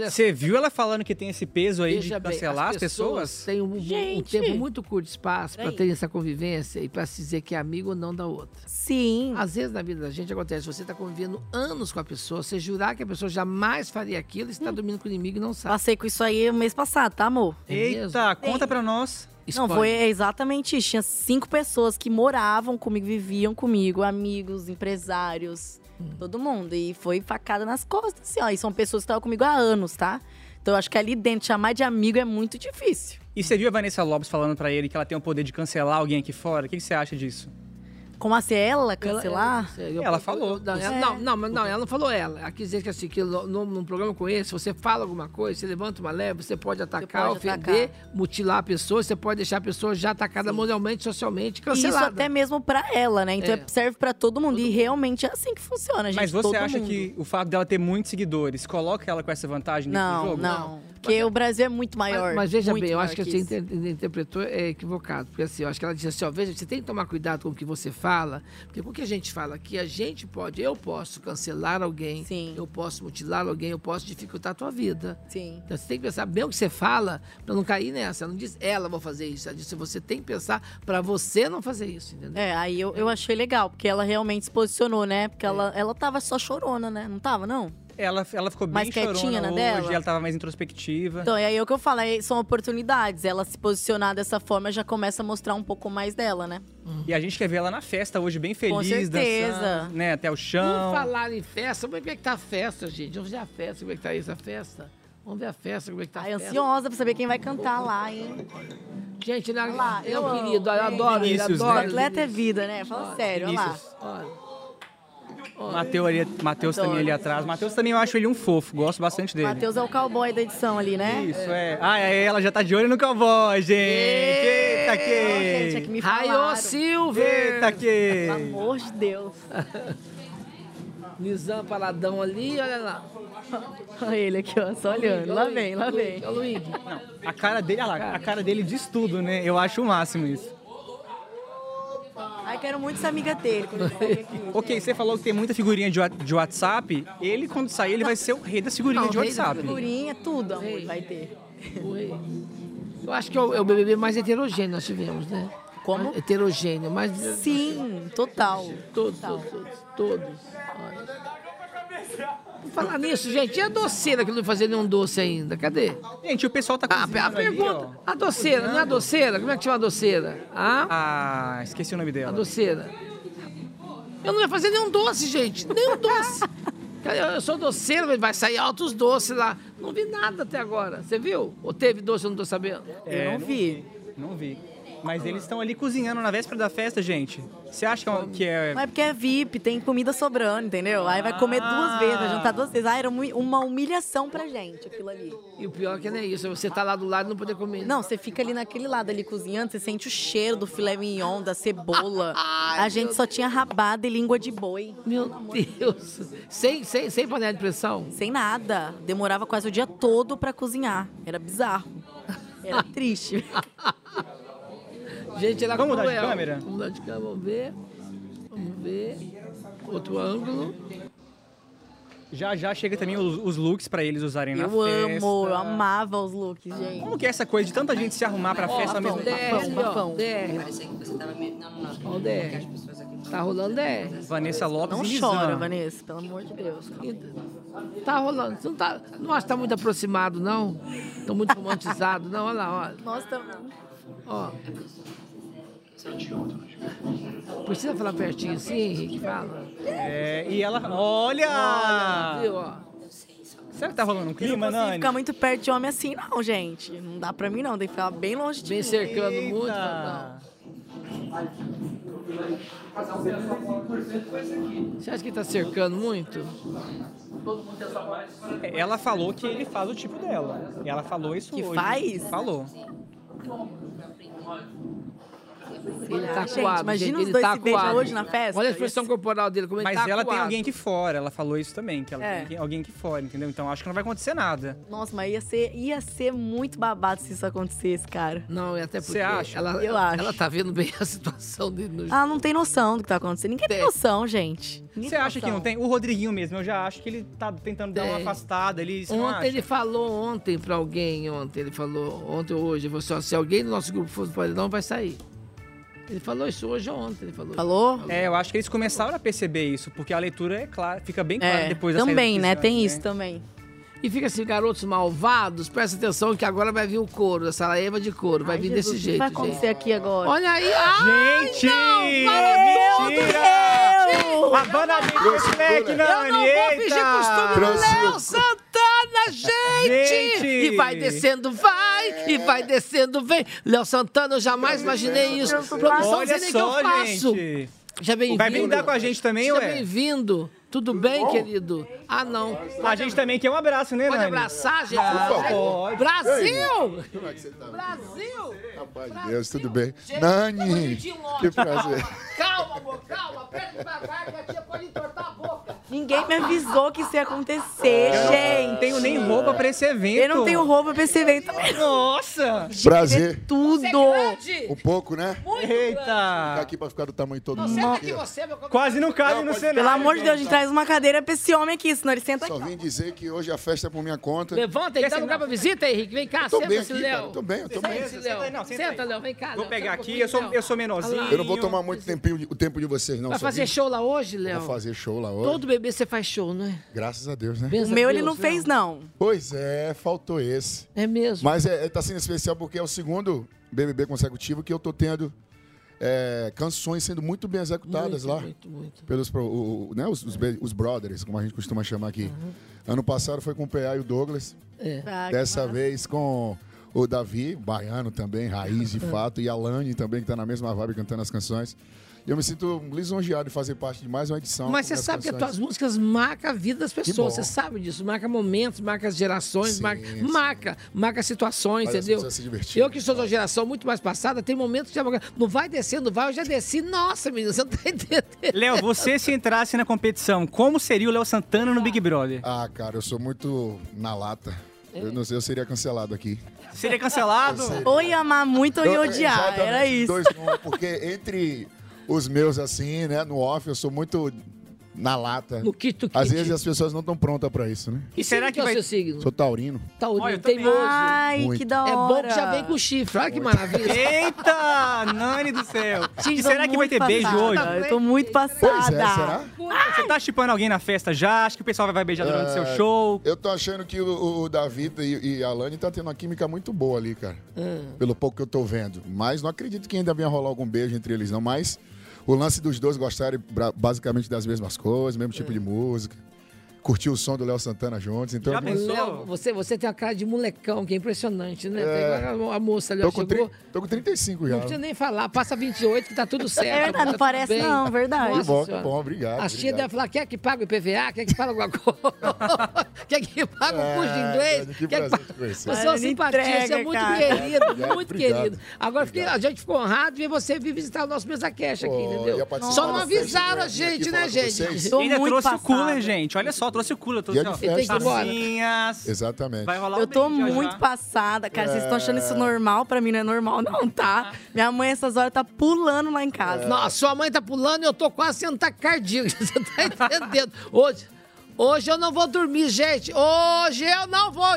Speaker 3: Você viu ela falando que tem esse peso aí
Speaker 2: Veja
Speaker 3: de
Speaker 2: bem,
Speaker 3: cancelar as pessoas?
Speaker 2: Tem um, um
Speaker 3: Gente!
Speaker 2: tempo muito curto de espaço para
Speaker 3: Peraí.
Speaker 2: ter essa convivência e para se dizer que é amigo ou não da outra.
Speaker 4: Sim.
Speaker 2: Às vezes na vida da gente acontece, você está convivendo anos com a pessoa, você jurar que a pessoa jamais faria aquilo, está dormindo com o inimigo e não sabe.
Speaker 4: Passei com isso aí o mês passado, tá, amor?
Speaker 2: É
Speaker 3: Eita, conta pra nós.
Speaker 4: Não,
Speaker 3: Spoiler.
Speaker 4: foi exatamente isso. Tinha cinco pessoas que moravam comigo, viviam comigo, amigos, empresários,
Speaker 3: Hum.
Speaker 4: todo mundo. E foi facada nas costas, assim, ó. E são pessoas que estavam comigo há anos, tá? Então eu acho que ali dentro, chamar de amigo é muito difícil.
Speaker 3: E você viu a Vanessa Lopes falando pra ele que ela tem o poder de cancelar alguém aqui fora? O que que você acha disso?
Speaker 4: Como assim, ela cancelar? É.
Speaker 3: Ela falou.
Speaker 2: Não, ela, não, não, mas não, ela não falou ela. Ela quis dizer que assim, que no- no- num programa como esse, você fala alguma coisa, você levanta uma leve, você pode atacar,
Speaker 4: pode
Speaker 2: ofender, mutilar a pessoa, você pode deixar a pessoa já atacada moralmente, socialmente,
Speaker 4: E Isso
Speaker 2: cancelada.
Speaker 4: até mesmo pra ela, né? Então
Speaker 2: É.
Speaker 4: serve pra todo mundo. E realmente é assim que funciona, gente.
Speaker 3: Mas você
Speaker 4: todo
Speaker 3: acha
Speaker 4: mundo.
Speaker 3: que o fato dela ter muitos seguidores coloca ela com essa vantagem dentro do
Speaker 4: Não,
Speaker 3: jogo?
Speaker 4: não. Porque o Brasil é muito maior.
Speaker 2: Mas, mas veja
Speaker 4: muito
Speaker 2: bem, eu
Speaker 4: maior
Speaker 2: acho que, você
Speaker 4: isso.
Speaker 2: inter- interpretou é, equivocado. Porque assim, eu acho que ela disse assim, ó, veja, você tem que tomar cuidado com o que você fala, porque com o que a gente fala aqui, a gente pode, eu posso cancelar alguém, eu posso mutilar alguém, eu posso dificultar a tua vida.
Speaker 4: Sim.
Speaker 2: Então você tem que pensar bem o que você fala pra não cair nessa. Ela não diz ela vou fazer isso, ela disse você tem que pensar pra você não fazer isso, entendeu?
Speaker 4: É, aí eu, eu
Speaker 2: Uhum.
Speaker 4: achei legal, porque ela realmente se posicionou, né? Porque ela, ela tava só chorona, né? Não tava, não?
Speaker 2: Tá.
Speaker 3: Ela, ela ficou bem
Speaker 4: Mais quietinha
Speaker 3: chorona
Speaker 4: na
Speaker 3: hoje,
Speaker 4: dela?
Speaker 3: ela tava mais introspectiva.
Speaker 4: Então, e aí é o que eu falo, aí são oportunidades. Ela se posicionar dessa forma já começa a mostrar um pouco mais dela, né?
Speaker 3: E a gente quer ver ela na festa hoje, bem feliz,
Speaker 4: certeza.
Speaker 3: dançando, né, até o
Speaker 2: Por
Speaker 3: chão.
Speaker 2: falar em festa, como é que tá a festa, gente? Vamos ver a festa, como é que tá isso, a festa? Vamos ver a festa, como é que tá a
Speaker 4: Ai,
Speaker 2: festa.
Speaker 4: ansiosa pra saber quem vai cantar lá, hein?
Speaker 2: Gente, na...
Speaker 4: lá,
Speaker 2: eu,
Speaker 4: amo.
Speaker 2: querido, eu adoro ele,
Speaker 3: Vinícius,
Speaker 2: adoro
Speaker 3: né?
Speaker 2: ele.
Speaker 4: Atleta é vida, né? Fala sério, olha lá.
Speaker 3: Vinícius. Mateus ali, Mateus também ali atrás. Mateus também eu acho ele um fofo, gosto bastante dele.
Speaker 4: Matheus é o cowboy da edição ali, né?
Speaker 3: Isso é. Ah, é, ela já tá de olho no cowboy, gente. Eita
Speaker 4: Gente, é
Speaker 3: que.
Speaker 4: que me
Speaker 2: Raiô
Speaker 4: falaram.
Speaker 2: Silver!
Speaker 3: Eita que.
Speaker 4: Pelo amor de Deus.
Speaker 2: Tá Nizam Paladão ali, olha lá.
Speaker 4: Olha ele aqui, ó, só olhando. Lá vem, lá vem.
Speaker 2: Olha o Luigi.
Speaker 3: A cara dele, olha lá, a cara dele diz tudo, né? Eu acho o máximo isso.
Speaker 4: Ai, quero muito ser amiga dele. quando ele vier aqui.
Speaker 3: Ok, você falou que tem muita figurinha de wa- de WhatsApp. Ele, quando sair, ele vai ser o rei das figurinhas
Speaker 4: Não,
Speaker 3: de
Speaker 4: o rei da
Speaker 2: né?
Speaker 3: WhatsApp.
Speaker 4: Figurinha, tudo, amor, vai ter.
Speaker 2: Eu acho que é o, é o BBB mais heterogêneo nós tivemos, né?
Speaker 4: Como?
Speaker 2: Mais heterogêneo, mais...
Speaker 4: Sim, total.
Speaker 2: Todos, todos, todos, todos. Por falar nisso, gente, e a doceira que não fazia nenhum doce ainda? Cadê?
Speaker 3: Gente, o pessoal tá
Speaker 2: com Ah, a, a pergunta. a doceira, não é a doceira? Como é que chama a doceira?
Speaker 3: Ah? ah, esqueci o nome dela.
Speaker 2: A doceira. Eu não ia fazer nenhum doce, gente. Nenhum doce. Cara, Eu eu sou doceiro, mas vai sair altos doces lá. Não vi nada até agora. Você viu? Ou teve doce, eu não tô sabendo?
Speaker 3: É, vi. Não vi. Mas eles estão ali cozinhando na véspera da festa, gente. Você acha que é uma- que é.
Speaker 4: Mas é porque é VIP, tem comida sobrando, entendeu? Aí vai comer duas vezes, vai jantar duas vezes. Ah, era mui- uma humilhação pra gente aquilo ali.
Speaker 2: E o pior é que não é isso. Você tá lá do lado e não poder comer.
Speaker 4: Não, você fica ali naquele lado ali cozinhando, você sente o cheiro do filé mignon, da cebola. A gente só tinha rabada e língua de boi.
Speaker 2: Meu Deus. Sem, sem, sem panela de pressão?
Speaker 4: Sem nada. Demorava quase o dia todo pra cozinhar. Era bizarro. Era triste.
Speaker 2: Gente, era
Speaker 4: Vamos mudar de
Speaker 2: cruel.
Speaker 4: câmera?
Speaker 2: Vamos mudar de câmera, vamos ver. Vamos ver. Outro ângulo.
Speaker 3: Já já chega também os, os looks pra eles usarem na
Speaker 4: Eu
Speaker 3: festa.
Speaker 4: amo, eu amava os
Speaker 2: Ah,
Speaker 4: looks, gente.
Speaker 3: Como que é essa coisa de tanta gente se arrumar pra
Speaker 4: Ó,
Speaker 3: festa ao
Speaker 4: Rafão,
Speaker 3: mesmo tempo?
Speaker 4: Rafão, Rafão.
Speaker 13: Parecia que você tava me. Não, não, não.
Speaker 2: Ó o DR. Tá rolando DR.
Speaker 3: Vanessa Lopes
Speaker 4: Não
Speaker 3: e
Speaker 4: chora,
Speaker 2: Não.
Speaker 4: Vanessa, pelo amor de Deus. calma
Speaker 2: Tá rolando. Você Não, tá, não acho que tá muito aproximado, não. Tô muito romantizado, não. Olha lá, olha.
Speaker 4: aí. Nós estamos.
Speaker 2: Ó. Precisa falar pertinho assim, Henrique? Fala.
Speaker 3: É, e ela. Olha!
Speaker 2: Olha, viu, ó.
Speaker 3: Será que tá rolando um clima,
Speaker 4: não consigo
Speaker 3: Nani?
Speaker 4: ficar muito perto de homem assim, não, gente. Não dá pra mim, não. Tem que ficar bem longe de
Speaker 2: Bem
Speaker 4: mim.
Speaker 2: cercando muito, não. Você acha que tá cercando muito?
Speaker 4: É
Speaker 3: Ela falou que ele faz o tipo dela. Ela falou isso
Speaker 4: Que
Speaker 3: hoje.
Speaker 4: faz?
Speaker 3: Falou.
Speaker 2: Ele tá
Speaker 4: Gente,
Speaker 2: coado,
Speaker 4: imagina
Speaker 2: gente,
Speaker 4: os
Speaker 2: ele
Speaker 4: dois
Speaker 2: tá
Speaker 4: se beijar
Speaker 2: coado.
Speaker 4: hoje na festa.
Speaker 2: Olha a expressão corporal dele, como ele
Speaker 3: Mas
Speaker 2: tá
Speaker 3: ela tem
Speaker 2: coado.
Speaker 3: alguém aqui fora, ela falou isso também, que ela
Speaker 4: É.
Speaker 3: tem alguém- alguém aqui fora, entendeu? Então acho que não vai acontecer nada.
Speaker 4: Nossa, mas ia ser, ia ser muito babado se isso acontecesse, cara.
Speaker 2: Não, e até É porque
Speaker 4: Você acha?
Speaker 2: Ela,
Speaker 4: Eu acho.
Speaker 2: ela tá vendo bem a situação dele no
Speaker 4: Ela não tem noção do que tá acontecendo. Ninguém tem noção, gente.
Speaker 3: Você acha que não tem? O Rodriguinho mesmo, eu já acho que ele tá tentando dar uma
Speaker 2: Tem.
Speaker 3: afastada. Ele, você não acha?
Speaker 2: Ontem ele falou ontem pra alguém, ontem, ele falou, ontem ou hoje, ele falou assim, ó, se alguém do nosso grupo for do paredão, vai sair. Ele falou isso hoje ou ontem, ele falou.
Speaker 3: É, eu acho que eles começaram a perceber isso, porque a leitura é clara, fica bem clara
Speaker 2: É,
Speaker 3: depois da saída
Speaker 2: também,
Speaker 3: do
Speaker 2: né?
Speaker 3: Pisani,
Speaker 2: Tem isso
Speaker 4: também.
Speaker 2: E fica assim, garotos malvados, presta atenção que agora vai vir o couro, essa leva de couro, vai vir desse
Speaker 4: Jesus,
Speaker 2: jeito,
Speaker 4: O que vai acontecer
Speaker 2: gente.
Speaker 4: aqui agora?
Speaker 2: Olha aí, ai,
Speaker 3: Gente!
Speaker 2: não, para,
Speaker 3: é Mentira! Havana Trouxe Black,
Speaker 2: Eu não vou fingir costume do Léo Santana, gente!
Speaker 3: Gente!
Speaker 2: E vai descendo, vai! E vai descendo, vem! Léo Santana, eu jamais imaginei isso. Produção,
Speaker 3: Olha
Speaker 2: não sei nem o que eu
Speaker 3: só,
Speaker 2: faço.
Speaker 3: gente.
Speaker 2: Já bem-vindo.
Speaker 3: Vai brindar com a gente também,
Speaker 2: Seja
Speaker 3: ué?
Speaker 2: bem-vindo. Tudo bem, querido? Ah, não.
Speaker 3: A gente também quer um abraço, né,
Speaker 2: Pode
Speaker 3: Nani?
Speaker 2: abraçar, gente?
Speaker 3: Ah,
Speaker 2: Pode.
Speaker 3: pode.
Speaker 2: Brasil!
Speaker 5: Como é que você tá?
Speaker 2: Brasil!
Speaker 5: Rapaz, Deus, tudo bem? Nani! Que prazer.
Speaker 2: Calma, amor, calma. Pega devagar que a tia pode entortar a boca.
Speaker 4: Ninguém me avisou que isso ia acontecer,
Speaker 3: Eu não
Speaker 4: gente.
Speaker 3: tenho nem roupa pra esse evento.
Speaker 4: Eu não tenho roupa pra esse evento.
Speaker 3: Nossa!
Speaker 5: Prazer.
Speaker 4: Tudo!
Speaker 5: Um pouco, né?
Speaker 3: Eita!
Speaker 5: Tá aqui pra ficar do tamanho todo mundo. aqui, ó.
Speaker 3: Quase não cabe no cenário.
Speaker 4: Pelo amor de Deus, a gente traz uma cadeira pra esse homem aqui, senão ele senta
Speaker 5: Só
Speaker 4: aqui.
Speaker 5: vim dizer que hoje a festa é por minha conta.
Speaker 2: Levanta tá aí, dá lugar pra visita, Henrique. Vem cá,
Speaker 5: Eu tô
Speaker 2: senta
Speaker 5: bem
Speaker 2: esse
Speaker 5: aqui,
Speaker 2: Léo.
Speaker 5: cara, eu tô bem, eu tô
Speaker 2: Senta
Speaker 5: bem.
Speaker 2: esse Léo. Senta, Léo, vem cá.
Speaker 3: Vou
Speaker 2: Léo.
Speaker 3: pegar
Speaker 2: Senta um
Speaker 3: aqui, eu sou, eu sou menorzinho.
Speaker 5: Eu não vou tomar muito tempinho, de- o tempo de vocês, não.
Speaker 2: Vai fazer
Speaker 5: sabia?
Speaker 2: show lá hoje, Léo?
Speaker 5: Vou fazer show lá hoje.
Speaker 2: Todo bebê você faz show, não é?
Speaker 5: Graças a Deus, né?
Speaker 2: O meu ele não fez,
Speaker 4: não.
Speaker 5: Pois é, faltou esse.
Speaker 2: É mesmo.
Speaker 5: Mas é, é- tá sendo especial porque é o segundo BBB consecutivo que eu tô tendo é, canções sendo muito bem executadas lá.
Speaker 2: Muito, muito.
Speaker 5: Pelos pro- o- o- né, os, os be- os brothers, como a gente costuma chamar aqui.
Speaker 2: Uhum.
Speaker 5: Ano passado foi com o PA e o Douglas.
Speaker 2: É.
Speaker 5: Dessa vez com o Davi, baiano também, raiz
Speaker 2: Ah.
Speaker 5: de fato, e a Lani também, que tá na mesma vibe cantando as canções. E eu me sinto lisonjeado de fazer parte de mais uma edição.
Speaker 2: Mas você
Speaker 5: das
Speaker 2: sabe que as
Speaker 5: canções.
Speaker 2: tuas músicas marcam a vida das pessoas.
Speaker 5: bom.
Speaker 2: Você sabe disso. Marca momentos, marca as gerações,
Speaker 5: Sim,
Speaker 2: marca,
Speaker 5: sim.
Speaker 2: marca, marca situações,
Speaker 5: Faz as
Speaker 2: entendeu?
Speaker 5: pessoas se divertirem.
Speaker 2: Eu que sou da geração muito mais passada, tem momentos que já... Não vai descer, não vai, eu já desci. Nossa, menino, você não tá entendendo.
Speaker 3: Léo, você se entrasse na competição, como seria o Léo Santana no Big Brother?
Speaker 5: Ah, cara, eu sou muito na lata.
Speaker 2: É.
Speaker 5: Eu, não sei, eu seria cancelado aqui.
Speaker 3: Seria cancelado?
Speaker 4: Ou ia amar muito ou ia
Speaker 5: Eu-
Speaker 4: odiar.
Speaker 5: exatamente,
Speaker 4: Era isso.
Speaker 5: dois não, porque entre os meus, assim, né, no off, eu sou muito na lata.
Speaker 2: No quito,
Speaker 5: Às vezes as pessoas não estão prontas pra isso, né?
Speaker 2: E será que é o seu signo?
Speaker 5: Sou taurino.
Speaker 2: Taurino,
Speaker 3: Olha, eu também.
Speaker 2: teimoso.
Speaker 4: Ai,
Speaker 5: Muito.
Speaker 4: que da hora.
Speaker 2: É bom que já vem com chifre. Olha que maravilha. tá
Speaker 3: Eita, Nani do céu.
Speaker 4: Gente,
Speaker 3: e
Speaker 4: tô
Speaker 3: será que vai ter
Speaker 4: muito
Speaker 3: beijo
Speaker 4: passada,
Speaker 3: hoje?
Speaker 4: Eu tô muito
Speaker 2: é,
Speaker 4: passada.
Speaker 3: Você tá chipando alguém na festa já? Acho que o pessoal vai beijar durante o seu
Speaker 5: É,
Speaker 3: show.
Speaker 5: Eu tô achando que o, o Davi e, e a Lani tá tendo uma química muito boa ali, cara.
Speaker 2: É. Ah.
Speaker 5: Pelo pouco que eu tô vendo. Mas não acredito que ainda venha rolar algum beijo entre eles, não. Mas o lance dos dois gostarem bra- basicamente das mesmas coisas, mesmo tipo
Speaker 2: Hum.
Speaker 5: de música. Curtir o som do Léo Santana juntos. Então,
Speaker 2: Ô, Léo, você, você tem uma cara de molecão, que é impressionante, né?
Speaker 5: É.
Speaker 2: Tem agora A moça ali, ó,
Speaker 5: Tô com,
Speaker 2: chegou.
Speaker 5: tri- tô com 35 já.
Speaker 2: Não precisa nem falar, passa 28 que tá tudo certo.
Speaker 4: É verdade,
Speaker 2: tá
Speaker 4: não
Speaker 2: tudo
Speaker 4: parece
Speaker 2: bem.
Speaker 4: não, verdade.
Speaker 5: Que
Speaker 2: Nossa
Speaker 5: bom, que
Speaker 2: Senhora.
Speaker 5: Tá bom, obrigado.
Speaker 2: A Chia
Speaker 5: obrigado.
Speaker 2: deve falar, quer que pague o IPVA? Quer que pague alguma coisa? quer que pague o curso de
Speaker 5: É,
Speaker 2: inglês?
Speaker 5: Dani, que
Speaker 2: Quer que
Speaker 5: prazer te conhecer.
Speaker 2: Você é uma
Speaker 5: Ele
Speaker 2: simpatia,
Speaker 5: entrega,
Speaker 2: você é muito
Speaker 5: cara.
Speaker 2: querido,
Speaker 5: Obrigado,
Speaker 2: muito
Speaker 5: obrigado.
Speaker 2: querido. Agora fiquei- a gente ficou honrado de ver você vir visitar o nosso Mesa Cash aqui,
Speaker 5: ia
Speaker 2: entendeu?
Speaker 5: participar
Speaker 2: Só não
Speaker 5: da festa,
Speaker 2: avisaram
Speaker 5: né?
Speaker 2: a
Speaker 5: Vim aqui
Speaker 2: gente,
Speaker 5: falar
Speaker 2: né,
Speaker 5: com
Speaker 2: gente?
Speaker 5: vocês.
Speaker 2: Tô
Speaker 3: Ainda
Speaker 2: muito
Speaker 3: trouxe o
Speaker 2: passada.
Speaker 3: cooler, gente. Olha só, trouxe o cooler. Trouxe
Speaker 5: Dia é de
Speaker 3: ó, Tá assim.
Speaker 5: festa, né? Ele tem que ir embora.
Speaker 3: tacinhas.
Speaker 5: Exatamente.
Speaker 3: Vai rolar um
Speaker 4: Eu tô
Speaker 3: brinde já, já.
Speaker 4: muito passada, cara. Vocês estão achando isso normal? Pra mim não é normal, não,
Speaker 3: Ah.
Speaker 4: tá? Minha mãe, essas horas, tá pulando lá em casa.
Speaker 2: Nossa, sua mãe tá pulando e eu tô quase sendo taquicardia. Você tá entendendo? Hoje, Hoje eu não vou dormir, gente. Hoje eu não vou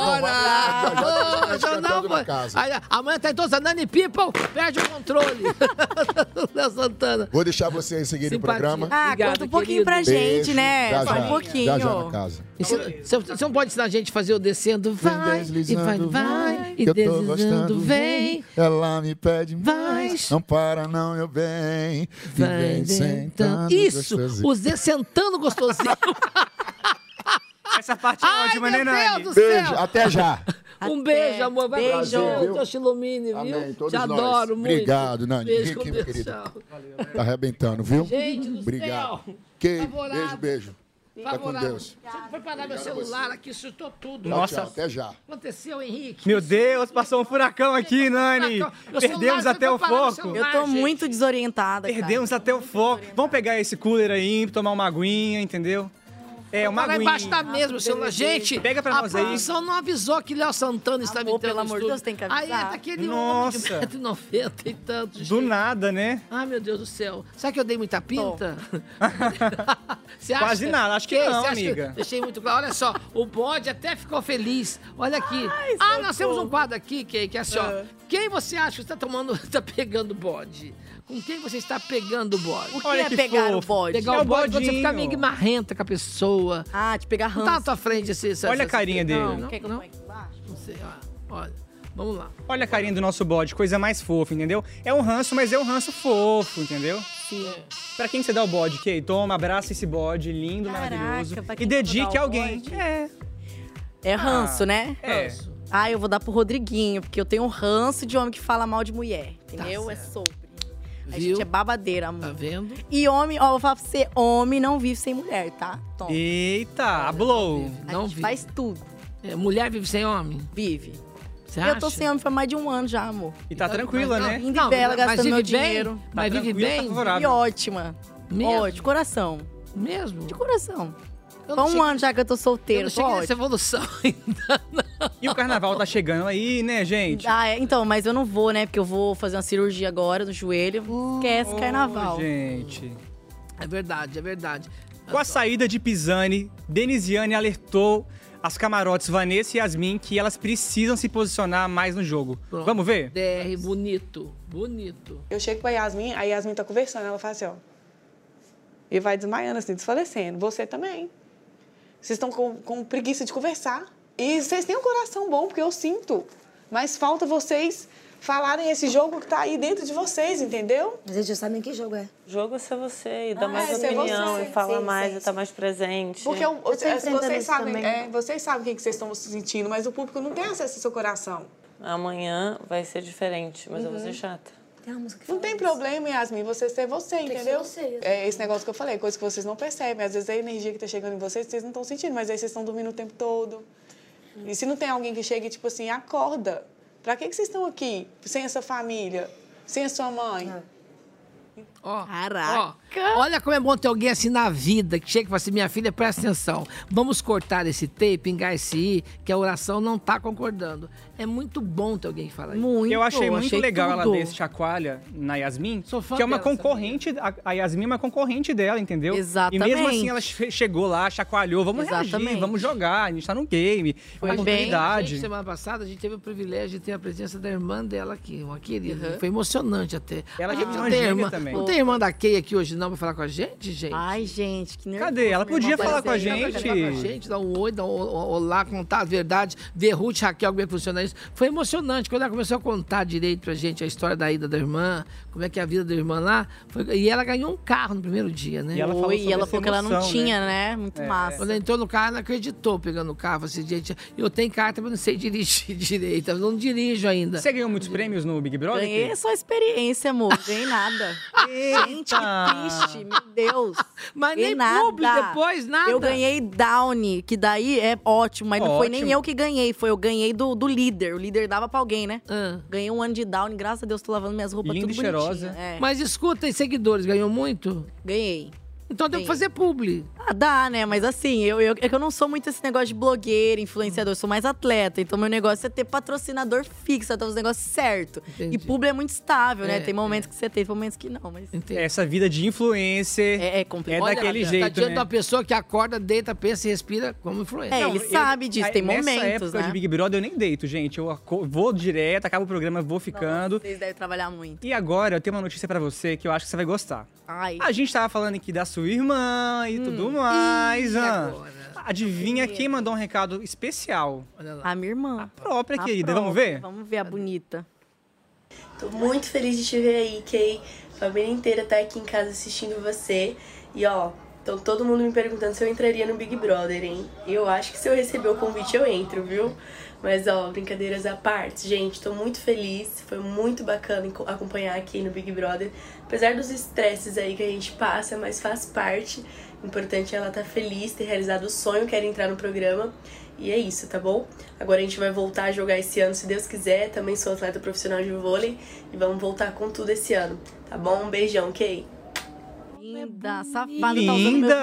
Speaker 5: Não, não, vai- vai-
Speaker 2: Hoje eu
Speaker 5: vai
Speaker 2: não
Speaker 5: todo
Speaker 2: vou.
Speaker 5: na casa.
Speaker 2: Aí, amanhã tá em todos a Nani People, perde o controle. Léo Santana.
Speaker 5: Vou deixar vocês seguirem
Speaker 2: Simpatia.
Speaker 5: o programa.
Speaker 2: Ah, Obrigado, conta um pouquinho querido. pra gente,
Speaker 5: Beijo.
Speaker 2: né?
Speaker 5: Já,
Speaker 2: Fala
Speaker 5: já.
Speaker 2: um pouquinho.
Speaker 5: Já, já na casa.
Speaker 2: Você, você- você não pode ensinar a gente a fazer o descendo, vai, e vai, vai, e
Speaker 5: que eu tô
Speaker 2: deslizando,
Speaker 5: gostando,
Speaker 2: vem.
Speaker 5: Ela me pede mais. Não para, não, meu bem. E vem sentando.
Speaker 2: Isso,
Speaker 5: gostosinho.
Speaker 2: o Zé sentando gostosinho. Essa parte é ótima, né, Nani?
Speaker 5: Beijo, até já.
Speaker 2: Um beijo, amor. Vai
Speaker 5: Beijo.
Speaker 2: Prazer, viu? Teu Chilomine,
Speaker 5: Amém,
Speaker 2: viu?
Speaker 5: todos
Speaker 2: Te
Speaker 5: nós.
Speaker 2: adoro muito.
Speaker 5: Obrigado, Nani.
Speaker 2: Beijo, com
Speaker 5: Henrique,
Speaker 2: Deus,
Speaker 5: querido.
Speaker 2: tchau.
Speaker 5: Tá arrebentando, viu?
Speaker 2: Gente do
Speaker 5: Obrigado.
Speaker 2: céu.
Speaker 5: Que... Beijo,
Speaker 2: Favorável.
Speaker 5: beijo. Tá com
Speaker 2: Favorável.
Speaker 5: Deus.
Speaker 2: Deixa eu preparar meu celular aqui, chutou tudo.
Speaker 5: Tchau, Nossa. tchau, até já.
Speaker 2: Aconteceu, Henrique.
Speaker 3: Meu Deus, passou um furacão aqui, Nani.
Speaker 2: Meu celular,
Speaker 3: Perdemos
Speaker 2: você
Speaker 3: até
Speaker 2: foi
Speaker 3: o
Speaker 2: parar no
Speaker 3: foco.
Speaker 2: celular, Eu tô gente.
Speaker 3: muito
Speaker 4: desorientada.
Speaker 3: Perdemos até o foco. Vamos pegar esse cooler aí, tomar uma aguinha, entendeu? É, uma
Speaker 2: Vai
Speaker 3: aguinha.
Speaker 2: bastar mesmo, celular. Gente,
Speaker 3: pega pra
Speaker 2: a
Speaker 3: nós aí.
Speaker 2: produção não avisou que Léo Santana está me Pelo amor de Deus, tem que
Speaker 4: avisar.
Speaker 2: Aí tá aquele
Speaker 3: Nossa.
Speaker 2: homem de 1,90 e tanto.
Speaker 3: Do nada, né?
Speaker 2: Ai, meu Deus do céu. Será que eu dei muita pinta? Você
Speaker 3: Quase nada, acho que
Speaker 2: Ei,
Speaker 3: não,
Speaker 2: você acha que eu
Speaker 3: amiga.
Speaker 2: deixei muito claro. Olha só, o bode até ficou feliz. Olha aqui. ah, nós temos um quadro aqui, Kay, que é assim, ó.
Speaker 3: É.
Speaker 2: Quem você acha que está tomando, está pegando bode? Com quem você está pegando bode? O
Speaker 4: que Olha é que pegar o fofo. bode?
Speaker 2: Pegar
Speaker 4: É
Speaker 2: o
Speaker 4: o
Speaker 2: bode quando você
Speaker 4: bodinho.
Speaker 2: fica meio marrenta com a pessoa.
Speaker 4: Ah, te pegar
Speaker 2: Não
Speaker 4: ranço.
Speaker 2: tá na tua frente esse... essa-
Speaker 3: Olha a
Speaker 2: essa-
Speaker 3: carinha dele.
Speaker 2: Não, não,
Speaker 4: Quer que eu
Speaker 2: não.
Speaker 4: ponha aqui embaixo?
Speaker 2: Não sei, ó. olha. Vamos lá.
Speaker 3: Olha a carinha do nosso bode, coisa mais fofa, entendeu? É um ranço, mas é um ranço fofo, entendeu?
Speaker 4: Sim.
Speaker 3: Pra quem que você dá o bode, Kay? Toma, abraça esse bode lindo, maravilhoso.
Speaker 4: pra quem
Speaker 3: E
Speaker 4: que eu vou
Speaker 3: dedique
Speaker 4: dar
Speaker 3: a
Speaker 4: o
Speaker 3: alguém. É.
Speaker 4: É ranço,
Speaker 3: Ah,
Speaker 4: né?
Speaker 3: é.
Speaker 4: Ah, eu vou dar pro Rodriguinho, porque eu tenho um ranço de homem que fala mal de mulher.
Speaker 2: Tá
Speaker 4: Entendeu? é sobre. A
Speaker 2: Viu?
Speaker 4: gente é babadeira, amor.
Speaker 2: Tá vendo?
Speaker 4: E homem, ó, eu vou falar pra você, homem não vive sem mulher, tá? Tom.
Speaker 3: Eita, a blow.
Speaker 4: A gente faz tudo.
Speaker 2: É, mulher vive sem homem?
Speaker 4: Vive.
Speaker 2: Você
Speaker 4: eu tô
Speaker 2: acha? Então,
Speaker 4: sem homem faz mais de um ano já, amor.
Speaker 3: E tá tranquila, né? Tá
Speaker 4: Indo e bela, gastando meu dinheiro.
Speaker 2: mas vive bem?
Speaker 4: E ótima.
Speaker 2: Mesmo?
Speaker 4: Ó, de coração.
Speaker 2: Mesmo?
Speaker 4: De coração. Só
Speaker 2: Eu não
Speaker 4: um
Speaker 2: cheguei-
Speaker 4: ano já que eu tô
Speaker 2: eu
Speaker 4: solteira,
Speaker 2: não
Speaker 4: tô
Speaker 2: cheguei nessa
Speaker 4: ótima.
Speaker 2: evolução.
Speaker 3: E o carnaval tá chegando aí, né, gente?
Speaker 4: Ah, é, então, mas eu não vou, né? Porque eu vou fazer uma cirurgia agora no joelho. Esquece carnaval.
Speaker 3: Gente.
Speaker 2: É verdade, é verdade.
Speaker 3: Com a saída de Pisani, Denisiane alertou as camarotes Vanessa e Yasmin que elas precisam se posicionar mais no jogo. Vamos ver?
Speaker 2: DR, bonito, bonito.
Speaker 19: Eu chego pra Yasmin, a Yasmin tá conversando, ela fala assim, ó. E vai desmaiando, assim, desfalecendo. Você também. Vocês estão com, com preguiça de conversar. E vocês têm um coração bom, porque eu sinto. Mas falta vocês falarem esse jogo que tá aí dentro de vocês, entendeu?
Speaker 20: Vocês já sabem que jogo é.
Speaker 11: Jogo ser você e dá
Speaker 19: Ah,
Speaker 11: mais
Speaker 19: é, ser
Speaker 11: opinião,
Speaker 19: você.
Speaker 11: e fala
Speaker 19: Sim,
Speaker 11: mais,
Speaker 19: sim,
Speaker 11: e tá mais presente.
Speaker 19: Porque eu-
Speaker 11: Eu tô
Speaker 19: vocês,
Speaker 11: enfrentando
Speaker 19: vocês
Speaker 11: isso
Speaker 19: sabem,
Speaker 11: também.
Speaker 19: é, vocês sabem o que que vocês estão sentindo, mas o público não tem acesso ao seu coração.
Speaker 11: Amanhã vai ser diferente, mas eu vou
Speaker 19: Uhum.
Speaker 11: ser chata.
Speaker 19: Não tem problema, Yasmin, você ser você, entendeu? é esse negócio que eu falei, coisa que vocês não percebem. Às vezes a energia que tá chegando em vocês, vocês não estão sentindo, mas aí vocês estão dormindo o tempo todo. E se não tem alguém que chegue, tipo assim, acorda. Pra que, que vocês estão aqui? Sem essa família? Sem a sua mãe? Ah.
Speaker 2: Ó, Caraca! olha como é bom ter alguém assim na vida, que chega e fala assim, minha filha, presta atenção, vamos cortar esse tape, pingar esse i, que a oração não tá concordando. É muito bom ter alguém que fala isso.
Speaker 3: Eu achei muito legal ela desse chacoalha na Yasmin, que é uma
Speaker 2: dela, sabia?
Speaker 3: concorrente, a, a Yasmin é uma concorrente dela, entendeu?
Speaker 4: Exatamente.
Speaker 3: E mesmo assim ela che- chegou lá, chacoalhou, vamos reagir,
Speaker 2: Exatamente.
Speaker 3: vamos jogar, a gente tá num game,
Speaker 2: Foi
Speaker 3: uma oportunidade.
Speaker 2: Gente, semana passada a gente teve o privilégio de ter a presença da irmã dela aqui, uma querida.
Speaker 3: Uhum.
Speaker 2: Foi emocionante até.
Speaker 3: Ela
Speaker 2: a
Speaker 3: que
Speaker 2: gente
Speaker 3: é
Speaker 2: não
Speaker 3: uma
Speaker 2: tem
Speaker 3: gêmea
Speaker 2: irmã,
Speaker 3: também.
Speaker 2: Não tem irmã da Kay aqui hoje não pra falar com a gente, gente?
Speaker 4: Ai, gente, que nervoso.
Speaker 3: Cadê? Ela
Speaker 4: meu
Speaker 3: podia
Speaker 4: irmão,
Speaker 3: falar com a
Speaker 4: parece aí.
Speaker 3: gente.
Speaker 2: Dá pra gente, dar um oi, dar um o- o- olá, contar a verdade, ver Ruth e Raquel, como é que funciona isso. Foi emocionante. Quando ela começou a contar direito pra gente a história da ida da irmã, como é que é a vida da irmã lá, foi- e ela ganhou um carro no primeiro dia, né?
Speaker 4: E ela falou Foi, e sobre ela essa falou que ela não emoção, tinha, né? né?
Speaker 3: É.
Speaker 4: Muito massa.
Speaker 2: Quando ela entrou no carro, ela acreditou pegando o carro. Falou assim, gente, eu tenho carta, mas não sei dirigir direito. Eu não dirijo ainda.
Speaker 3: Você ganhou muitos prêmios no Big Brother?
Speaker 4: Ganhei só experiência, amor. Ganhei nada. Gente, que triste, meu Deus.
Speaker 2: Mas
Speaker 4: Ganhei
Speaker 2: nem
Speaker 4: nada.
Speaker 2: publi depois, nada?
Speaker 4: Eu ganhei Downy, que daí é ótimo, mas não foi nem
Speaker 2: Ótimo.
Speaker 4: eu que ganhei, foi eu ganhei do, do líder. O líder dava pra alguém, né?
Speaker 2: Ah.
Speaker 4: Ganhei um ano de Downy, graças a Deus, tô lavando minhas roupas tudo bonitinho. É.
Speaker 2: Mas escuta, e seguidores, ganhou muito?
Speaker 4: Ganhei.
Speaker 2: Então tem que fazer publi.
Speaker 4: Ah, dá, né? Mas assim, eu, eu, é que eu não sou muito esse negócio de blogueira, influenciador. Eu sou mais atleta. Então, meu negócio é ter patrocinador fixo, até os negócios certo. E publi é muito estável,
Speaker 3: É,
Speaker 4: né? Tem momentos que você tem, tem momentos que não. Mas...
Speaker 3: Essa vida de influencer é,
Speaker 4: complicado.
Speaker 2: Olha,
Speaker 3: daquele
Speaker 2: tá
Speaker 3: jeito,
Speaker 2: diante
Speaker 3: né?
Speaker 2: de uma pessoa que acorda, deita, pensa e respira como influencer.
Speaker 4: É, ele
Speaker 3: Eu-
Speaker 4: sabe disso,
Speaker 3: aí,
Speaker 4: tem
Speaker 3: Nessa
Speaker 4: momentos,
Speaker 3: época
Speaker 4: né?
Speaker 3: de Big Brother, eu nem deito, gente. Eu aco- vou direto, acabo o programa, vou ficando.
Speaker 4: Vocês devem trabalhar muito.
Speaker 3: E agora eu tenho uma notícia pra você que eu acho que você vai gostar.
Speaker 4: Ai. Hum.
Speaker 3: A gente tava falando aqui da sua irmã e tudo mais.
Speaker 4: Ih,
Speaker 3: ah. Adivinha quem mandou um recado especial?
Speaker 4: A minha irmã. A
Speaker 3: própria,
Speaker 4: A
Speaker 3: querida. Vamos
Speaker 4: própria.
Speaker 3: ver?
Speaker 4: Vamos ver a bonita.
Speaker 21: Tô muito feliz de te ver aí, Kay. Família inteira tá aqui em casa assistindo você. E ó, então todo mundo me perguntando se eu entraria no Big Brother, hein? Eu acho que se eu receber o convite eu entro, viu? Mas ó, brincadeiras à parte, gente, tô muito feliz. Foi muito bacana enco- acompanhar aqui no Big Brother. Apesar dos estresses aí que a gente passa, mas faz parte. O importante é ela estar tá feliz, ter realizado o sonho, quer entrar no programa. E é isso, tá bom? Agora a gente vai voltar a jogar esse ano, se Deus quiser. Também sou atleta profissional de vôlei e vamos voltar com tudo esse ano, tá bom? Um beijão, Kay.
Speaker 4: Linda, safada, tá usando meu
Speaker 3: Linda!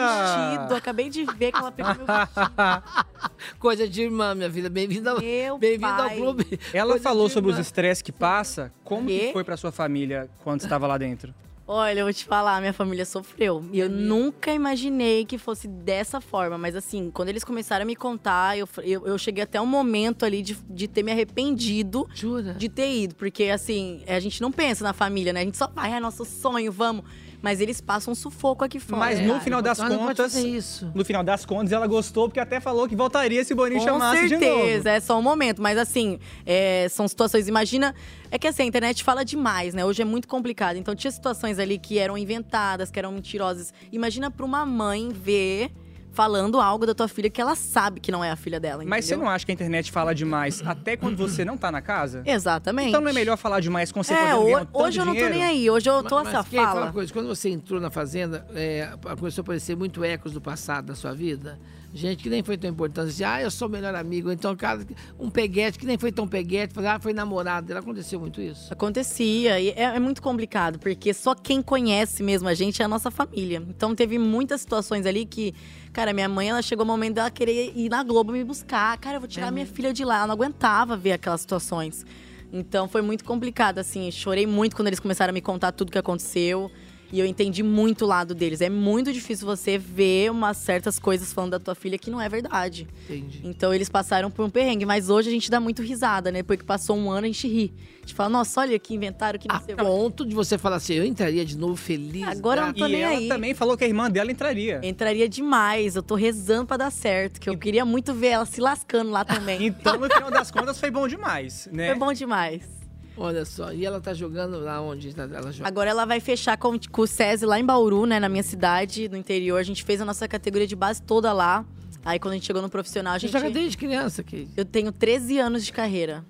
Speaker 4: vestido. Acabei de ver que ela pegou meu vestido.
Speaker 2: Coisa de irmã, minha filha. Bem-vinda ao, bem ao
Speaker 4: pai.
Speaker 2: clube.
Speaker 3: Ela falou sobre os estresses que passa. Como
Speaker 4: Quê?
Speaker 3: que foi pra sua família quando estava lá dentro?
Speaker 4: Olha, eu vou te falar, minha família sofreu. E eu nunca imaginei que fosse dessa forma. Mas assim, quando eles começaram a me contar, eu, eu, eu cheguei até um momento ali de, de ter me arrependido de ter ido. Porque assim, a gente não pensa na família, né? A gente só vai, é nosso sonho, vamos. Mas eles passam um sufoco aqui fora.
Speaker 3: Mas no
Speaker 4: cara.
Speaker 3: final das contas. No final das contas, ela gostou, porque até falou que voltaria se o Boninho
Speaker 4: Com
Speaker 3: chamasse
Speaker 4: certeza,
Speaker 3: de novo.
Speaker 4: é só um momento. Mas assim, é, são situações. Imagina. É que assim, a internet fala demais, né? Hoje é muito complicado. Então tinha situações ali que eram inventadas, que eram mentirosas. Imagina pra uma mãe ver falando algo da tua filha que ela sabe que não é a filha dela.
Speaker 3: Mas você
Speaker 4: entendeu?
Speaker 3: não acha que a internet fala demais até quando você não tá na casa?
Speaker 4: Exatamente.
Speaker 3: Então não é melhor falar demais com você
Speaker 4: É,
Speaker 3: podendo
Speaker 4: ho-
Speaker 3: ganhar um tanto
Speaker 4: hoje eu não tô
Speaker 3: dinheiro?
Speaker 4: nem aí, hoje eu tô
Speaker 2: Ma- mas
Speaker 4: essa
Speaker 2: Kay, fala
Speaker 4: fala.
Speaker 2: uma coisa, quando você entrou na Fazenda, é, a- começou a aparecer muito ecos do passado da sua vida. Gente que nem foi tão importante. assim, ah, eu sou o melhor amigo. Então, cara, um peguete que nem foi tão peguete. falar, Ah, foi namorado. dela. Aconteceu muito isso.
Speaker 4: Acontecia, e é, é muito complicado, porque só quem conhece mesmo a gente é a nossa família. Então teve muitas situações ali que, cara, minha mãe, ela chegou o momento dela querer ir na Globo me buscar. Cara, eu vou
Speaker 2: Uhum.
Speaker 4: tirar minha filha de lá. Ela não aguentava ver aquelas situações. Então foi muito complicado, assim. Chorei muito quando eles começaram a me contar tudo que aconteceu. E eu entendi muito o lado deles. É muito difícil você ver umas certas coisas falando da tua filha que não é verdade.
Speaker 2: Entendi.
Speaker 4: Então eles passaram por um perrengue, mas hoje a gente dá muito risada, né? Porque passou um ano a gente ri. A gente fala, nossa, olha que inventaram que não sei o quê.
Speaker 2: Ponto de você falar assim, eu entraria de novo feliz.
Speaker 4: Agora eu não tô
Speaker 2: grata.
Speaker 4: nem aí.
Speaker 3: falou que a irmã dela entraria.
Speaker 4: Entraria demais. Eu tô rezando pra dar certo, que eu queria muito ver ela se lascando lá também.
Speaker 3: então, no final das contas, foi bom demais, né?
Speaker 4: Foi bom demais.
Speaker 2: Olha só, e ela tá jogando lá onde Tá, ela joga?
Speaker 4: Agora ela vai fechar com, com o SESI lá em Bauru, né? Na minha cidade, no interior. A gente fez a nossa categoria de base toda lá. Aí quando a gente chegou no profissional, a
Speaker 2: Você
Speaker 4: gente.
Speaker 2: joga desde criança aqui.
Speaker 4: Eu tenho 13 anos de carreira.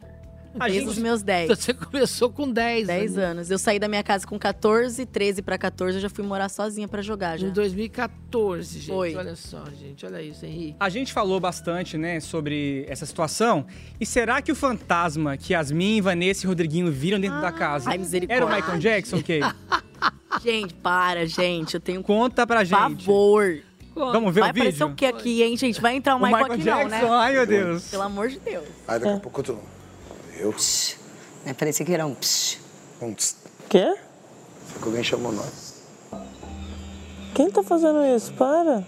Speaker 2: A
Speaker 4: Desde
Speaker 2: gente-
Speaker 4: os meus 10.
Speaker 2: Você começou com 10.
Speaker 4: 10
Speaker 2: né?
Speaker 4: anos. Eu saí da minha casa com 14, 13 pra 14, eu já fui morar sozinha pra jogar já.
Speaker 2: Em 2014, gente.
Speaker 4: Foi.
Speaker 2: Olha só, gente. Olha isso, Henrique.
Speaker 3: A gente falou bastante, né, sobre essa situação. E será que o fantasma que Yasmin, Vanessa e Rodriguinho viram dentro da casa
Speaker 4: Ah, ai,
Speaker 3: era
Speaker 4: misericórdia.
Speaker 3: o Michael Jackson, Kay?
Speaker 4: Gente, para, gente. Eu tenho
Speaker 3: Conta pra gente.
Speaker 4: Por favor.
Speaker 3: Vamos ver
Speaker 4: Vai
Speaker 3: o vídeo?
Speaker 4: aparecer o que aqui, hein, gente? Vai entrar o,
Speaker 3: O
Speaker 4: Michael,
Speaker 3: Michael
Speaker 4: aqui não, né?
Speaker 3: Jackson, ai, meu Deus.
Speaker 4: Pelo amor de Deus.
Speaker 9: Aí daqui a pouco eu tô. Eu?
Speaker 18: Né? Parecia que era um psh.
Speaker 9: Um tss.
Speaker 11: Quê?
Speaker 9: Só que alguém chamou nós.
Speaker 11: Quem tá fazendo isso? Para.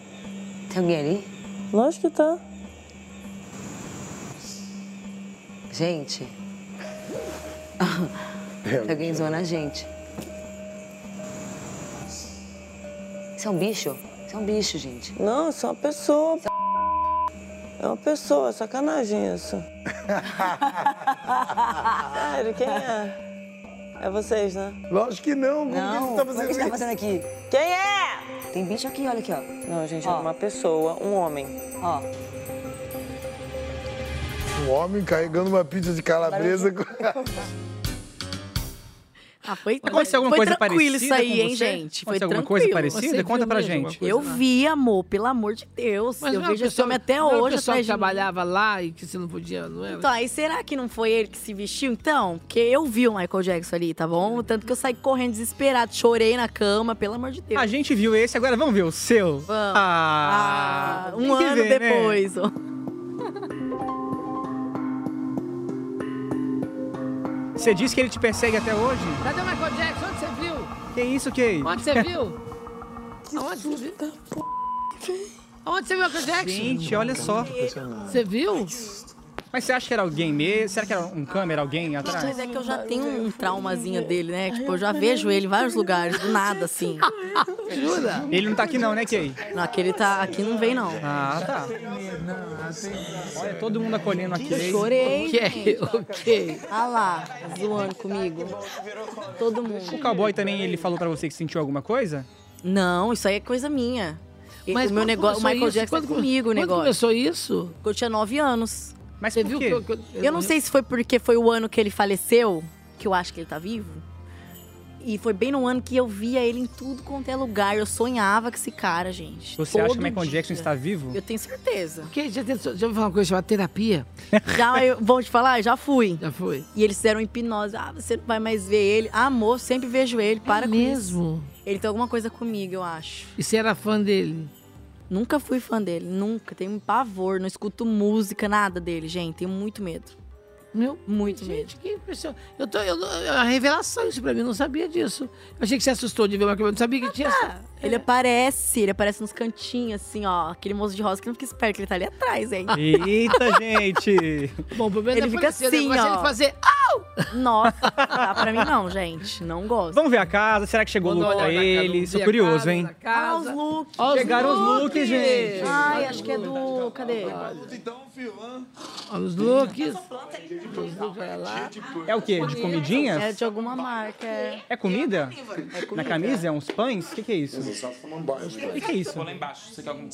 Speaker 18: Tem alguém ali?
Speaker 11: Lógico que tá.
Speaker 18: Gente. Tem alguém zoando a gente. Isso é um bicho? Isso é um bicho, gente.
Speaker 11: Não, isso é uma pessoa. p***. É uma pessoa, é sacanagem isso. Sério, quem é? É vocês, né?
Speaker 9: Lógico que não. Como
Speaker 11: Não,
Speaker 9: que
Speaker 11: como que
Speaker 9: você tá fazendo
Speaker 11: você tá
Speaker 9: isso?
Speaker 11: fazendo
Speaker 18: aqui?
Speaker 11: Quem é?
Speaker 18: Tem bicho aqui, olha aqui, ó.
Speaker 11: Não, gente, é uma pessoa, um homem.
Speaker 18: Ó.
Speaker 9: Um homem carregando uma pizza de calabresa. com-
Speaker 4: Ah, foi
Speaker 3: Aconteceu alguma
Speaker 4: foi
Speaker 3: coisa
Speaker 4: tranquilo
Speaker 3: parecida
Speaker 4: isso aí,
Speaker 3: com
Speaker 4: hein,
Speaker 3: você?
Speaker 4: gente? Foi
Speaker 3: Aconteceu
Speaker 4: tranquilo.
Speaker 3: alguma coisa parecida? Você Conta viu pra mesmo gente. alguma coisa
Speaker 4: Eu
Speaker 3: lá?
Speaker 4: vi, amor, pelo amor de Deus.
Speaker 2: Mas
Speaker 4: eu
Speaker 2: não era
Speaker 4: vejo esse
Speaker 2: pessoa-
Speaker 4: homem até
Speaker 2: não era
Speaker 4: hoje
Speaker 2: pessoal
Speaker 4: atrás
Speaker 2: que
Speaker 4: de mim.
Speaker 2: trabalhava lá e que você não podia, não é? era?
Speaker 4: Então, aí será que não foi ele que se vestiu, então? Porque eu vi o Michael Jackson ali, tá bom? Tanto que eu saí correndo desesperado, chorei na cama, pelo amor de Deus.
Speaker 2: Ah,
Speaker 3: A gente viu esse, agora vamos ver o seu? Ah,
Speaker 4: Ah,
Speaker 3: tem
Speaker 4: um
Speaker 3: que
Speaker 4: ano
Speaker 3: ver, né?
Speaker 4: depois. ó.
Speaker 3: Você disse que ele te persegue até hoje?
Speaker 2: Cadê o Michael Jackson? Onde você viu?
Speaker 3: Que isso, Kay?
Speaker 2: Onde você viu? Aonde você viu? Aonde você viu o Michael Jackson?
Speaker 3: Gente, olha só.
Speaker 2: Você viu?
Speaker 3: Mas você acha que era alguém mesmo? Será que era um câmera, alguém atrás?
Speaker 4: Mas é que eu já tenho um traumazinho dele, né? Tipo, eu já vejo ele em vários lugares, do nada, assim.
Speaker 3: Jura? Ele não tá aqui não, né, Kay?
Speaker 4: Não, aquele tá aqui não vem, não.
Speaker 3: Ah, tá. Olha, todo mundo acolhendo aqui. é
Speaker 4: Eu chorei.
Speaker 3: Ok, ok.
Speaker 4: Ah lá, zoando comigo. Todo mundo.
Speaker 3: O cowboy também, ele falou pra você que sentiu alguma coisa?
Speaker 4: Não, isso aí é coisa minha. Mas o meu
Speaker 2: quando
Speaker 4: negócio, o
Speaker 2: começou
Speaker 4: Michael
Speaker 2: isso?
Speaker 4: Jackson
Speaker 2: Quando-
Speaker 4: é comigo o
Speaker 2: quando
Speaker 4: negócio.
Speaker 2: começou isso?
Speaker 4: Eu tinha nove anos.
Speaker 3: Mas
Speaker 2: Você por viu quê? que eu- que eu-
Speaker 4: eu não sei se foi porque foi o ano que ele faleceu, que eu acho que ele tá vivo. E foi bem no ano que eu via ele em tudo quanto é lugar. Eu sonhava com esse cara, gente.
Speaker 3: Você acha que o
Speaker 4: Todo
Speaker 3: Michael Jackson está vivo?
Speaker 4: Eu tenho certeza.
Speaker 2: Porque já, tem- já ouviu falar uma coisa chamada terapia?
Speaker 4: Já, eu, vão te falar? Já fui.
Speaker 2: Já foi.
Speaker 4: E eles fizeram hipnose. Ah, você não vai mais ver ele. Ah, amor, sempre vejo ele. Para com
Speaker 2: É mesmo?
Speaker 4: isso. Ele tem alguma coisa comigo, eu acho.
Speaker 2: E você era fã dele?
Speaker 4: Nunca fui fã dele, nunca. Tenho um pavor, não escuto música, nada dele, gente. Tenho muito medo.
Speaker 2: Meu,
Speaker 4: muito
Speaker 2: gente, que impressionante. Eu tô, eu, é uma revelação isso pra mim, eu não sabia disso. Eu achei que você assustou de ver uma câmera, eu não sabia que tinha... essa-
Speaker 4: Ah, tá.
Speaker 2: É.
Speaker 4: Ele aparece, ele aparece nos cantinhos, assim, ó. Aquele moço de rosa que não fica esperto, que ele tá ali atrás, hein?
Speaker 3: Eita, gente!
Speaker 2: Bom, pelo menos
Speaker 4: Ele fica
Speaker 2: apareceu, né?
Speaker 4: assim,
Speaker 2: Agora, se
Speaker 4: ó.
Speaker 2: ele fazer...
Speaker 4: Nossa, não dá tá, pra mim não, gente. Não gosto.
Speaker 3: Vamos ver a casa, será que chegou o
Speaker 4: Vamos
Speaker 3: look
Speaker 4: olhar
Speaker 3: pra
Speaker 4: na casa,
Speaker 3: ele?
Speaker 4: vamos
Speaker 3: Sou
Speaker 4: ver a
Speaker 3: curioso,
Speaker 4: casa,
Speaker 3: hein?
Speaker 4: na casa. Ah, os looks.
Speaker 3: Ó os Chegaram os looks, looks, gente.
Speaker 4: Ai, acho que é do... Cadê?
Speaker 2: Olha os looks.
Speaker 3: É o quê? De comidinhas?
Speaker 4: É de alguma marca. é.
Speaker 3: É comida?
Speaker 4: É comida. tá
Speaker 3: Na camisa? É uns pães? O que, que é isso? Eu
Speaker 5: só um banho.
Speaker 3: O que, que é isso? Vou lá embaixo. Você quer algum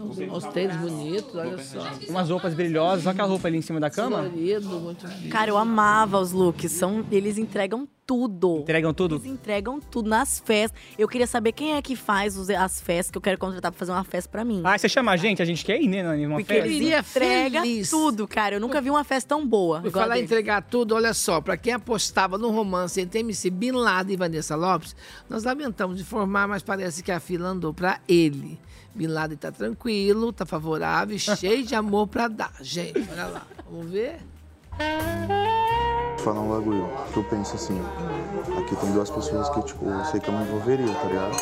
Speaker 2: Olha Os
Speaker 3: tá
Speaker 2: tênis bonitos, olha só.
Speaker 3: Umas roupas brilhosas. Olha aquela roupa ali em cima da cama.
Speaker 2: Colorido, muito lindo.
Speaker 4: Cara, eu amava os looks. São, eles entregam tudo.
Speaker 3: Entregam tudo?
Speaker 4: Eles entregam tudo nas festas. Eu queria saber quem é que faz os- as festas que eu quero contratar pra fazer uma festa pra mim.
Speaker 3: Ah, você chama a gente? A gente quer ir, né, Nani? Uma
Speaker 4: Porque é
Speaker 3: festa?
Speaker 4: eles entregam tudo, cara. Eu nunca vi uma festa tão boa.
Speaker 2: Por
Speaker 4: igual a
Speaker 2: falar em
Speaker 4: dele.
Speaker 2: entregar tudo, olha só, para quem apostava no romance entre MC Bin Laden e Vanessa Lopes, nós lamentamos informar, mas parece que a fila andou para ele. Bin Laden tá tranquilo, tá favorável, e cheio de amor para dar. Gente, olha lá, vamos ver?
Speaker 16: Falar um bagulho que eu penso assim. Aqui tem duas pessoas que, tipo, eu sei que eu me envolveria, tá ligado?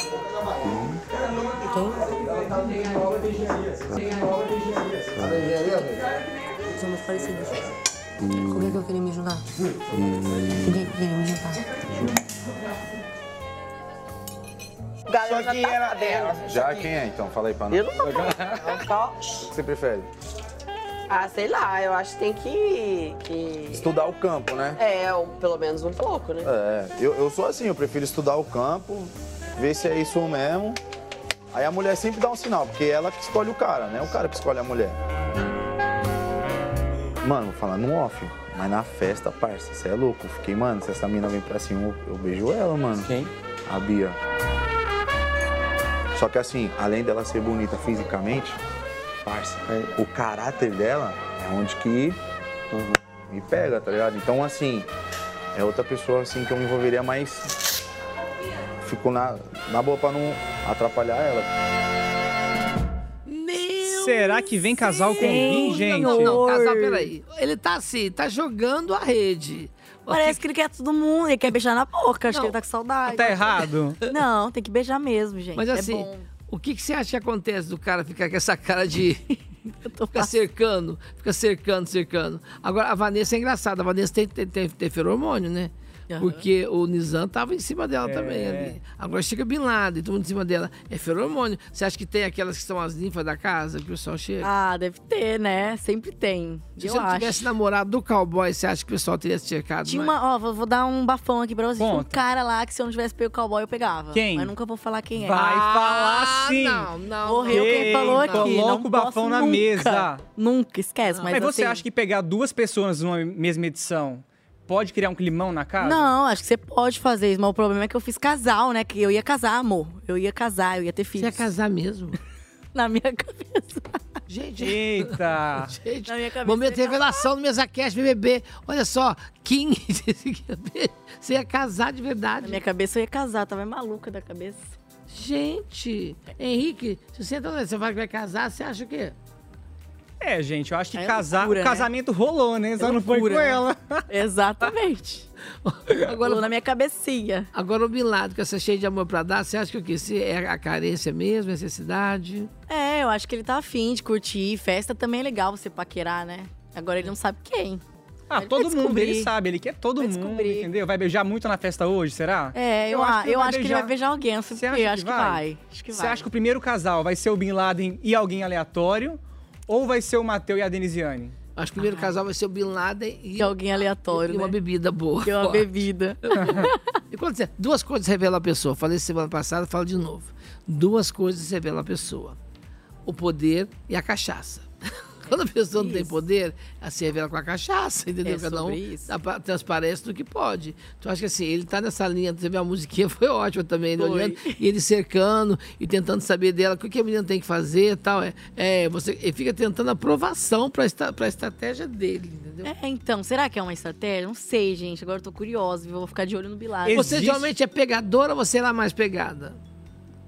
Speaker 13: Somos parecidos. Com quem que eu queria me juntar?
Speaker 15: Hum.
Speaker 13: Com quem que eu queria me juntar?
Speaker 11: Galera, Só que era dela.
Speaker 8: Já quem é então? Fala aí pra nós.
Speaker 11: Eu não
Speaker 8: O que você prefere?
Speaker 11: Ah, sei lá, eu acho que tem que. que...
Speaker 8: Estudar o campo, né?
Speaker 11: É, ou pelo menos um pouco, né?
Speaker 8: É, eu, eu sou assim, eu prefiro estudar o campo, ver se é isso mesmo. Aí a mulher sempre dá um sinal, porque ela que escolhe o cara, né? O cara que escolhe a mulher. Mano, vou falar no off, mas na festa, parça, você é louco. Eu Fiquei, mano, se essa mina vem pra cima, eu, eu beijo ela, mano. Quem? A Bia. Só que assim, além dela ser bonita fisicamente, parça, o caráter dela é onde que me pega, tá ligado? Então, assim, é outra pessoa assim que eu me envolveria mais. Fico na, na boa pra não atrapalhar ela.
Speaker 3: Será que vem casal com alguém, gente?
Speaker 2: Não, não, casal, peraí. Ele tá assim, tá jogando a rede.
Speaker 4: Parece que ele quer todo mundo, ele quer beijar na boca. Acho
Speaker 2: Não.
Speaker 4: que ele tá com saudade.
Speaker 2: Tá errado?
Speaker 4: Não, tem que beijar mesmo, gente.
Speaker 2: Mas
Speaker 4: é
Speaker 2: assim,
Speaker 4: bom.
Speaker 2: o que, que você acha que acontece do cara ficar com essa cara de. fica cercando, fica cercando, cercando. Agora, a Vanessa é engraçada, a Vanessa tem, tem, tem, tem feromônio, né?
Speaker 4: Aham.
Speaker 2: Porque o Nizam tava em cima dela
Speaker 3: É.
Speaker 2: também ali. Agora chega Bin Laden, todo mundo em cima dela. É feromônio. Você acha que tem aquelas que são as ninfas da casa que o pessoal chega?
Speaker 4: Ah, deve ter, né? Sempre tem.
Speaker 2: Se
Speaker 4: eu
Speaker 2: você não
Speaker 4: acho.
Speaker 2: tivesse namorado do cowboy, você acha que o pessoal teria se cercado?
Speaker 4: Tinha
Speaker 3: né?
Speaker 2: mais?
Speaker 4: uma, ó, vou, vou dar um bafão aqui pra vocês. Tinha um
Speaker 2: Conta.
Speaker 4: cara lá que se eu não tivesse pego o cowboy, eu pegava.
Speaker 3: Quem?
Speaker 4: Mas nunca vou falar quem é.
Speaker 3: Vai
Speaker 4: Ah,
Speaker 3: falar sim.
Speaker 4: Não, não. Morreu quem falou aqui.
Speaker 3: Coloca
Speaker 4: não
Speaker 3: o bafão
Speaker 4: posso
Speaker 3: na
Speaker 4: nunca.
Speaker 3: mesa.
Speaker 4: Nunca, esquece. Mas
Speaker 3: Mas você
Speaker 4: assim,
Speaker 3: acha que pegar duas pessoas numa mesma edição Pode criar um climão na casa?
Speaker 4: Não, acho que você pode fazer isso, mas o problema é que eu fiz casal, né? Que eu ia casar, amor. Eu ia casar, eu ia ter filhos. Você ia
Speaker 2: casar mesmo?
Speaker 4: Na minha cabeça.
Speaker 2: Gente.
Speaker 3: Eita!
Speaker 2: Gente, momento de revelação no MesaCast BBB. Olha só, Kim, você ia casar de verdade. Na
Speaker 4: minha cabeça eu ia casar, eu tava maluca da cabeça.
Speaker 2: Gente, Henrique, se você entra, você fala que vai casar, você acha o quê?
Speaker 3: É, gente, eu acho que
Speaker 2: É
Speaker 3: casar,
Speaker 2: loucura,
Speaker 3: o
Speaker 2: né?
Speaker 3: casamento rolou, né? Só não foi com
Speaker 2: loucura, né?
Speaker 3: ela.
Speaker 4: Exatamente.
Speaker 2: Agora na
Speaker 4: minha cabecinha.
Speaker 2: Agora o milagre que você é cheio de amor pra dar, você acha que o quê? Se é a carência mesmo, necessidade?
Speaker 4: É, eu acho que ele tá afim de curtir. Festa também é legal você paquerar, né? Agora ele não sabe quem.
Speaker 3: Ah,
Speaker 4: Ele vai
Speaker 3: todo mundo,
Speaker 4: descobrir.
Speaker 3: ele sabe, ele quer todo mundo, entendeu? Vai beijar muito na festa hoje, será?
Speaker 4: É, eu, a- eu acho que ele vai beijar alguém. Eu
Speaker 3: Você acha
Speaker 4: acho que vai. Acho que
Speaker 3: Você
Speaker 4: vai.
Speaker 3: acha que o primeiro casal vai ser o Bin Laden e alguém aleatório? Ou vai ser o Matheus e a Denisiane?
Speaker 2: Acho que o primeiro casal vai ser o Bin Laden e,
Speaker 4: alguém aleatório,
Speaker 2: E uma
Speaker 4: né?
Speaker 2: bebida boa.
Speaker 4: E uma
Speaker 2: forte.
Speaker 4: bebida.
Speaker 2: e quando você, duas coisas revelam a pessoa. Falei semana passada, falo de novo. Duas coisas revelam a pessoa. O poder e a cachaça. Quando a pessoa não tem poder, ela se revela com a cachaça, entendeu?
Speaker 4: É
Speaker 2: Cada um
Speaker 4: sobre isso.
Speaker 2: dá pra- transparece do que pode. Então, acho que assim, ele tá nessa linha. Teve a musiquinha, foi ótima também, ele
Speaker 4: Foi.
Speaker 2: olhando. E ele cercando e tentando saber dela o que que a menina tem que fazer e tal. É, é, você, ele fica tentando aprovação pra, esta, pra estratégia dele, entendeu?
Speaker 4: É, então, será que é uma estratégia? Não sei, gente. Agora eu tô curiosa, viu? Vou ficar de olho no Bilal.
Speaker 2: Você geralmente é pegadora ou você é lá mais pegada?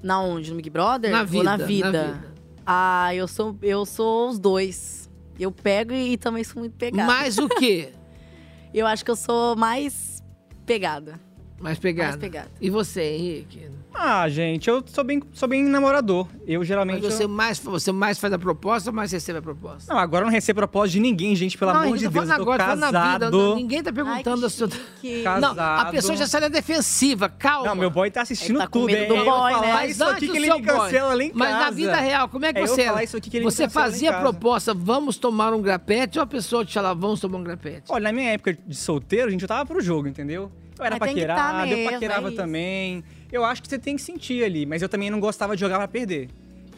Speaker 4: Na onde? No Big Brother?
Speaker 2: Na
Speaker 4: Ou
Speaker 2: vida,
Speaker 4: na
Speaker 2: na
Speaker 4: vida?
Speaker 2: vida.
Speaker 4: Ah, eu sou, eu sou os dois. Eu pego e também sou muito pegada.
Speaker 2: Mais o quê?
Speaker 4: eu acho que eu sou mais pegada.
Speaker 2: Mais pegada.
Speaker 4: Mais pegada.
Speaker 2: E você, Henrique?
Speaker 3: Ah, gente, eu sou bem, sou bem namorador. Eu geralmente.
Speaker 2: Mas você
Speaker 3: eu-
Speaker 2: mais, você mais faz a proposta ou mais recebe a proposta?
Speaker 3: Não, agora eu não recebo proposta de ninguém, gente, pelo
Speaker 2: Não,
Speaker 3: amor
Speaker 2: Henrique,
Speaker 3: de
Speaker 2: tô
Speaker 3: Deus.
Speaker 2: falando
Speaker 3: Eu tô
Speaker 2: agora, tô falando na vida,
Speaker 3: casado.
Speaker 2: não- ninguém tá perguntando a sua... Não, a
Speaker 3: Casado.
Speaker 2: pessoa já sai da defensiva, calma.
Speaker 3: Não, meu boy tá assistindo
Speaker 2: Ele tá com
Speaker 3: tudo,
Speaker 2: medo
Speaker 3: hein?
Speaker 2: do
Speaker 3: Eu
Speaker 2: boy,
Speaker 3: falar
Speaker 2: né?
Speaker 3: isso
Speaker 2: Mas
Speaker 3: aqui
Speaker 2: antes
Speaker 3: que ele
Speaker 2: do
Speaker 3: me
Speaker 2: seu boy.
Speaker 3: cancela lá em
Speaker 2: Mas na
Speaker 3: casa.
Speaker 2: vida real, como é que
Speaker 3: eu
Speaker 2: você
Speaker 3: falar isso aqui que ele me
Speaker 2: Você
Speaker 3: cancela lá em
Speaker 2: fazia
Speaker 3: casa.
Speaker 2: proposta, vamos tomar um grapete, ou a pessoa te falava, vamos tomar um grapete?
Speaker 3: Olha, na minha época de solteiro, gente, eu tava pro jogo, entendeu? Eu era
Speaker 2: Mas tem que tá
Speaker 3: paquerado,
Speaker 2: mesmo,
Speaker 3: eu paquerava
Speaker 2: é isso.
Speaker 3: também. Eu acho que você tem que sentir ali, mas eu também não gostava de jogar pra perder.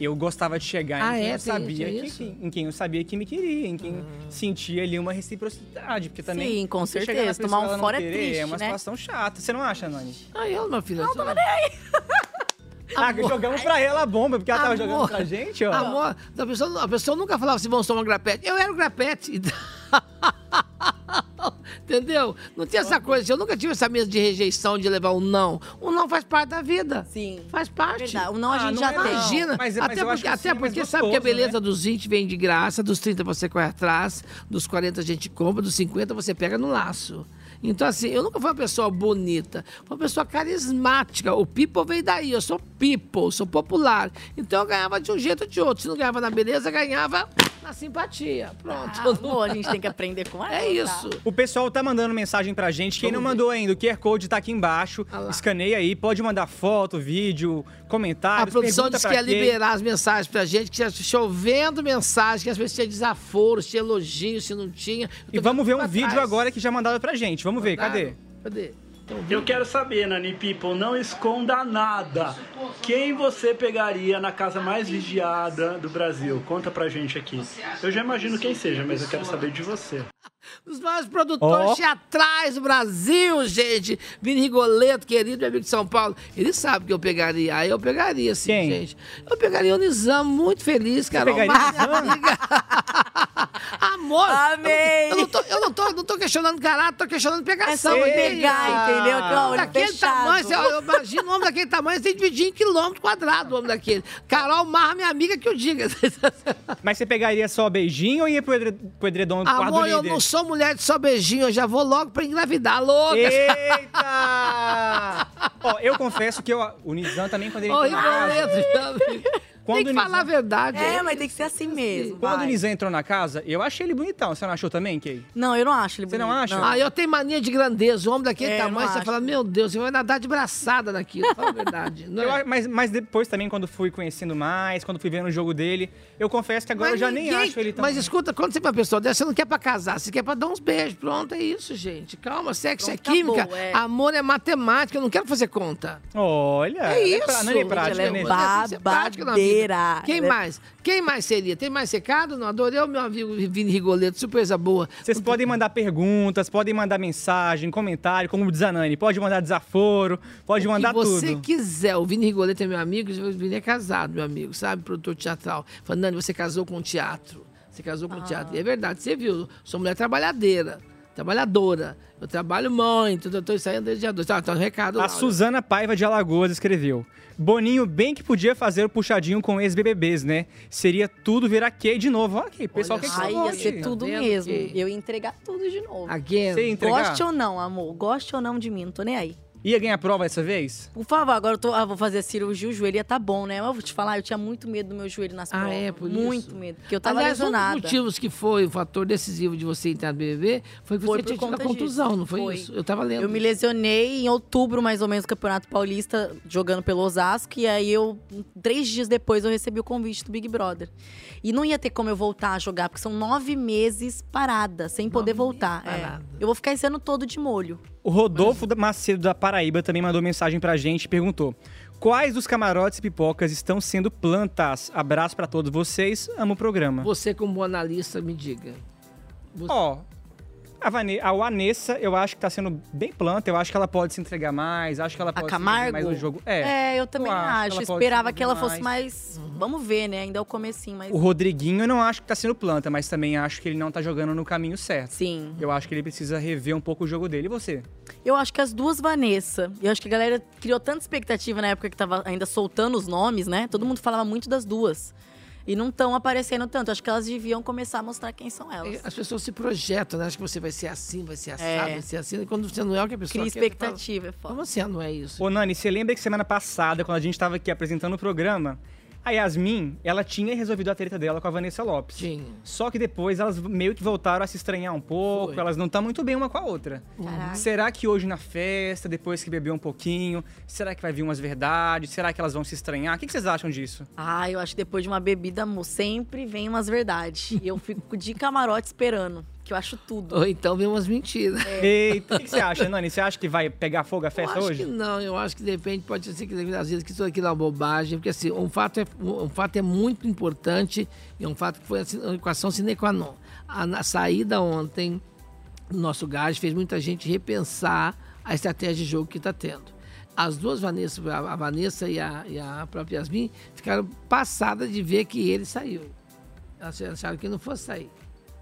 Speaker 3: Eu gostava de chegar
Speaker 2: Ah,
Speaker 3: em quem
Speaker 2: é?
Speaker 3: eu
Speaker 2: Tem-
Speaker 3: sabia
Speaker 2: tem
Speaker 3: que-
Speaker 2: isso? Ah.
Speaker 3: em quem eu sabia que me queria, em quem sentia ali uma reciprocidade, porque também
Speaker 4: Sim, com
Speaker 3: você chegar na
Speaker 4: certeza. Tomar
Speaker 3: pessoa,
Speaker 4: um
Speaker 3: ela não
Speaker 4: fora é
Speaker 3: querer,
Speaker 4: triste,
Speaker 3: é uma
Speaker 4: né?
Speaker 3: situação chata. Você não acha, Nani?
Speaker 2: Ah, eu, meu filho. Não, tava
Speaker 3: Ah, que jogamos pra ela a bomba, porque ela tava jogando pra gente, ó.
Speaker 2: Amor, a pessoa, a pessoa nunca falava assim, vamos tomar um grapete. Eu era o grapete. Então- Entendeu? Não tinha essa coisa. assim, Eu nunca tive essa mesa de rejeição, de levar um não. Um não faz parte da vida.
Speaker 4: Sim.
Speaker 2: Faz parte.
Speaker 4: Verdade. O Ah, não a gente já tem.
Speaker 2: Imagina.
Speaker 4: Mas- mas
Speaker 2: até
Speaker 4: eu acho
Speaker 2: porque,
Speaker 4: que
Speaker 2: até
Speaker 4: sim, mas
Speaker 2: porque sabe que a
Speaker 4: gostoso, né?
Speaker 2: beleza dos 20 vem de graça, dos 30 você corre atrás, dos 40 a gente compra, dos 50 você pega no laço. Então, assim, eu nunca fui uma pessoa bonita, fui uma pessoa carismática. O people veio daí, eu sou people, sou popular. Então eu ganhava de um jeito ou de outro. Se não ganhava na beleza, ganhava na simpatia. Pronto.
Speaker 4: Ah, amor, a gente tem que aprender com ela.
Speaker 2: É isso.
Speaker 3: O pessoal tá mandando mensagem pra gente. Quem não mandou ainda, o QR Code tá aqui embaixo.
Speaker 2: Ah
Speaker 3: Escaneia aí, pode mandar foto, vídeo,
Speaker 2: A
Speaker 3: comentários.
Speaker 2: produção
Speaker 3: pergunta
Speaker 2: disse que é
Speaker 3: pra
Speaker 2: ia
Speaker 3: quem.
Speaker 2: liberar as mensagens pra gente, que tinha chovendo mensagem, que as pessoas tinham desaforo, se tinha elogio, se não tinha.
Speaker 3: E vamos ver um vídeo agora que já mandaram pra gente. Vamos ver, cadê?
Speaker 2: Tá, Cadê? Então,
Speaker 22: Eu quero saber, Nani People, não esconda nada. Quem você pegaria na casa mais vigiada do Brasil? Conta pra gente aqui. Eu já imagino quem seja, mas eu quero saber de você.
Speaker 2: Os maiores produtores
Speaker 22: Ó.
Speaker 2: teatrais do Brasil, gente. Vini Rigoleto, querido, meu amigo de São Paulo. Ele sabe que eu pegaria. Aí eu pegaria, sim, gente. Eu pegaria o Nizam, muito feliz, Carol.
Speaker 3: pegaria
Speaker 2: Mas,
Speaker 3: o Nizam?
Speaker 2: amiga. Amor,
Speaker 4: Amei.
Speaker 2: eu não tô, eu não tô, não tô questionando caráter, tô questionando pegação.
Speaker 4: É sobre
Speaker 2: Olha aí.
Speaker 4: pegar, entendeu? Com o olho
Speaker 2: Daquele
Speaker 4: fechado.
Speaker 2: tamanho, você- eu imagino um homem daquele tamanho, você tem que dividir em quilômetro quadrado o homem daquele. Carol Marra, minha amiga, que eu diga.
Speaker 3: Mas você pegaria só beijinho ou ia pro edre- pro edredom do quarto do
Speaker 2: Amor, eu
Speaker 3: líder?
Speaker 2: não sou mulher de só beijinho, eu já vou logo pra engravidar, louca.
Speaker 3: Eita! Ó, eu confesso que eu, o Nizam também, quando ele
Speaker 2: Ô,
Speaker 3: entrou na casa-
Speaker 2: Rigoleto, tem que
Speaker 3: o
Speaker 2: falar a verdade.
Speaker 4: É, mas tem que ser assim mesmo.
Speaker 3: Quando o
Speaker 4: vai.
Speaker 3: Nizam entrou na casa, eu achei ele bonitão. Você não achou também, Kay?
Speaker 4: Não, eu não acho ele bonito.
Speaker 3: Você não acha?
Speaker 2: Ah, eu tenho mania de grandeza. O homem daquele
Speaker 3: É, eu
Speaker 2: tamanho,
Speaker 3: não
Speaker 2: você
Speaker 3: acho.
Speaker 2: fala, meu Deus, você vai nadar de braçada naquilo. Fala a verdade. não
Speaker 3: Eu
Speaker 2: é?
Speaker 3: a- mas, mas depois também, quando fui conhecendo mais, quando fui vendo o jogo dele, eu confesso que agora
Speaker 2: Mas
Speaker 3: eu já nem
Speaker 2: ninguém-
Speaker 3: acho ele tão...
Speaker 2: Mas escuta, quando você é uma pessoa dessa, você não quer pra casar, você quer pra dar uns beijos. Pronto, é isso, gente. Calma, sexo
Speaker 4: Pronto,
Speaker 2: é química,
Speaker 4: acabou, é.
Speaker 2: amor é matemática, eu não quero fazer conta.
Speaker 3: Olha,
Speaker 2: É
Speaker 3: ela pra-
Speaker 2: isso.
Speaker 3: Nani é prática, né?
Speaker 2: Você é prática na vida.
Speaker 4: Será?
Speaker 2: Quem
Speaker 4: Deve-
Speaker 2: mais? Quem mais seria? Tem mais recado? Não, adorei o meu amigo Vini Rigoleto, surpresa boa.
Speaker 3: Vocês podem mandar perguntas, podem mandar mensagem, comentário, como diz a Nani. Pode mandar desaforo, pode mandar
Speaker 2: que você
Speaker 3: tudo.
Speaker 2: quiser. O Vini Rigoleto é meu amigo, o Vini é casado, meu amigo, sabe? Produtor teatral. Falando, Nani, você casou com o teatro. Você casou
Speaker 4: Ah.
Speaker 2: com o teatro. E é verdade, você viu. Sou mulher trabalhadeira, trabalhadora. Eu trabalho muito, eu tô saindo desde dia 2. Tá, tá um recado lá.
Speaker 3: A
Speaker 2: olha.
Speaker 3: Suzana Paiva de Alagoas escreveu: Boninho bem que podia fazer o puxadinho com ex-BBBs, né? Seria tudo virar Kay de novo. Ok, pessoal, que tá
Speaker 4: Ai, ia ser tudo
Speaker 2: Tá
Speaker 4: mesmo. Eu ia entregar tudo de novo.
Speaker 2: Again.
Speaker 3: Você ia entregar?
Speaker 4: Goste ou não, amor. Goste ou não de mim, não tô nem aí.
Speaker 3: Ia ganhar prova dessa vez?
Speaker 4: Por favor, agora eu tô, ah, vou fazer cirurgia, o joelho ia tá bom, né? Mas eu vou te falar, eu tinha muito medo do meu joelho nas
Speaker 2: Ah,
Speaker 4: provas.
Speaker 2: é, por
Speaker 4: Muito
Speaker 2: isso.
Speaker 4: medo, porque eu tava
Speaker 2: Aliás, um
Speaker 4: lesionada.
Speaker 2: dos motivos que foi o fator decisivo de você entrar no BBB foi que
Speaker 4: Foi
Speaker 2: você
Speaker 4: por
Speaker 2: tinha tido uma
Speaker 4: conta
Speaker 2: contusão,
Speaker 4: disso.
Speaker 2: não foi,
Speaker 4: Foi.
Speaker 2: isso? Eu tava lendo.
Speaker 4: Eu me lesionei em outubro, mais ou menos, do Campeonato Paulista, jogando pelo Osasco. E aí, eu, três dias depois, eu recebi o convite do Big Brother. E não ia ter como eu voltar a jogar, porque são nove meses parada, sem poder voltar. é. Eu vou ficar esse ano todo de molho.
Speaker 3: O Rodolfo da- Macedo da Paraíba também mandou mensagem pra gente e perguntou: Quais dos camarotes e pipocas estão sendo plantas? Abraço pra todos vocês, amo o programa.
Speaker 2: Você, como analista, me diga. Você-
Speaker 3: Ó, a, Vane, a Vanessa, eu acho que tá sendo bem planta. Eu acho que ela pode se entregar mais. Acho que ela pode se envolver
Speaker 4: Camargo?
Speaker 3: mais no jogo. É,
Speaker 4: eu também
Speaker 3: acho que
Speaker 4: acho.
Speaker 3: ela
Speaker 4: Eu
Speaker 3: pode
Speaker 4: esperava
Speaker 3: se
Speaker 4: que ela
Speaker 3: envolver
Speaker 4: fosse mais. Vamos ver, né? Ainda é o comecinho, mas.
Speaker 3: O Rodriguinho eu não acho que tá sendo planta, mas também acho que ele não tá jogando no caminho certo.
Speaker 4: Sim.
Speaker 3: Eu acho que ele precisa rever um pouco o jogo dele. E você?
Speaker 4: Eu acho que as duas Vanessa. Eu acho que a galera criou tanta expectativa na época que tava ainda soltando os nomes, né? Todo mundo falava muito das duas. E não estão aparecendo tanto. Eu Acho que elas deviam começar a mostrar quem são elas.
Speaker 2: As pessoas se projetam, né? Acho que você vai ser assim, vai ser assado,
Speaker 4: É.
Speaker 2: vai ser assim. E quando você não é o que a pessoa
Speaker 4: Cria
Speaker 2: quer, você fala,
Speaker 4: expectativa, é foda.
Speaker 2: Como assim não é isso?
Speaker 3: Ô, Nani, você lembra que semana passada, quando a gente tava aqui apresentando o programa, a Yasmin, ela tinha resolvido a treta dela com a Vanessa Lopes.
Speaker 2: Tinha.
Speaker 3: Só que depois elas meio que voltaram a se estranhar um pouco, elas não estão muito bem uma com a outra.
Speaker 4: Caraca.
Speaker 3: Será que hoje na festa, depois que bebeu um pouquinho, será que vai vir umas verdades? Será que elas vão se estranhar? O que que vocês acham disso?
Speaker 4: Ah, eu acho que depois de uma bebida, amor, sempre vem umas verdades. E eu fico de camarote esperando, que eu acho tudo.
Speaker 2: Ou então vem umas mentiras.
Speaker 3: Eita, o que que você acha, Nani? Você acha que vai pegar fogo a festa
Speaker 2: eu acho
Speaker 3: hoje?
Speaker 2: que não, eu acho que depende, pode ser que às vezes que isso aqui dá uma bobagem, porque assim, um fato é, um fato é muito importante e é um fato que foi assim, uma equação sine qua non. A, na saída ontem do nosso gás fez muita gente repensar a estratégia de jogo que está tendo. As duas Vanessa, a a Vanessa e a, e a própria Yasmin, ficaram passadas de ver que ele saiu. Elas acharam que não fosse sair.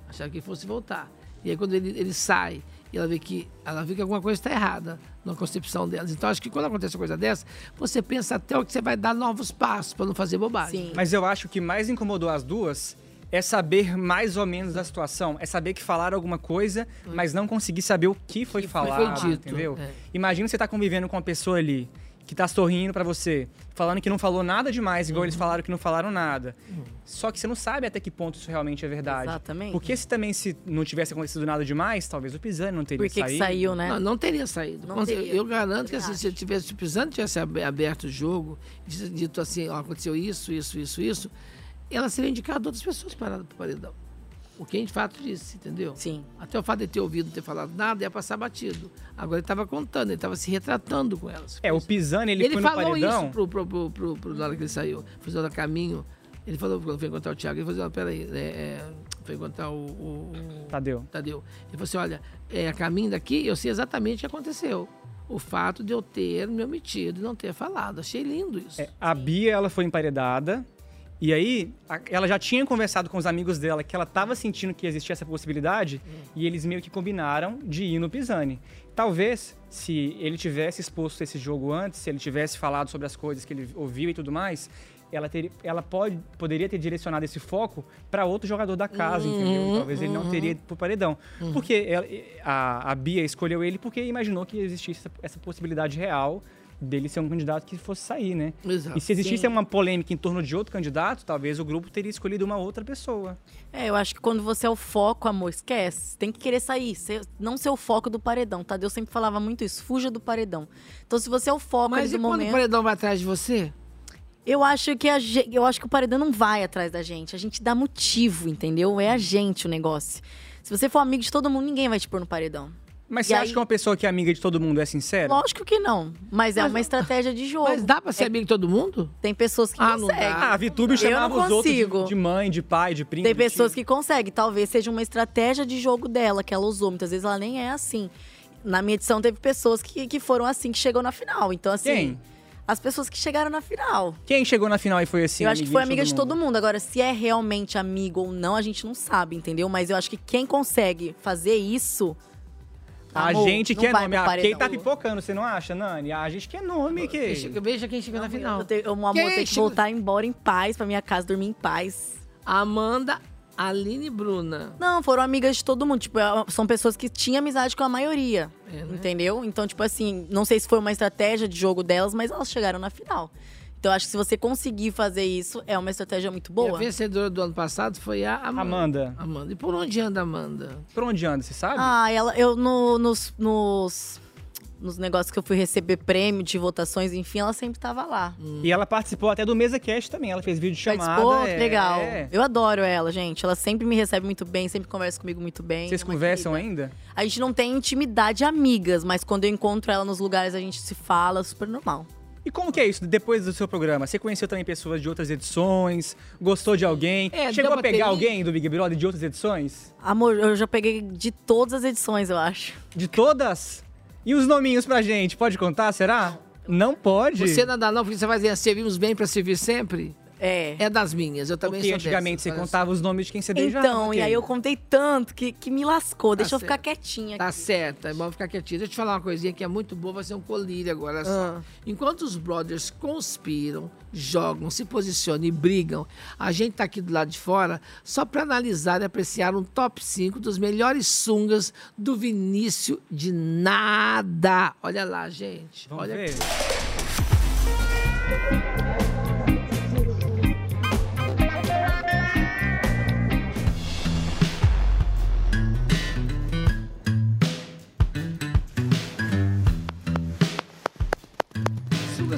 Speaker 2: Acharam que fosse voltar. E aí quando ele, ele sai e ela vê que ela vê que alguma coisa está errada na concepção delas. Então acho que quando acontece uma coisa dessa, você pensa até o que você vai dar novos passos para não fazer bobagem.
Speaker 3: Mas eu acho que mais incomodou as duas é saber mais ou menos da situação. É saber que falaram alguma coisa, mas não conseguir saber o que foi falado,
Speaker 2: foi dito,
Speaker 3: entendeu?
Speaker 2: é.
Speaker 3: Imagina você tá convivendo com uma pessoa ali que tá sorrindo pra você, falando que não falou nada demais, igual eles
Speaker 4: Uhum.
Speaker 3: falaram que não falaram nada. Só que você não sabe até que ponto isso realmente é verdade.
Speaker 4: Exatamente.
Speaker 3: Porque se também se não tivesse acontecido nada demais, talvez o Pisani não teria
Speaker 4: Por que que
Speaker 3: saído.
Speaker 4: saiu, né?
Speaker 2: Não, não teria saído.
Speaker 4: Não
Speaker 2: Mas eu-
Speaker 4: teria.
Speaker 2: Eu garanto que assim, se eu tivesse, se o Pisano tivesse ab- aberto o jogo, dito- dito assim, ó, aconteceu isso, isso, isso, isso, ela seria indicada outras pessoas para o paredão. O que de fato disse, entendeu?
Speaker 4: Sim.
Speaker 2: Até o fato de ter ouvido não ter falado nada ia passar batido. Agora ele estava contando, ele estava se retratando com elas.
Speaker 3: É, o Pisani, ele, foi no
Speaker 2: falou
Speaker 3: paredão.
Speaker 2: isso pro, pro, pro, pro, pro- na hora que ele saiu, fazendo a caminho. Ele falou, quando foi encontrar o Thiago, ele falou assim, ó, peraí, é, é, foi encontrar o, o- o-
Speaker 3: Tadeu.
Speaker 2: Tadeu. Ele falou assim, olha, é, a caminho daqui, eu sei exatamente o que aconteceu. O fato de eu ter me omitido e não ter falado. Achei lindo isso.
Speaker 4: É,
Speaker 3: A Bia, ela foi emparedada. E aí, a- ela já tinha conversado com os amigos dela que ela tava sentindo que existia essa possibilidade. E eles meio que combinaram de ir no Pisani. Talvez, se ele tivesse exposto esse jogo antes, se ele tivesse falado sobre as coisas que ele ouviu e tudo mais, ela, teria, ela pode, poderia ter direcionado esse foco para outro jogador da casa, entendeu?
Speaker 22: Uhum,
Speaker 3: Talvez ele não
Speaker 22: uhum.
Speaker 3: teria ido pro paredão. Porque ela- a, a Bia escolheu ele porque imaginou que existisse essa, essa possibilidade real dele ser um candidato que fosse sair, né?
Speaker 2: Exato.
Speaker 3: E se existisse
Speaker 4: Sim.
Speaker 3: uma polêmica em torno de outro candidato, talvez o grupo teria escolhido uma outra pessoa.
Speaker 4: É, eu acho que quando você é o foco, amor, esquece. Tem que querer sair. ser- não ser o foco do paredão, tá? Deus sempre falava muito isso. Fuja do paredão. Então, se você é o foco
Speaker 2: Mas
Speaker 4: ali
Speaker 2: e
Speaker 4: do
Speaker 2: quando
Speaker 4: momento.
Speaker 2: o paredão vai atrás de você?
Speaker 4: Eu acho que a ge- eu acho que o paredão não vai atrás da gente. A gente dá motivo, entendeu? É a gente o negócio. Se você for amigo de todo mundo, ninguém vai te pôr no paredão.
Speaker 3: Mas
Speaker 4: E
Speaker 3: você
Speaker 4: aí-
Speaker 3: acha que uma pessoa que é amiga de todo mundo é sincera?
Speaker 4: Lógico que não, mas é
Speaker 3: Mas-
Speaker 4: uma estratégia de jogo. Mas
Speaker 2: dá pra ser amigo de todo mundo?
Speaker 4: Tem pessoas que
Speaker 3: não
Speaker 4: conseguem.
Speaker 3: dá. Ah, a Vitube
Speaker 4: Eu
Speaker 3: chamava
Speaker 4: não
Speaker 3: os outros de-
Speaker 4: consigo.
Speaker 3: de mãe, de pai, de primo.
Speaker 4: Tem
Speaker 3: de
Speaker 4: pessoas
Speaker 3: tio.
Speaker 4: que conseguem, talvez seja uma estratégia de jogo dela que ela usou. Muitas vezes ela nem é assim. Na minha edição teve pessoas que, que foram assim, que chegou na final. Então, assim.
Speaker 3: Quem?
Speaker 4: As pessoas que chegaram na final.
Speaker 3: Quem chegou na final e foi assim?
Speaker 4: eu acho que foi amiga de
Speaker 3: mundo?
Speaker 4: todo mundo. Agora, se é realmente amigo ou não, a gente não sabe, entendeu? Mas eu acho que quem consegue fazer isso.
Speaker 3: A
Speaker 4: amor,
Speaker 3: gente
Speaker 4: não
Speaker 3: que é
Speaker 4: vai
Speaker 3: nome.
Speaker 4: pro
Speaker 3: A-
Speaker 4: paredão.
Speaker 3: Quem tá pipocando, você não acha, Nani? A gente que é nome, que.
Speaker 2: Veja quem chegou na final.
Speaker 4: Eu, te, eu, amor,
Speaker 2: Quem
Speaker 4: eu tenho que
Speaker 2: chegou-
Speaker 4: voltar embora em paz pra minha casa, dormir em paz.
Speaker 2: Amanda, Aline e Bruna.
Speaker 4: Não, foram amigas de todo mundo. Tipo, eh, são pessoas que tinham amizade com a maioria.
Speaker 2: É, né?
Speaker 4: Entendeu? Então, tipo assim, não sei se foi uma estratégia de jogo delas, mas elas chegaram na final. Então, acho que se você conseguir fazer isso, é uma estratégia muito
Speaker 2: E a
Speaker 4: boa.
Speaker 2: vencedora do ano passado foi É a Amanda.
Speaker 3: Amanda.
Speaker 2: Amanda. E por onde anda a Amanda?
Speaker 3: Por onde anda, você sabe?
Speaker 4: Ah, ela, eu no- nos, nos, nos negócios que eu fui receber prêmio de votações, enfim, ela sempre tava lá.
Speaker 3: E ela participou até do Mesa Cast também. Ela fez vídeo chamada. é.
Speaker 4: Participou, que legal. Eu adoro ela, gente. Ela sempre me recebe muito bem, sempre conversa comigo muito bem.
Speaker 3: Vocês
Speaker 4: É uma
Speaker 3: conversam
Speaker 4: querida.
Speaker 3: ainda?
Speaker 4: A gente não tem intimidade amigas, mas quando eu encontro ela nos lugares, a gente se fala, super normal.
Speaker 3: E como que é isso depois do seu programa? Você conheceu também pessoas de outras edições? Gostou de alguém?
Speaker 4: É,
Speaker 3: Chegou
Speaker 4: deu
Speaker 3: a
Speaker 4: bateria.
Speaker 3: pegar alguém do Big Brother de outras edições?
Speaker 4: Amor, eu já peguei de todas as edições, eu acho.
Speaker 3: De todas? E os nominhos pra gente? Pode contar, será? Não pode?
Speaker 2: Você não dá não, porque você vai dizer, servimos bem pra servir sempre?
Speaker 4: É.
Speaker 2: É das minhas, eu também
Speaker 3: Porque
Speaker 2: sou
Speaker 3: antigamente você
Speaker 2: dessas, olha
Speaker 3: contava os nomes de quem você beijava.
Speaker 4: Então, e
Speaker 3: ok.
Speaker 4: aí eu contei tanto que, que me lascou. Deixa eu ficar
Speaker 2: certo.
Speaker 4: quietinha aqui.
Speaker 2: Tá certo, é bom ficar quietinho. Deixa eu te falar uma coisinha que é muito boa, vai ser um colírio agora. olha só.
Speaker 4: Ah.
Speaker 2: Enquanto os brothers conspiram, jogam, se posicionam e brigam, a gente tá aqui do lado de fora só para analisar e apreciar um top 5 dos melhores sungas do Vinícius de nada. Olha lá, gente.
Speaker 3: Vamos
Speaker 2: Olha
Speaker 3: ver.
Speaker 2: aqui.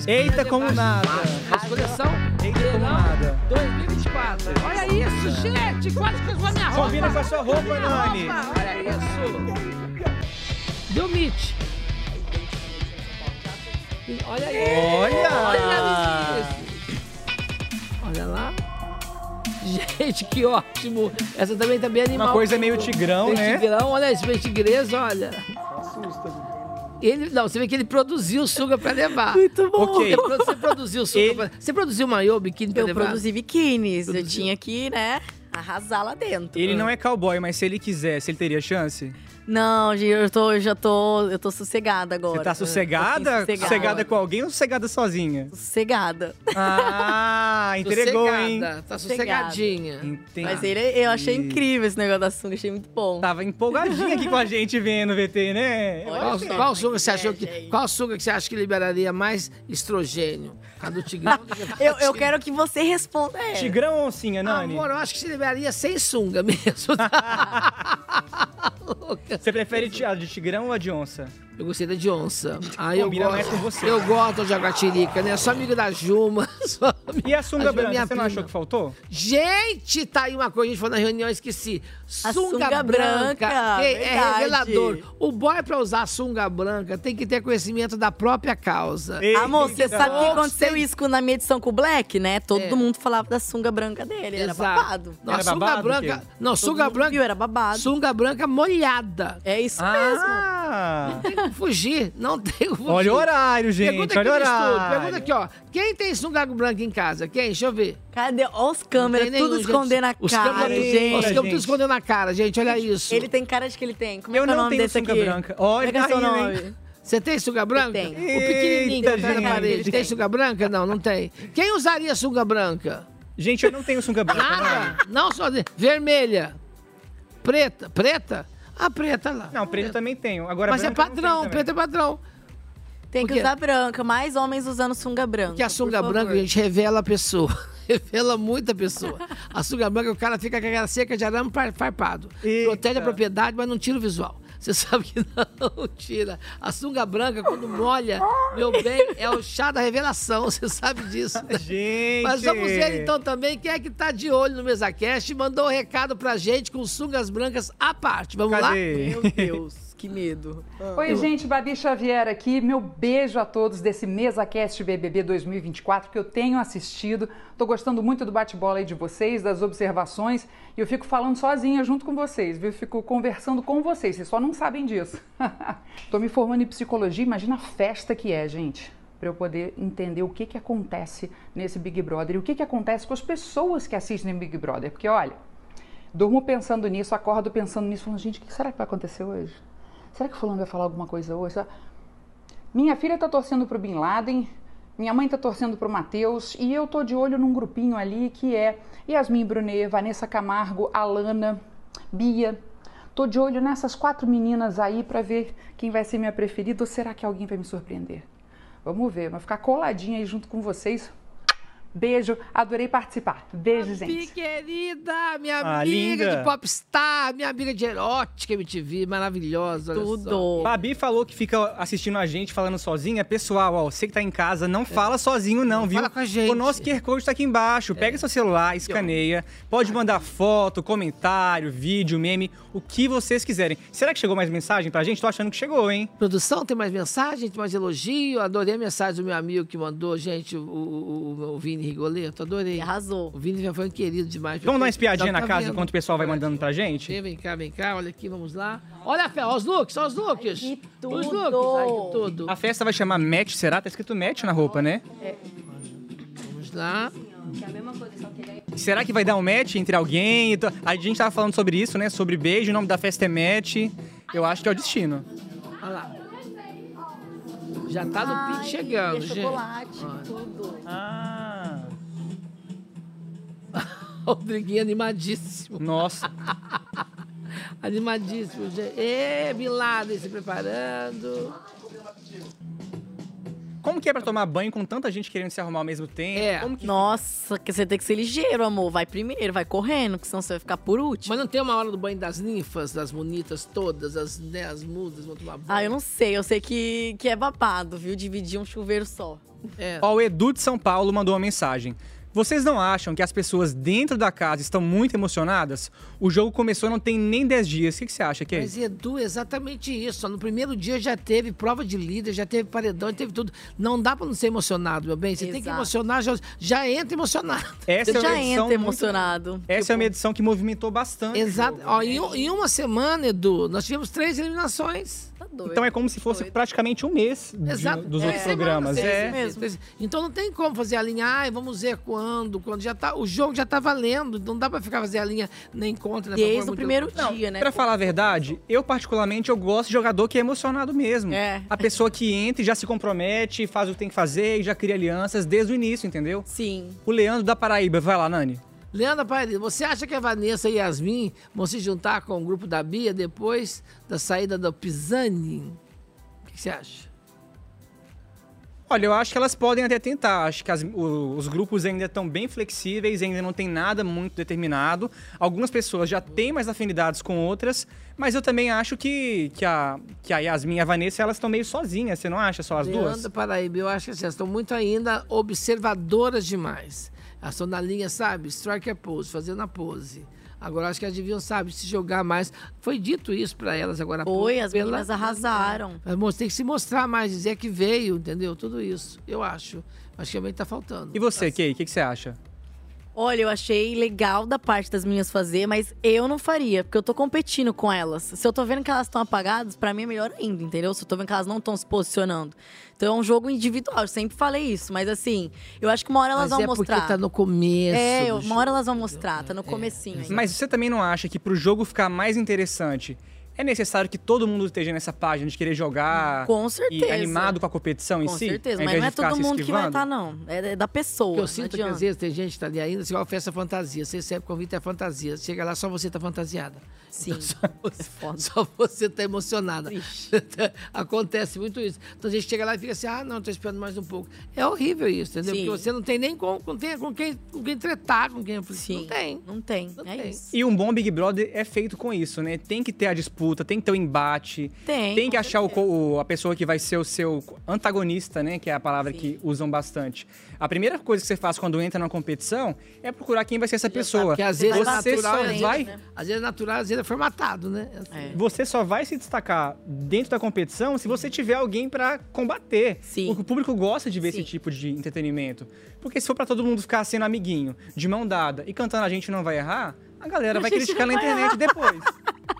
Speaker 3: Eita, como nada.
Speaker 2: As coleção
Speaker 3: Eita, como nada.
Speaker 2: 2024. Olha isso, gente! Quase que eu a minha roupa!
Speaker 3: Combina com a sua roupa, Nani.
Speaker 2: Olha isso! Deu Mitch. Olha aí!
Speaker 3: Olha!
Speaker 2: Olha isso! Olha lá! Gente, que ótimo! Essa também tá bem animal.
Speaker 3: coisa meio tigrão,
Speaker 2: Meio
Speaker 3: né?
Speaker 2: Tigrão, olha esse meio tigresa, olha. Ele, não, você vê que ele produziu o suga pra levar.
Speaker 4: Muito bom.
Speaker 2: Você produ- Você produziu o suga pra... Você produziu maiô, biquíni pra
Speaker 4: Eu
Speaker 2: levar?
Speaker 4: produzi biquínis. Eu tinha que, né, arrasar lá dentro.
Speaker 3: Ele não é cowboy, mas se ele quisesse, ele teria chance?
Speaker 4: Não, gente, eu tô, eu já tô, eu tô sossegada agora.
Speaker 3: Você tá
Speaker 4: Eu
Speaker 3: sossegada?
Speaker 4: fiquei
Speaker 3: Sossegada,
Speaker 4: ah, Sossegada.
Speaker 3: com alguém ou sossegada sozinha?
Speaker 4: Sossegada.
Speaker 3: Ah, entregou, hein?
Speaker 2: Sossegada, tá sossegadinha.
Speaker 3: Entendi.
Speaker 4: Mas ele, é eu achei incrível esse negócio da sunga, achei muito bom.
Speaker 3: Tava empolgadinha aqui com a gente vendo o VT, né?
Speaker 2: Qual, qual sunga você achou que, qual sunga que você acha que liberaria mais estrogênio? A do Tigrão?
Speaker 4: eu, eu quero que você responda É. ela.
Speaker 3: Tigrão ou oncinha, Nani?
Speaker 2: Amor, eu acho que se liberaria sem sunga mesmo.
Speaker 3: Você prefere ti- a de tigrão ou a de onça?
Speaker 2: Eu gostei da de onça. Ah, eu
Speaker 3: Combina mais
Speaker 2: gosto.
Speaker 3: com você.
Speaker 2: Eu gosto de aguatirica, né? Sou amigo da Juma. sou amigo-
Speaker 3: E a sunga branca,
Speaker 2: minha
Speaker 3: você não
Speaker 2: prima.
Speaker 3: achou que faltou?
Speaker 2: Gente, tá aí uma coisa, a gente falou na reunião, eu esqueci.
Speaker 4: A
Speaker 2: Sunga,
Speaker 4: sunga
Speaker 2: branca,
Speaker 4: branca,
Speaker 2: que é
Speaker 4: verdade.
Speaker 2: revelador. O boy pra usar sunga branca tem que ter conhecimento da própria causa.
Speaker 4: Amor, você sabe que
Speaker 2: Poucos
Speaker 4: aconteceu
Speaker 2: têm-
Speaker 4: isso com- na minha edição com o Black, né? Todo
Speaker 2: É.
Speaker 4: mundo falava da sunga branca dele, era
Speaker 2: Exato.
Speaker 4: babado.
Speaker 2: Não, a sunga branca. Não, sunga branca.
Speaker 4: era babado.
Speaker 2: Sunga branca molhada.
Speaker 4: É isso
Speaker 3: Ah!
Speaker 2: mesmo. Não tem como fugir. Não tem como fugir.
Speaker 3: Olha o horário, gente,
Speaker 2: Pergunta aqui
Speaker 3: olha o
Speaker 2: no estúdio,
Speaker 3: horário.
Speaker 2: Pergunta aqui, ó. Quem tem sunga branca em casa? Quem? Deixa eu ver.
Speaker 4: Cadê? Olha os câmeras,
Speaker 2: Não tem
Speaker 4: tudo
Speaker 2: nenhum, gente.
Speaker 4: escondendo a
Speaker 2: Os
Speaker 4: cara,
Speaker 2: câmeras-
Speaker 4: gente.
Speaker 2: Os câmeras tudo escondendo na cara, gente. Olha isso.
Speaker 4: Ele tem cara de que ele tem. Como é
Speaker 3: Eu
Speaker 4: que é o
Speaker 3: não
Speaker 4: nome
Speaker 3: tenho
Speaker 4: desse
Speaker 3: sunga
Speaker 4: aqui?
Speaker 3: branca.
Speaker 4: Como é
Speaker 3: Olha,
Speaker 4: que é o seu
Speaker 3: caiu,
Speaker 4: nome?
Speaker 3: hein?
Speaker 2: Você tem sunga branca?
Speaker 4: Tem.
Speaker 2: O pequenininho
Speaker 3: Eita,
Speaker 2: que tá na
Speaker 3: gente.
Speaker 2: parede. Tem sunga branca? Não, não tem. Quem usaria sunga branca?
Speaker 3: Gente, eu não tenho sunga branca.
Speaker 2: Nada. Não só de- vermelha. Preta, preta? A preta lá.
Speaker 3: Não, preta eu também tenho. Agora
Speaker 2: Mas é
Speaker 3: branca eu não tenho
Speaker 2: padrão,
Speaker 3: também.
Speaker 2: preto é padrão.
Speaker 4: Tem que
Speaker 2: Por quê?
Speaker 4: usar branca, mais homens usando sunga branca.
Speaker 2: Porque a sunga
Speaker 4: por
Speaker 2: branca,
Speaker 4: favor.
Speaker 2: gente, revela a pessoa. Revela muita pessoa. A sunga branca, o cara fica com aquela seca de arame par- farpado. Protege a propriedade, mas não tira o visual. Você sabe que não tira. A sunga branca, quando molha, meu bem, é o chá da revelação. Você sabe disso. né?
Speaker 3: Gente!
Speaker 2: Mas vamos ver então também quem é que tá de olho no MesaCast e mandou um recado pra gente com sungas brancas à parte. Vamos
Speaker 1: Cadê?
Speaker 2: lá?
Speaker 1: Meu
Speaker 2: Deus, que medo.
Speaker 4: Ah.
Speaker 1: Oi, gente, Babi Xavier aqui. Meu beijo a todos desse MesaCast BBB 2024 que eu tenho assistido. Tô gostando muito do bate-bola aí de vocês, das observações. E eu fico falando sozinha junto com vocês, viu? Fico conversando com vocês, vocês só não sabem disso. Tô me formando em psicologia, imagina a festa que é, gente. Para eu poder entender o que, que acontece nesse Big Brother e o que, que acontece com as pessoas que assistem Big Brother. Porque, olha, Durmo pensando nisso, acordo pensando nisso, falando, gente, o que será que vai acontecer hoje? Será que o fulano vai falar alguma coisa hoje? Será- Minha filha tá torcendo pro Bin Laden, minha mãe tá torcendo pro Matheus, e eu tô de olho num grupinho ali que é Yasmin Brunet, Vanessa Camargo, Alana, Bia. Tô de olho nessas quatro meninas aí pra ver quem vai ser minha preferida ou será que alguém vai me surpreender? Vamos ver, vou ficar coladinha aí junto com vocês. Beijo, adorei participar. Beijo, gente.
Speaker 2: Pi querida, minha
Speaker 1: Ah,
Speaker 2: amiga
Speaker 1: linda.
Speaker 2: de popstar, minha amiga de erótica MTV, maravilhosa. olha só.
Speaker 3: Babi falou que fica assistindo a gente falando sozinha. Pessoal, ó, você que tá em casa,
Speaker 2: É.
Speaker 3: não fala sozinho, não, viu? Fala com a gente. O nosso QR Code tá aqui
Speaker 2: É.
Speaker 3: embaixo. Pega seu celular, escaneia. Pode mandar foto, comentário, vídeo, meme, o que vocês quiserem. Será que chegou mais mensagem pra gente? Tô achando que chegou, hein?
Speaker 2: Produção, tem mais mensagem, tem mais elogio. Adorei a mensagem do meu amigo que mandou, gente, o, o, o- o Vini Rigoleto. Adorei. Arrasou. O Vini foi um querido demais.
Speaker 3: Vamos dar uma espiadinha na
Speaker 2: Tá- tá
Speaker 3: casa
Speaker 2: vendo?
Speaker 3: enquanto o pessoal vai mandando pra gente?
Speaker 2: Vem, vem cá, vem cá, olha aqui, vamos lá. Olha a fé, olha os looks, olha os looks. Os looks, ai, que tudo.
Speaker 3: A festa vai chamar match, será? Tá escrito match na roupa, né?
Speaker 2: Vamos lá. é.
Speaker 3: Será que vai dar um match entre alguém? Então, A gente tava falando sobre isso, né? Sobre beijo, o nome da festa é match. Eu acho que é o destino.
Speaker 2: Olha lá. Já tá no pique chegando, gente.
Speaker 4: tudo.
Speaker 3: Ah.
Speaker 2: O Briguinho animadíssimo.
Speaker 3: Nossa.
Speaker 2: animadíssimo, gente. Ê, Bin Laden se preparando.
Speaker 3: Como que é pra tomar banho com tanta gente querendo se arrumar ao mesmo tempo? Como que...
Speaker 4: É. Nossa, que você tem que ser ligeiro, amor. Vai primeiro, vai correndo, que senão você vai ficar por último.
Speaker 2: Mas não tem uma hora do banho das ninfas, das bonitas todas, as, né, as musas vão tomar banho.
Speaker 4: Ah, eu não sei. Eu sei que, que é babado, viu? Dividir um chuveiro só.
Speaker 2: É.
Speaker 3: Ó, o Edu de São Paulo mandou uma mensagem. Vocês não acham que as pessoas dentro da casa estão muito emocionadas? O jogo começou não tem nem 10 dias. O que, que você acha, Kay?
Speaker 2: Mas Edu, é exatamente isso. No primeiro dia já teve prova de líder, já teve paredão, já teve tudo. Não dá pra não ser emocionado, meu bem. Você tem que
Speaker 4: Exato.
Speaker 2: emocionar, já, já entra emocionado.
Speaker 3: Essa é uma
Speaker 4: já
Speaker 3: edição
Speaker 4: entra
Speaker 3: muito-
Speaker 4: emocionado.
Speaker 3: Essa é uma edição que movimentou bastante. né?
Speaker 2: Exato. Ó, em, um- em uma semana, Edu, nós tivemos três eliminações.
Speaker 4: Tá doido.
Speaker 3: Então é como se fosse praticamente um mês de-
Speaker 2: Exato.
Speaker 3: dos
Speaker 2: É,
Speaker 3: outros
Speaker 2: semana,
Speaker 3: programas.
Speaker 2: sim,
Speaker 3: é.
Speaker 2: sim, mesmo. Então, Então não tem como fazer a linha, ai, vamos ver quando, quando já tá. O jogo já tá valendo, não dá pra ficar fazer a linha nem contra, né?
Speaker 4: Desde
Speaker 2: favor,
Speaker 4: o é
Speaker 2: muito-
Speaker 4: primeiro dia, né?
Speaker 3: Pra falar a verdade, eu particularmente eu gosto de jogador que é emocionado mesmo.
Speaker 4: É.
Speaker 3: A pessoa que entra e já se compromete, faz o que tem que fazer e já cria alianças desde o início, entendeu?
Speaker 4: Sim.
Speaker 3: O Leandro da Paraíba, vai lá, Nani.
Speaker 2: Leandra Paredes, você acha que a Vanessa e Yasmin vão se juntar com o grupo da Bia depois da saída do Pisani? O que que você acha?
Speaker 3: Olha, eu acho que elas podem até tentar. Acho que as- o- os grupos ainda estão bem flexíveis, ainda não tem nada muito determinado. Algumas pessoas já têm mais afinidades com outras, mas eu também acho que, que, a, que a Yasmin e a Vanessa elas estão meio sozinhas, você não acha só as duas?
Speaker 2: Leandra Paraíba, eu acho que assim, elas estão muito ainda observadoras demais. Elas estão na linha, sabe? Strike a pose, fazendo a pose. Agora acho que elas deviam, sabe, se jogar mais. Foi dito isso pra elas agora. há
Speaker 4: Foi,
Speaker 2: pouco, É,
Speaker 4: as meninas arrasaram.
Speaker 2: Mas, moço, tem que se mostrar mais, dizer que veio, entendeu? Tudo isso, eu acho. Acho que também tá faltando.
Speaker 3: E você, Kay, o que, que você acha?
Speaker 4: Olha, eu achei legal da parte das meninas fazer, mas eu não faria, porque eu tô competindo com elas. Se eu tô vendo que elas estão apagadas, pra mim é melhor ainda, entendeu? Se eu tô vendo que elas não estão se posicionando. Então é um jogo individual, eu sempre falei isso, mas assim, eu acho que uma hora elas
Speaker 2: Mas
Speaker 4: vão
Speaker 2: é
Speaker 4: mostrar.
Speaker 2: porque tá no começo
Speaker 4: É,
Speaker 2: do
Speaker 4: eu- uma
Speaker 2: jogo,
Speaker 4: hora elas vão mostrar, tá no
Speaker 2: É.
Speaker 4: comecinho ainda.
Speaker 3: Mas você também não acha que pro jogo ficar mais interessante, é necessário que todo mundo esteja nessa página de querer jogar
Speaker 4: Com
Speaker 3: e
Speaker 4: certeza.
Speaker 3: animado com a competição em
Speaker 4: Com
Speaker 3: si?
Speaker 4: certeza,
Speaker 3: ao
Speaker 4: mas
Speaker 3: invés
Speaker 4: não é
Speaker 3: de ficar
Speaker 4: todo
Speaker 3: se
Speaker 4: mundo que vai
Speaker 3: esquivando?
Speaker 4: estar, não. É, é da pessoa.
Speaker 2: O que eu
Speaker 4: não
Speaker 2: sinto que
Speaker 4: adianta.
Speaker 2: às vezes tem gente que tá ali ainda, assim, ó, festa fantasia. Você recebe convite, é fantasia. Chega lá, só você tá fantasiada. Então,
Speaker 4: Sim.
Speaker 2: só, você, só você tá emocionada. Acontece muito isso. Então a gente chega lá e fica assim, ah, não, tô esperando mais um pouco. É horrível isso, entendeu?
Speaker 4: Sim.
Speaker 2: Porque você não tem nem com, com, tem, com, quem, com quem tretar, com quem... Sim. Não tem.
Speaker 4: Não tem, é isso.
Speaker 3: E um bom Big Brother é feito com isso, né? Tem que ter a disputa, disputa, tem que ter o embate.
Speaker 4: Tem,
Speaker 3: que achar o co- o- a pessoa que vai ser o seu antagonista, né? Que é a palavra que usam bastante. A primeira coisa que você faz quando entra numa competição é procurar quem vai ser essa pessoa.
Speaker 2: Porque às vezes é
Speaker 3: você só
Speaker 2: natural,
Speaker 3: vai
Speaker 4: né?
Speaker 2: vai. Às vezes é natural, às vezes é formatado, né?
Speaker 3: você só vai se destacar dentro da competição se você tiver alguém pra combater. Porque o público gosta de ver esse tipo de entretenimento. Porque se for pra todo mundo ficar sendo amiguinho, de mão dada e cantando a gente não vai errar, a galera
Speaker 4: A
Speaker 3: vai
Speaker 4: gente
Speaker 3: criticar
Speaker 4: não
Speaker 3: na
Speaker 4: vai
Speaker 3: internet
Speaker 4: errar.
Speaker 3: depois.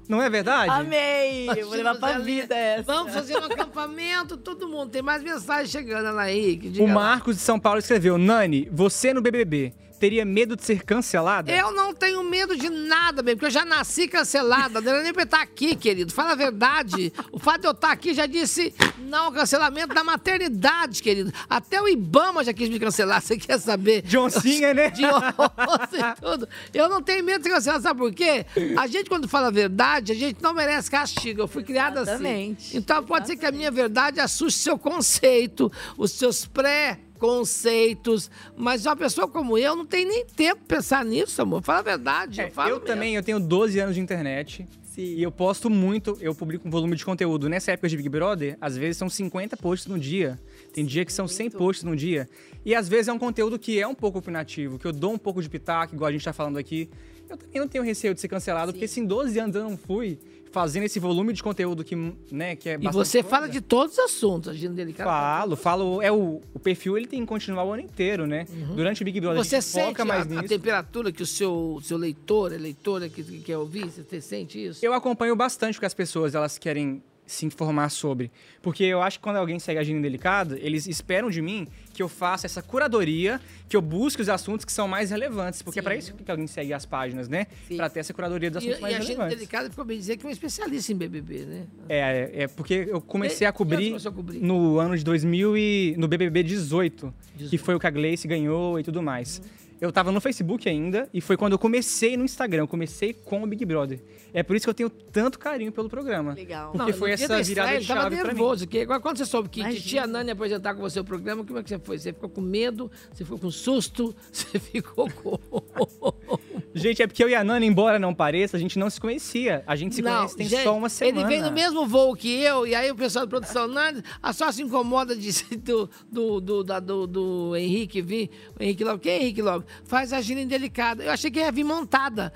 Speaker 3: Não é verdade?
Speaker 4: Amei! Eu vou levar pra vida essa.
Speaker 2: Vamos fazer um acampamento, todo mundo. Tem mais mensagem chegando, Anaí. Que diga
Speaker 3: O
Speaker 2: lá.
Speaker 3: Marcos de São Paulo escreveu: Nani, você no BBB teria medo de ser cancelada?
Speaker 2: Eu não tenho medo de nada, baby, porque eu já nasci cancelada. Não era nem pra eu estar aqui, querido. Fala a verdade. O fato de eu estar aqui já disse não ao cancelamento da maternidade, querido. Até o Ibama já quis me cancelar, você quer saber?
Speaker 3: Johncinha, né?
Speaker 2: De onça e tudo. Eu não tenho medo de ser cancelada, sabe por quê? A gente, quando fala a verdade, a gente não merece castigo. Eu fui criada assim.
Speaker 4: Exatamente.
Speaker 2: Então pode ser que a minha verdade assuste seu conceito, os seus pré conceitos, mas uma pessoa como eu não tem nem tempo pra pensar nisso, amor. Fala a verdade, eu
Speaker 3: É,
Speaker 2: falo
Speaker 3: eu
Speaker 2: mesmo.
Speaker 3: também, eu tenho 12 anos de internet. E eu posto muito, eu publico um volume de conteúdo. Nessa época de Big Brother, às vezes são 50 posts no dia. Tem dia que são 100 posts no dia. E às vezes é um conteúdo que é um pouco opinativo, que eu dou um pouco de pitaco, igual a gente tá falando aqui. Eu também não tenho receio de ser cancelado, porque se em 12 anos eu não fui fazendo esse volume de conteúdo que, né, que é
Speaker 2: E
Speaker 3: bastante
Speaker 2: você
Speaker 3: coisa.
Speaker 2: fala de todos os assuntos, agindo delicado.
Speaker 3: Falo, falo. É o, o perfil ele tem que continuar o ano inteiro, né? Durante o Big Brother a
Speaker 2: Uhum. Você
Speaker 3: gente foca
Speaker 2: sente
Speaker 3: mais
Speaker 2: a, a
Speaker 3: nisso.
Speaker 2: temperatura que o seu, seu leitor, a leitora que, que quer ouvir? Você te- sente isso?
Speaker 3: Eu acompanho bastante o que as pessoas elas querem se informar sobre. Porque eu acho que quando alguém segue agindo delicado, eles esperam de mim que eu faça essa curadoria, que eu busque os assuntos que são mais relevantes. Porque é pra isso que alguém segue as páginas, né? Pra ter essa curadoria dos
Speaker 2: E,
Speaker 3: assuntos
Speaker 2: e
Speaker 3: mais
Speaker 2: agindo
Speaker 3: relevantes.
Speaker 2: delicado ficou bem dizer que é um especialista em BBB, né?
Speaker 3: É, é porque eu comecei a
Speaker 2: Que ano
Speaker 3: cobrir
Speaker 2: você começou a cobrir?
Speaker 3: no ano de 2000 e no BBB 18, que foi o que a Gleice ganhou e tudo mais. Eu tava no Facebook ainda e foi quando eu comecei no Instagram, eu comecei com o Big Brother. É por isso que eu tenho tanto carinho pelo programa. Legal. Porque
Speaker 2: Não,
Speaker 3: foi
Speaker 2: no dia
Speaker 3: essa
Speaker 2: da
Speaker 3: virada
Speaker 2: estreia,
Speaker 3: de
Speaker 2: ele tava
Speaker 3: chave pra mim.
Speaker 2: nervoso. Que, agora, quando você soube que Titia Nani ia apresentar com você o programa, como é que você foi? Você ficou com medo? Você ficou com susto? Você ficou com...
Speaker 3: Gente, é porque eu e a Nana, embora não pareça, a gente não se conhecia. A gente se conhece tem
Speaker 2: gente,
Speaker 3: só uma semana.
Speaker 2: Ele veio no mesmo voo que eu, e aí o pessoal da produção, Nani, a só se incomoda de, do, do, do, da- do, do Henrique vir. O Henrique Lobes. Quem é Henrique Lobes? Faz a gira indelicada. Eu achei que ia vir montada.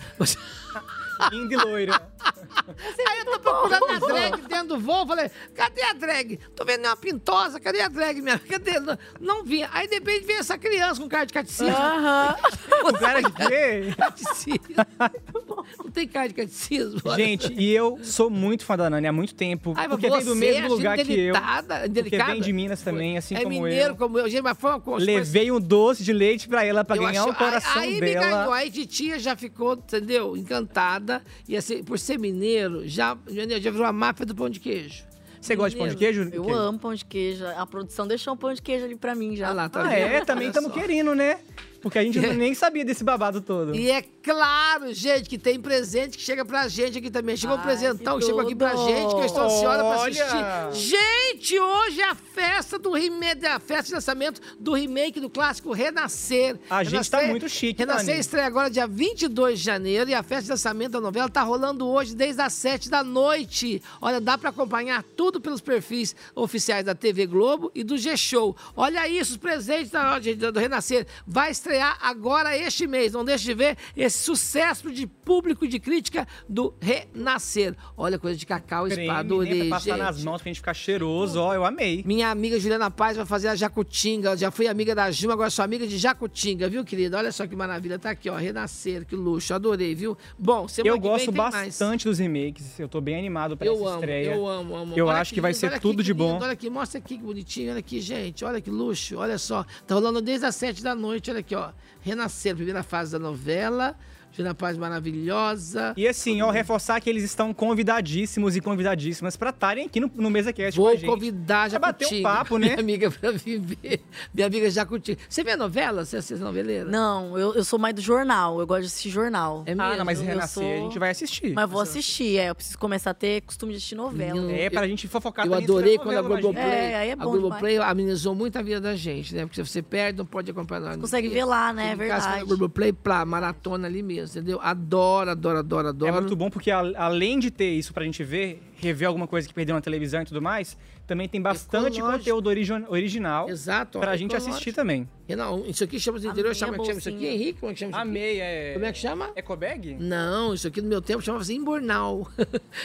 Speaker 3: Linda e loira.
Speaker 2: aí eu tô procurando a drag dentro do voo, falei, cadê a drag? Tô vendo uma pintosa, cadê a drag minha? Cadê? Não, não vi. Aí de repente vem essa criança com cara de catecismo.
Speaker 3: Aham. Com cara de quê?
Speaker 2: Catecismo. Não tem cara de catecismo.
Speaker 3: Gente, e eu sou muito fã da Nani há muito tempo.
Speaker 2: Ai, mas
Speaker 3: porque vem do
Speaker 2: você,
Speaker 3: mesmo
Speaker 2: gente
Speaker 3: lugar que eu.
Speaker 2: delicada,
Speaker 3: Porque
Speaker 2: delicada.
Speaker 3: vem de Minas também, assim
Speaker 2: é
Speaker 3: como
Speaker 2: mineiro
Speaker 3: eu.
Speaker 2: como eu. Gente, mas foi uma coisa.
Speaker 3: Levei um doce de leite pra ela pra
Speaker 2: Eu
Speaker 3: ganhar
Speaker 2: achei-
Speaker 3: o coração
Speaker 2: aí, aí
Speaker 3: dela.
Speaker 2: me ganhou, aí de tia já ficou, entendeu? Encantada. E assim, por ser mineiro, já, mineiro, já virou a máfia do pão de queijo.
Speaker 3: Você
Speaker 4: gosta de pão de queijo? Eu amo pão de queijo. A produção deixou um pão de queijo ali pra mim já.
Speaker 2: lá, tá
Speaker 3: Ah, é, também estamos querendo, né? Porque a gente
Speaker 2: E é-
Speaker 3: nem sabia desse babado todo.
Speaker 2: E é claro, gente, que tem presente que chega pra gente aqui também. Chegou um presentão que chegou aqui pra
Speaker 3: tudo!
Speaker 2: gente, que eu estou ansiosa pra
Speaker 3: Olha!
Speaker 2: assistir. Gente, hoje é a festa do remake, a festa de lançamento do remake do clássico Renascer.
Speaker 3: A gente tá muito chique,
Speaker 2: Renascer
Speaker 3: Nani.
Speaker 2: estreia agora dia 22 de janeiro e a festa de lançamento da novela tá rolando hoje desde as 7 da noite. Olha, dá pra acompanhar tudo pelos perfis oficiais da TV Globo e do G-Show. Olha isso, os presentes da, de- do Renascer. Vai estrear agora este mês. Não deixe de ver esse sucesso de público e de crítica do Renascer. Olha, coisa de cacau,
Speaker 3: Creme,
Speaker 2: espada,
Speaker 3: né, pra
Speaker 2: orelha.
Speaker 3: passar nas mãos pra gente ficar cheiroso, ó, eu amei.
Speaker 2: Minha amiga Juliana Paz vai fazer a Jacutinga. Eu já fui amiga da Gilma, agora sou amiga de Jacutinga, viu, querida? Olha só que maravilha. Tá aqui, ó. Renascer, que luxo. Adorei, viu? Bom, semana
Speaker 3: Eu
Speaker 2: que vem
Speaker 3: gosto
Speaker 2: tem mais.
Speaker 3: bastante dos remakes, eu tô bem animado pra
Speaker 2: Eu
Speaker 3: essa
Speaker 2: amo,
Speaker 3: estreia.
Speaker 2: eu amo, amo.
Speaker 3: Eu
Speaker 2: Olha
Speaker 3: acho
Speaker 2: aqui,
Speaker 3: que vai
Speaker 2: lindo,
Speaker 3: ser
Speaker 2: olha aqui,
Speaker 3: tudo
Speaker 2: que
Speaker 3: de bom.
Speaker 2: lindo, Olha aqui, mostra aqui que bonitinho. Olha aqui, gente. Olha que luxo. Olha só. Tá rolando desde as sete da noite. Olha aqui, ó. Renascer, primeira fase da novela. Juliana Paz maravilhosa.
Speaker 3: E assim, ó, reforçar que eles estão convidadíssimos e convidadíssimas pra estarem aqui no, no MesaCast com
Speaker 2: Vou
Speaker 3: a gente.
Speaker 2: convidar a
Speaker 3: Pra bater
Speaker 2: Jacutinga.
Speaker 3: um papo, né?
Speaker 2: Minha amiga pra viver. Minha amiga Jacutinga. Você vê novela? Você assiste noveleira?
Speaker 4: Não, eu, eu sou mais do jornal. Eu gosto de assistir jornal. É
Speaker 3: Ah, não, mas Renascer a gente vai assistir.
Speaker 4: Mas vou assistir, é. Eu preciso começar a ter costume de assistir novela.
Speaker 3: É, pra gente fofocar
Speaker 2: Eu
Speaker 3: também
Speaker 2: adorei
Speaker 3: sobre
Speaker 2: quando a
Speaker 3: novela,
Speaker 2: Globoplay,
Speaker 3: imagina.
Speaker 4: É, aí é
Speaker 2: a
Speaker 4: bom
Speaker 2: Globoplay amenizou muito a vida da gente, né? Porque se você perde, não pode acompanhar nós.
Speaker 4: consegue ver lá, né? É
Speaker 2: Fica em casa,
Speaker 4: verdade.
Speaker 2: põe a Globoplay, plá, maratona ali mesmo. mesmo, entendeu? Adoro, adoro, adoro,
Speaker 3: É
Speaker 2: adoro.
Speaker 3: muito bom porque a- além de ter isso pra gente ver, rever alguma coisa que perdeu na televisão e tudo mais, também tem bastante
Speaker 2: Ecológico.
Speaker 3: conteúdo origi- original
Speaker 2: Exato. ó,
Speaker 3: pra gente
Speaker 2: ecológico.
Speaker 3: assistir também.
Speaker 2: Não, isso aqui chama de interior, chama, como é que chama isso aqui? Henrique, como é que chama isso aqui?
Speaker 3: Amei, é...
Speaker 2: Como é que chama?
Speaker 3: Ecobag?
Speaker 2: Não, isso aqui no meu tempo chamava-se embornal.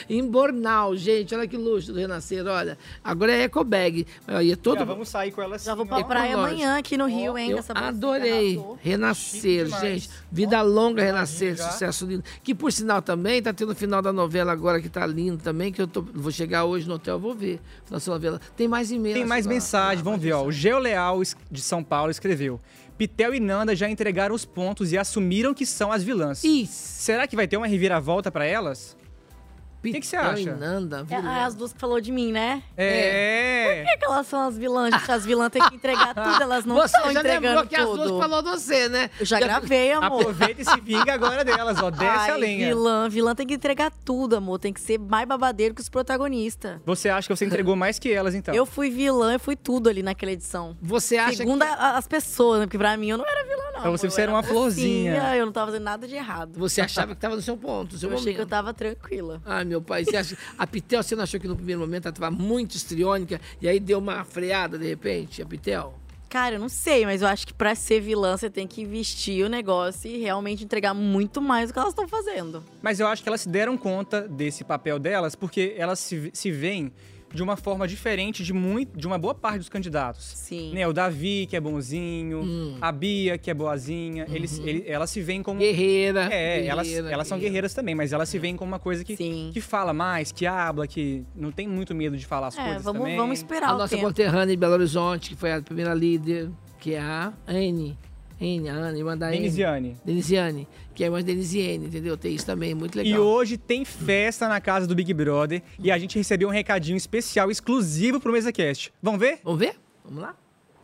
Speaker 2: embornal, gente, olha que luxo do Renascer, olha. Agora é ecobag. Olha, E é todo...
Speaker 3: Já vamos sair com ela assim. Já
Speaker 2: É
Speaker 3: vou
Speaker 4: pra praia amanhã aqui no Rio, hein?
Speaker 2: Eu
Speaker 4: com essa bolsinha.
Speaker 2: adorei. Renascer, gente. Vida longa, Renascer. Sucesso lindo. Que, por sinal, também tá tendo o final da novela agora, que tá lindo também, que eu tô- vou chegar hoje no hotel, vou ver. Nossa novela. Tem mais e-mail. né,
Speaker 3: Tem mais
Speaker 2: lá.
Speaker 4: Ah,
Speaker 3: mensagem, vamos
Speaker 4: é
Speaker 3: ver, ó. O Geo Leal es- de São Paulo escreveu: Pitel e Nanda já entregaram os pontos e assumiram que são as vilãs. Será que vai ter uma reviravolta pra elas? O que que você
Speaker 4: Pitel e
Speaker 3: acha?
Speaker 2: Nanda,
Speaker 4: É, ah, as duas que falou de mim, né?
Speaker 3: É.
Speaker 4: Por que, que elas são as vilãs? gente? As vilãs têm que entregar tudo, elas não
Speaker 2: Você
Speaker 4: estão
Speaker 2: já
Speaker 4: entregando
Speaker 2: lembrou que as
Speaker 4: tudo.
Speaker 2: duas falou você, né?
Speaker 4: Eu já gravei, amor.
Speaker 3: Aproveita e se vinga agora delas, ó. Desce
Speaker 4: Ai,
Speaker 3: a lenha.
Speaker 4: Vilã, vilã tem que entregar tudo, amor. Tem que ser mais babadeiro que os protagonistas.
Speaker 3: Você acha que você entregou mais que elas, então?
Speaker 4: Eu fui vilã, eu fui tudo ali naquela edição.
Speaker 2: Você
Speaker 3: acha
Speaker 4: Segundo a- as pessoas, né? Porque pra mim eu não era vilã, não.
Speaker 3: Pra você,
Speaker 4: Eu
Speaker 3: você era uma
Speaker 4: mocinha,
Speaker 3: florzinha. é
Speaker 4: Eu não tava fazendo nada de errado.
Speaker 2: Você achava que tava no seu ponto, no seu
Speaker 4: eu achei que eu
Speaker 2: momento.
Speaker 4: tava tranquila.
Speaker 2: Ai, meu pai, você acha... a Pitel, você não achou que no primeiro momento ela estava muito histriônica e aí deu uma freada de repente, a Pitel?
Speaker 4: Cara, eu não sei, mas eu acho que pra ser vilã você tem que vestir o negócio e realmente entregar muito mais do que elas estão fazendo.
Speaker 3: Mas eu acho que elas se deram conta desse papel delas porque elas se, se veem de uma forma diferente de muito, de uma boa parte dos candidatos.
Speaker 4: Sim.
Speaker 3: Né, o Davi, que é bonzinho,
Speaker 2: Hum. Uhum.
Speaker 3: a Bia, que é boazinha. Eles, ele- elas se veem como.
Speaker 2: Guerreira.
Speaker 3: É, elas,
Speaker 2: guerreira,
Speaker 3: elas são
Speaker 2: guerreira.
Speaker 3: guerreiras também, mas elas se veem como uma coisa que, que fala mais, que habla, que não tem muito medo de falar as
Speaker 2: É,
Speaker 4: É,
Speaker 3: coisas também.
Speaker 2: A nossa conterrânea em Belo Horizonte, que foi a primeira líder, que é a Anne. Anne, a Anne, irmã da Anne.
Speaker 3: Denisiane.
Speaker 2: Denisiane, que é irmã de Denisiane, entendeu? Tem isso também, é muito legal.
Speaker 3: E hoje tem festa na casa do Big Brother e a gente recebeu um recadinho especial, exclusivo pro MesaCast. Vamos ver?
Speaker 2: Vamos ver? Vamos lá?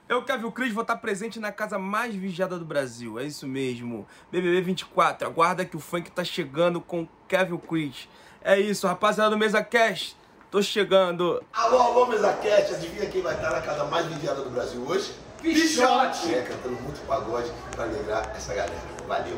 Speaker 6: Eu, Kevin Cris, vou estar presente na casa mais vigiada do Brasil. É isso mesmo. BBB 24, aguarda que o funk tá chegando com Kevin Cris. É isso, rapaziada do Mesa Cash. Tô chegando.
Speaker 23: Alô, alô, mesa cast, adivinha quem vai estar na casa mais vigiada do Brasil hoje?
Speaker 6: Pichote.
Speaker 23: É, cantando muito pagode pra alegrar essa galera. Valeu!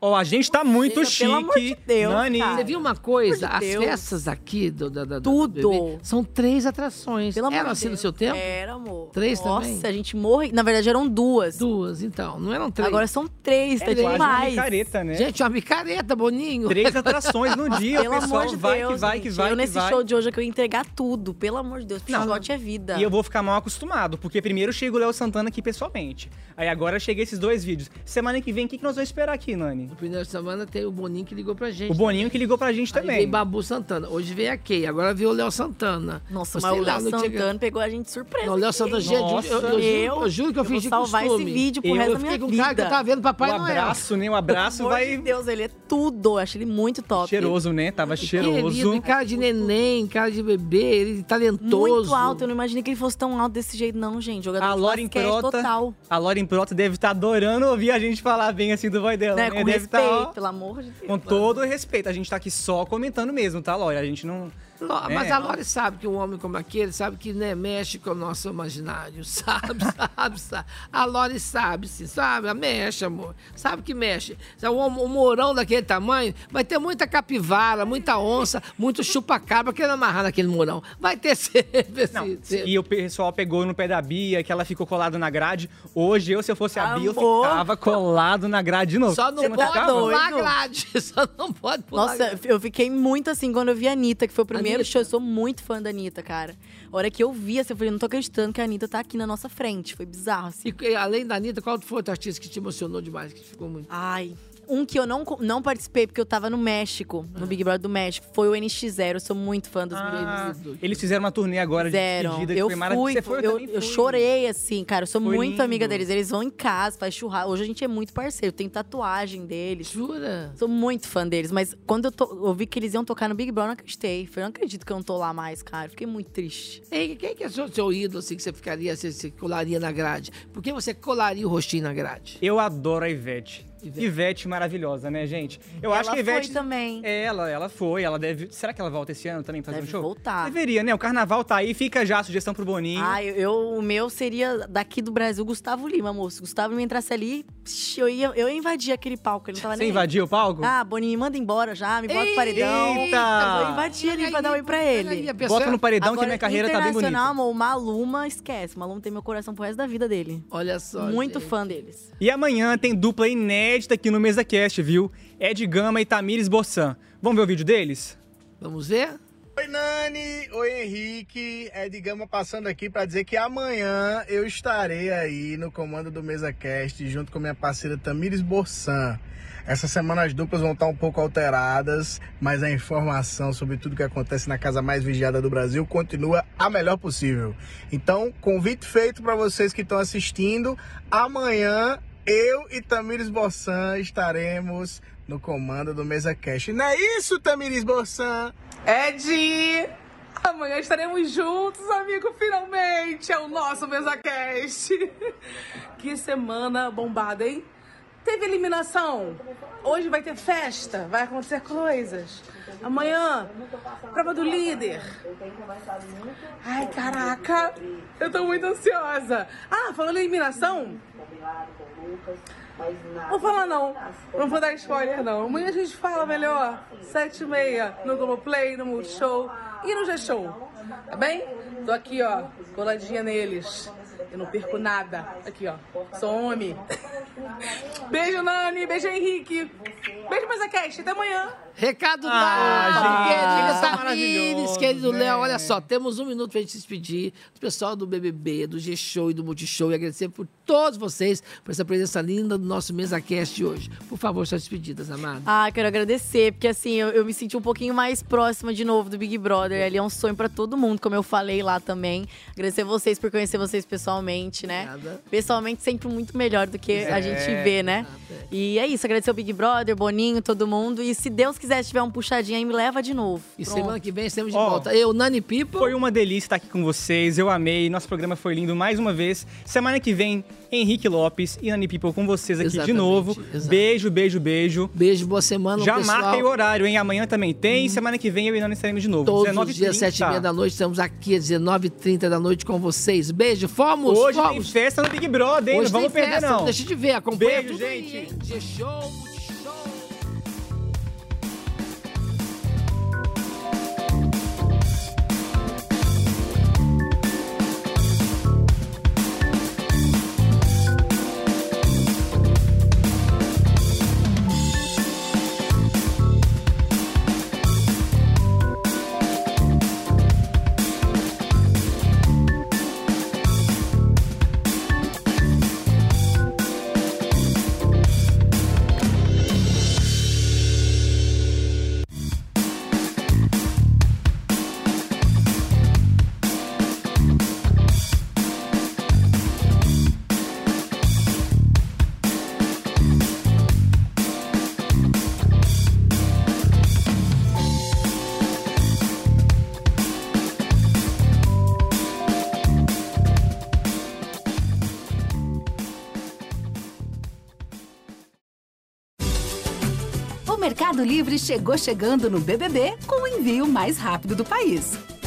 Speaker 3: Ó, a gente tá muito
Speaker 2: Gente,
Speaker 3: chique.
Speaker 2: pelo amor de Deus,
Speaker 3: Nani.
Speaker 2: cara. Você viu uma coisa?
Speaker 3: Pelo amor de
Speaker 2: As
Speaker 3: Deus.
Speaker 2: festas aqui do, da, da,
Speaker 4: Tudo.
Speaker 2: são três atrações. Pelo Eram assim no seu tempo?
Speaker 4: Era, amor.
Speaker 2: Três
Speaker 4: Nossa,
Speaker 2: também?
Speaker 4: a gente morre. Na verdade, eram duas.
Speaker 2: Duas, então. Não eram três.
Speaker 4: Agora são três, tá
Speaker 2: É quase uma
Speaker 4: demais.
Speaker 2: micareta, né? Gente, uma micareta, Boninho.
Speaker 3: Três atrações no dia, o
Speaker 4: pelo
Speaker 3: pessoal
Speaker 4: amor de
Speaker 3: vai que
Speaker 4: Deus,
Speaker 3: vai que
Speaker 4: gente.
Speaker 3: vai
Speaker 4: Eu
Speaker 3: que
Speaker 4: nesse
Speaker 3: vai.
Speaker 4: show de hoje é que eu ia entregar tudo, pelo amor de Deus.
Speaker 3: Não.
Speaker 4: Pichote é vida.
Speaker 3: E eu vou ficar mal acostumado, porque primeiro chega o Léo Santana aqui pessoalmente. Aí agora chega esses dois vídeos. Semana que vem, o que, que nós vamos esperar aqui, Nani?
Speaker 2: No final de semana tem o Boninho que ligou pra gente.
Speaker 3: O
Speaker 2: né?
Speaker 3: Boninho que ligou pra gente
Speaker 2: Aí
Speaker 3: também.
Speaker 2: veio Babu Santana. Hoje veio a Kay, agora veio o Léo Santana.
Speaker 4: Nossa,
Speaker 2: Você
Speaker 4: mas o
Speaker 2: lá
Speaker 4: Léo
Speaker 2: não tinha-
Speaker 4: Santana pegou a gente de surpresa.
Speaker 2: Não, o Léo
Speaker 4: aqui,
Speaker 2: Santana,
Speaker 4: hein?
Speaker 2: gente, eu, eu, eu, juro, eu juro que eu,
Speaker 4: vou
Speaker 2: fiz de
Speaker 4: salvar
Speaker 2: costume.
Speaker 4: esse vídeo pro
Speaker 2: eu,
Speaker 4: resto
Speaker 2: eu
Speaker 4: da minha
Speaker 2: fiquei com
Speaker 4: vida.
Speaker 2: cara que eu tava vendo Papai
Speaker 3: um
Speaker 2: Noel.
Speaker 3: abraço, né? Um abraço
Speaker 4: Pelo amor
Speaker 3: vai.
Speaker 4: de Deus, ele é tudo. Eu acho ele muito top.
Speaker 3: Cheiroso, né? Tava cheiroso.
Speaker 2: Querido, é cara de neném, cara de bebê, ele talentoso.
Speaker 4: Muito alto. Eu não imaginei que ele fosse tão alto desse jeito, não, gente. Jogador
Speaker 3: A
Speaker 4: de
Speaker 3: Lauren
Speaker 4: basquete
Speaker 3: Prota.
Speaker 4: total.
Speaker 3: A Lauren Prota deve estar adorando ouvir a gente falar bem assim do voz dela.
Speaker 4: Né?
Speaker 2: é,
Speaker 3: Né?
Speaker 4: Com
Speaker 3: deve
Speaker 4: respeito,
Speaker 3: tá, ó,
Speaker 4: pelo amor de Deus.
Speaker 3: com todo o respeito. A gente tá aqui só comentando mesmo, tá, Lore? A gente não.
Speaker 2: Lo-
Speaker 3: né?
Speaker 2: Mas a Lore sabe que um homem como aquele sabe que né, mexe com o nosso imaginário. Sabe, sabe, sabe. A Lore sabe, sim, sabe? Mexe, amor. Sabe que mexe. É Sabe, O, o um morão daquele tamanho vai ter muita capivara, muita onça, muito chupacabra querendo amarrar naquele morão. Vai ter assim. sempre esse- esse-
Speaker 3: E o pessoal pegou no pé da Bia, que ela ficou colada na grade. Hoje, eu, se eu fosse a Bia, eu
Speaker 2: Amor.
Speaker 3: ficava colado na grade de novo.
Speaker 2: Só não
Speaker 3: Você tá
Speaker 2: pode
Speaker 3: ficava?
Speaker 2: pular grade. Só não pode pular
Speaker 4: Nossa,
Speaker 2: grade.
Speaker 4: eu fiquei muito assim quando eu vi a Anitta, que foi o primeiro
Speaker 2: Anitta.
Speaker 4: show. Eu sou muito fã da Anitta, cara. A hora que eu vi, assim, eu falei, não tô acreditando que a Anitta tá aqui na nossa frente. Foi bizarro, assim.
Speaker 2: E que- além da Anitta, qual foi outro artista que te emocionou demais, que ficou muito...
Speaker 4: Ai, um que eu não, co- não participei porque eu tava no México,
Speaker 2: Ah.
Speaker 4: no Big Brother do México, foi o NX0. Eu sou muito fã dos
Speaker 3: Ah,
Speaker 4: meninos.
Speaker 3: eles fizeram uma turnê agora de
Speaker 4: Fizeram.
Speaker 3: despedida, que
Speaker 4: Eu
Speaker 3: foi
Speaker 4: fui,
Speaker 3: maravilhosa. Você foi, eu
Speaker 4: eu,
Speaker 3: também
Speaker 4: eu
Speaker 3: fui.
Speaker 4: chorei, assim, cara. Eu sou
Speaker 3: Foi
Speaker 4: muito
Speaker 3: lindo.
Speaker 4: amiga deles. Eles vão em casa, faz churrasco. Hoje a gente é muito parceiro. Tem tatuagem deles.
Speaker 2: Jura?
Speaker 4: Sou muito fã deles. Mas quando eu, to- eu vi que eles iam tocar no Big Brother, eu não acreditei. Falei, não acredito que eu não tô lá mais, cara. Fiquei muito triste.
Speaker 2: Ei, quem que é seu, seu ídolo, assim, que você ficaria, você, você colaria na grade? Por que você colaria o rostinho na grade?
Speaker 3: Eu adoro a Ivete. Ivete. maravilhosa, né, gente? Eu acho
Speaker 4: Ela
Speaker 3: que a Ivete.
Speaker 4: foi também.
Speaker 3: Ela, ela foi, ela deve. Será que ela volta esse ano também pra fazer
Speaker 4: Deve
Speaker 3: um show?
Speaker 4: voltar.
Speaker 3: Deveria, né? O carnaval tá aí, fica já a sugestão pro Boninho.
Speaker 4: Ah, eu, eu- o meu seria daqui do Brasil, Gustavo Lima, moço. Se Gustavo Lima entrasse ali, psh, eu ia, eu ia invadir aquele palco. Ele não tava
Speaker 3: Você
Speaker 4: nem aí.
Speaker 3: invadiu o palco?
Speaker 4: Ah, Boninho, me manda embora já, me bota no paredão.
Speaker 3: Eita!
Speaker 4: Eu vou invadir ali pra dar oi pra ele.
Speaker 3: pessoa- Bota no paredão que minha carreira tá bem bonita.
Speaker 4: internacional, amor, o Maluma, esquece. O Maluma tem meu coração pro resto da vida dele.
Speaker 2: Olha só,
Speaker 4: Muito fã deles.
Speaker 3: E amanhã tem dupla inédita aqui no MesaCast, viu? Ed Gama e Tamires Bossan. Vamos ver o vídeo deles?
Speaker 2: Vamos ver?
Speaker 14: Oi, Nani! Oi, Henrique! É de Gama passando aqui para dizer que amanhã eu estarei aí no comando do MesaCast junto com minha parceira Tamires Borsan. Essa semana as duplas vão estar um pouco alteradas, mas a informação sobre tudo que acontece na casa mais vigiada do Brasil continua a melhor possível. Então, convite feito para vocês que estão assistindo. Amanhã eu e Tamires Borsan estaremos no comando do MesaCast. Não é isso, Tamires Borsan?
Speaker 12: Ed! Amanhã estaremos juntos, amigo, finalmente! É o nosso MesaCast! Que semana bombada, hein? Teve eliminação. Hoje vai ter festa, vai acontecer coisas. Amanhã, prova do líder. Ai, caraca! Eu tô muito ansiosa. Ah, falando em eliminação, Vou falar não, não vou dar spoiler não. Amanhã a gente fala melhor, sete e meia, no Globoplay, no Multishow e no G-Show, tá bem? Tô aqui, ó, coladinha neles. Eu não perco nada. Aqui, ó, sou homem. Beijo, Nani, beijo, Henrique. Beijo, MesaCast, até amanhã.
Speaker 2: Recado da
Speaker 12: Ah,
Speaker 2: querida
Speaker 12: gente,
Speaker 2: Tamires,
Speaker 12: maravilhoso,
Speaker 2: querido
Speaker 12: né?
Speaker 2: Léo, olha só, temos um minuto pra gente se despedir do pessoal do BBB, do G-Show e do Multishow e agradecer por todos vocês por essa presença linda do nosso MesaCast de hoje. Por favor, suas despedidas, amada.
Speaker 4: Ah, quero agradecer, porque assim, eu, eu me senti um pouquinho mais próxima de novo do Big Brother. Ali é um sonho pra todo mundo, como eu falei lá também. Agradecer vocês por conhecer vocês pessoalmente, né?
Speaker 2: Nada.
Speaker 4: Pessoalmente, sempre muito melhor do que
Speaker 2: É,
Speaker 4: a gente vê, né? E é isso, agradecer o Big Brother, Boninho, todo mundo. E se Deus quiser, se tiver um puxadinho aí, me leva de novo.
Speaker 2: E
Speaker 4: Pronto.
Speaker 2: semana que vem estamos de volta. Eu, Nani Pipo.
Speaker 3: Foi uma delícia estar aqui com vocês, eu amei. Nosso programa foi lindo mais uma vez. Semana que vem, Henrique Lopes e Nani People com vocês aqui de
Speaker 2: Exatamente,
Speaker 3: novo.
Speaker 2: exato.
Speaker 3: Beijo, beijo, beijo.
Speaker 2: Beijo, boa semana.
Speaker 3: Já
Speaker 2: pessoal. Hum.
Speaker 3: marca aí o horário, hein? Amanhã também tem. Semana que vem eu e Nani estaremos de novo.
Speaker 2: Todos os
Speaker 3: 19h30.
Speaker 2: dias, 7h30 da noite, estamos aqui às 19h30 da noite com vocês. Beijo, fomos!
Speaker 3: Hoje tem
Speaker 2: fomos.
Speaker 3: festa no Big Brother, hein?
Speaker 2: Hoje
Speaker 3: não vamos
Speaker 2: tem
Speaker 3: perder,
Speaker 2: festa,
Speaker 3: não.
Speaker 2: Deixa de ver, acompanha
Speaker 3: Beijo,
Speaker 2: tudo aí, hein? G-Show, Multishow.
Speaker 1: O Mercado Livre chegou chegando no BBB com o envio mais rápido do país.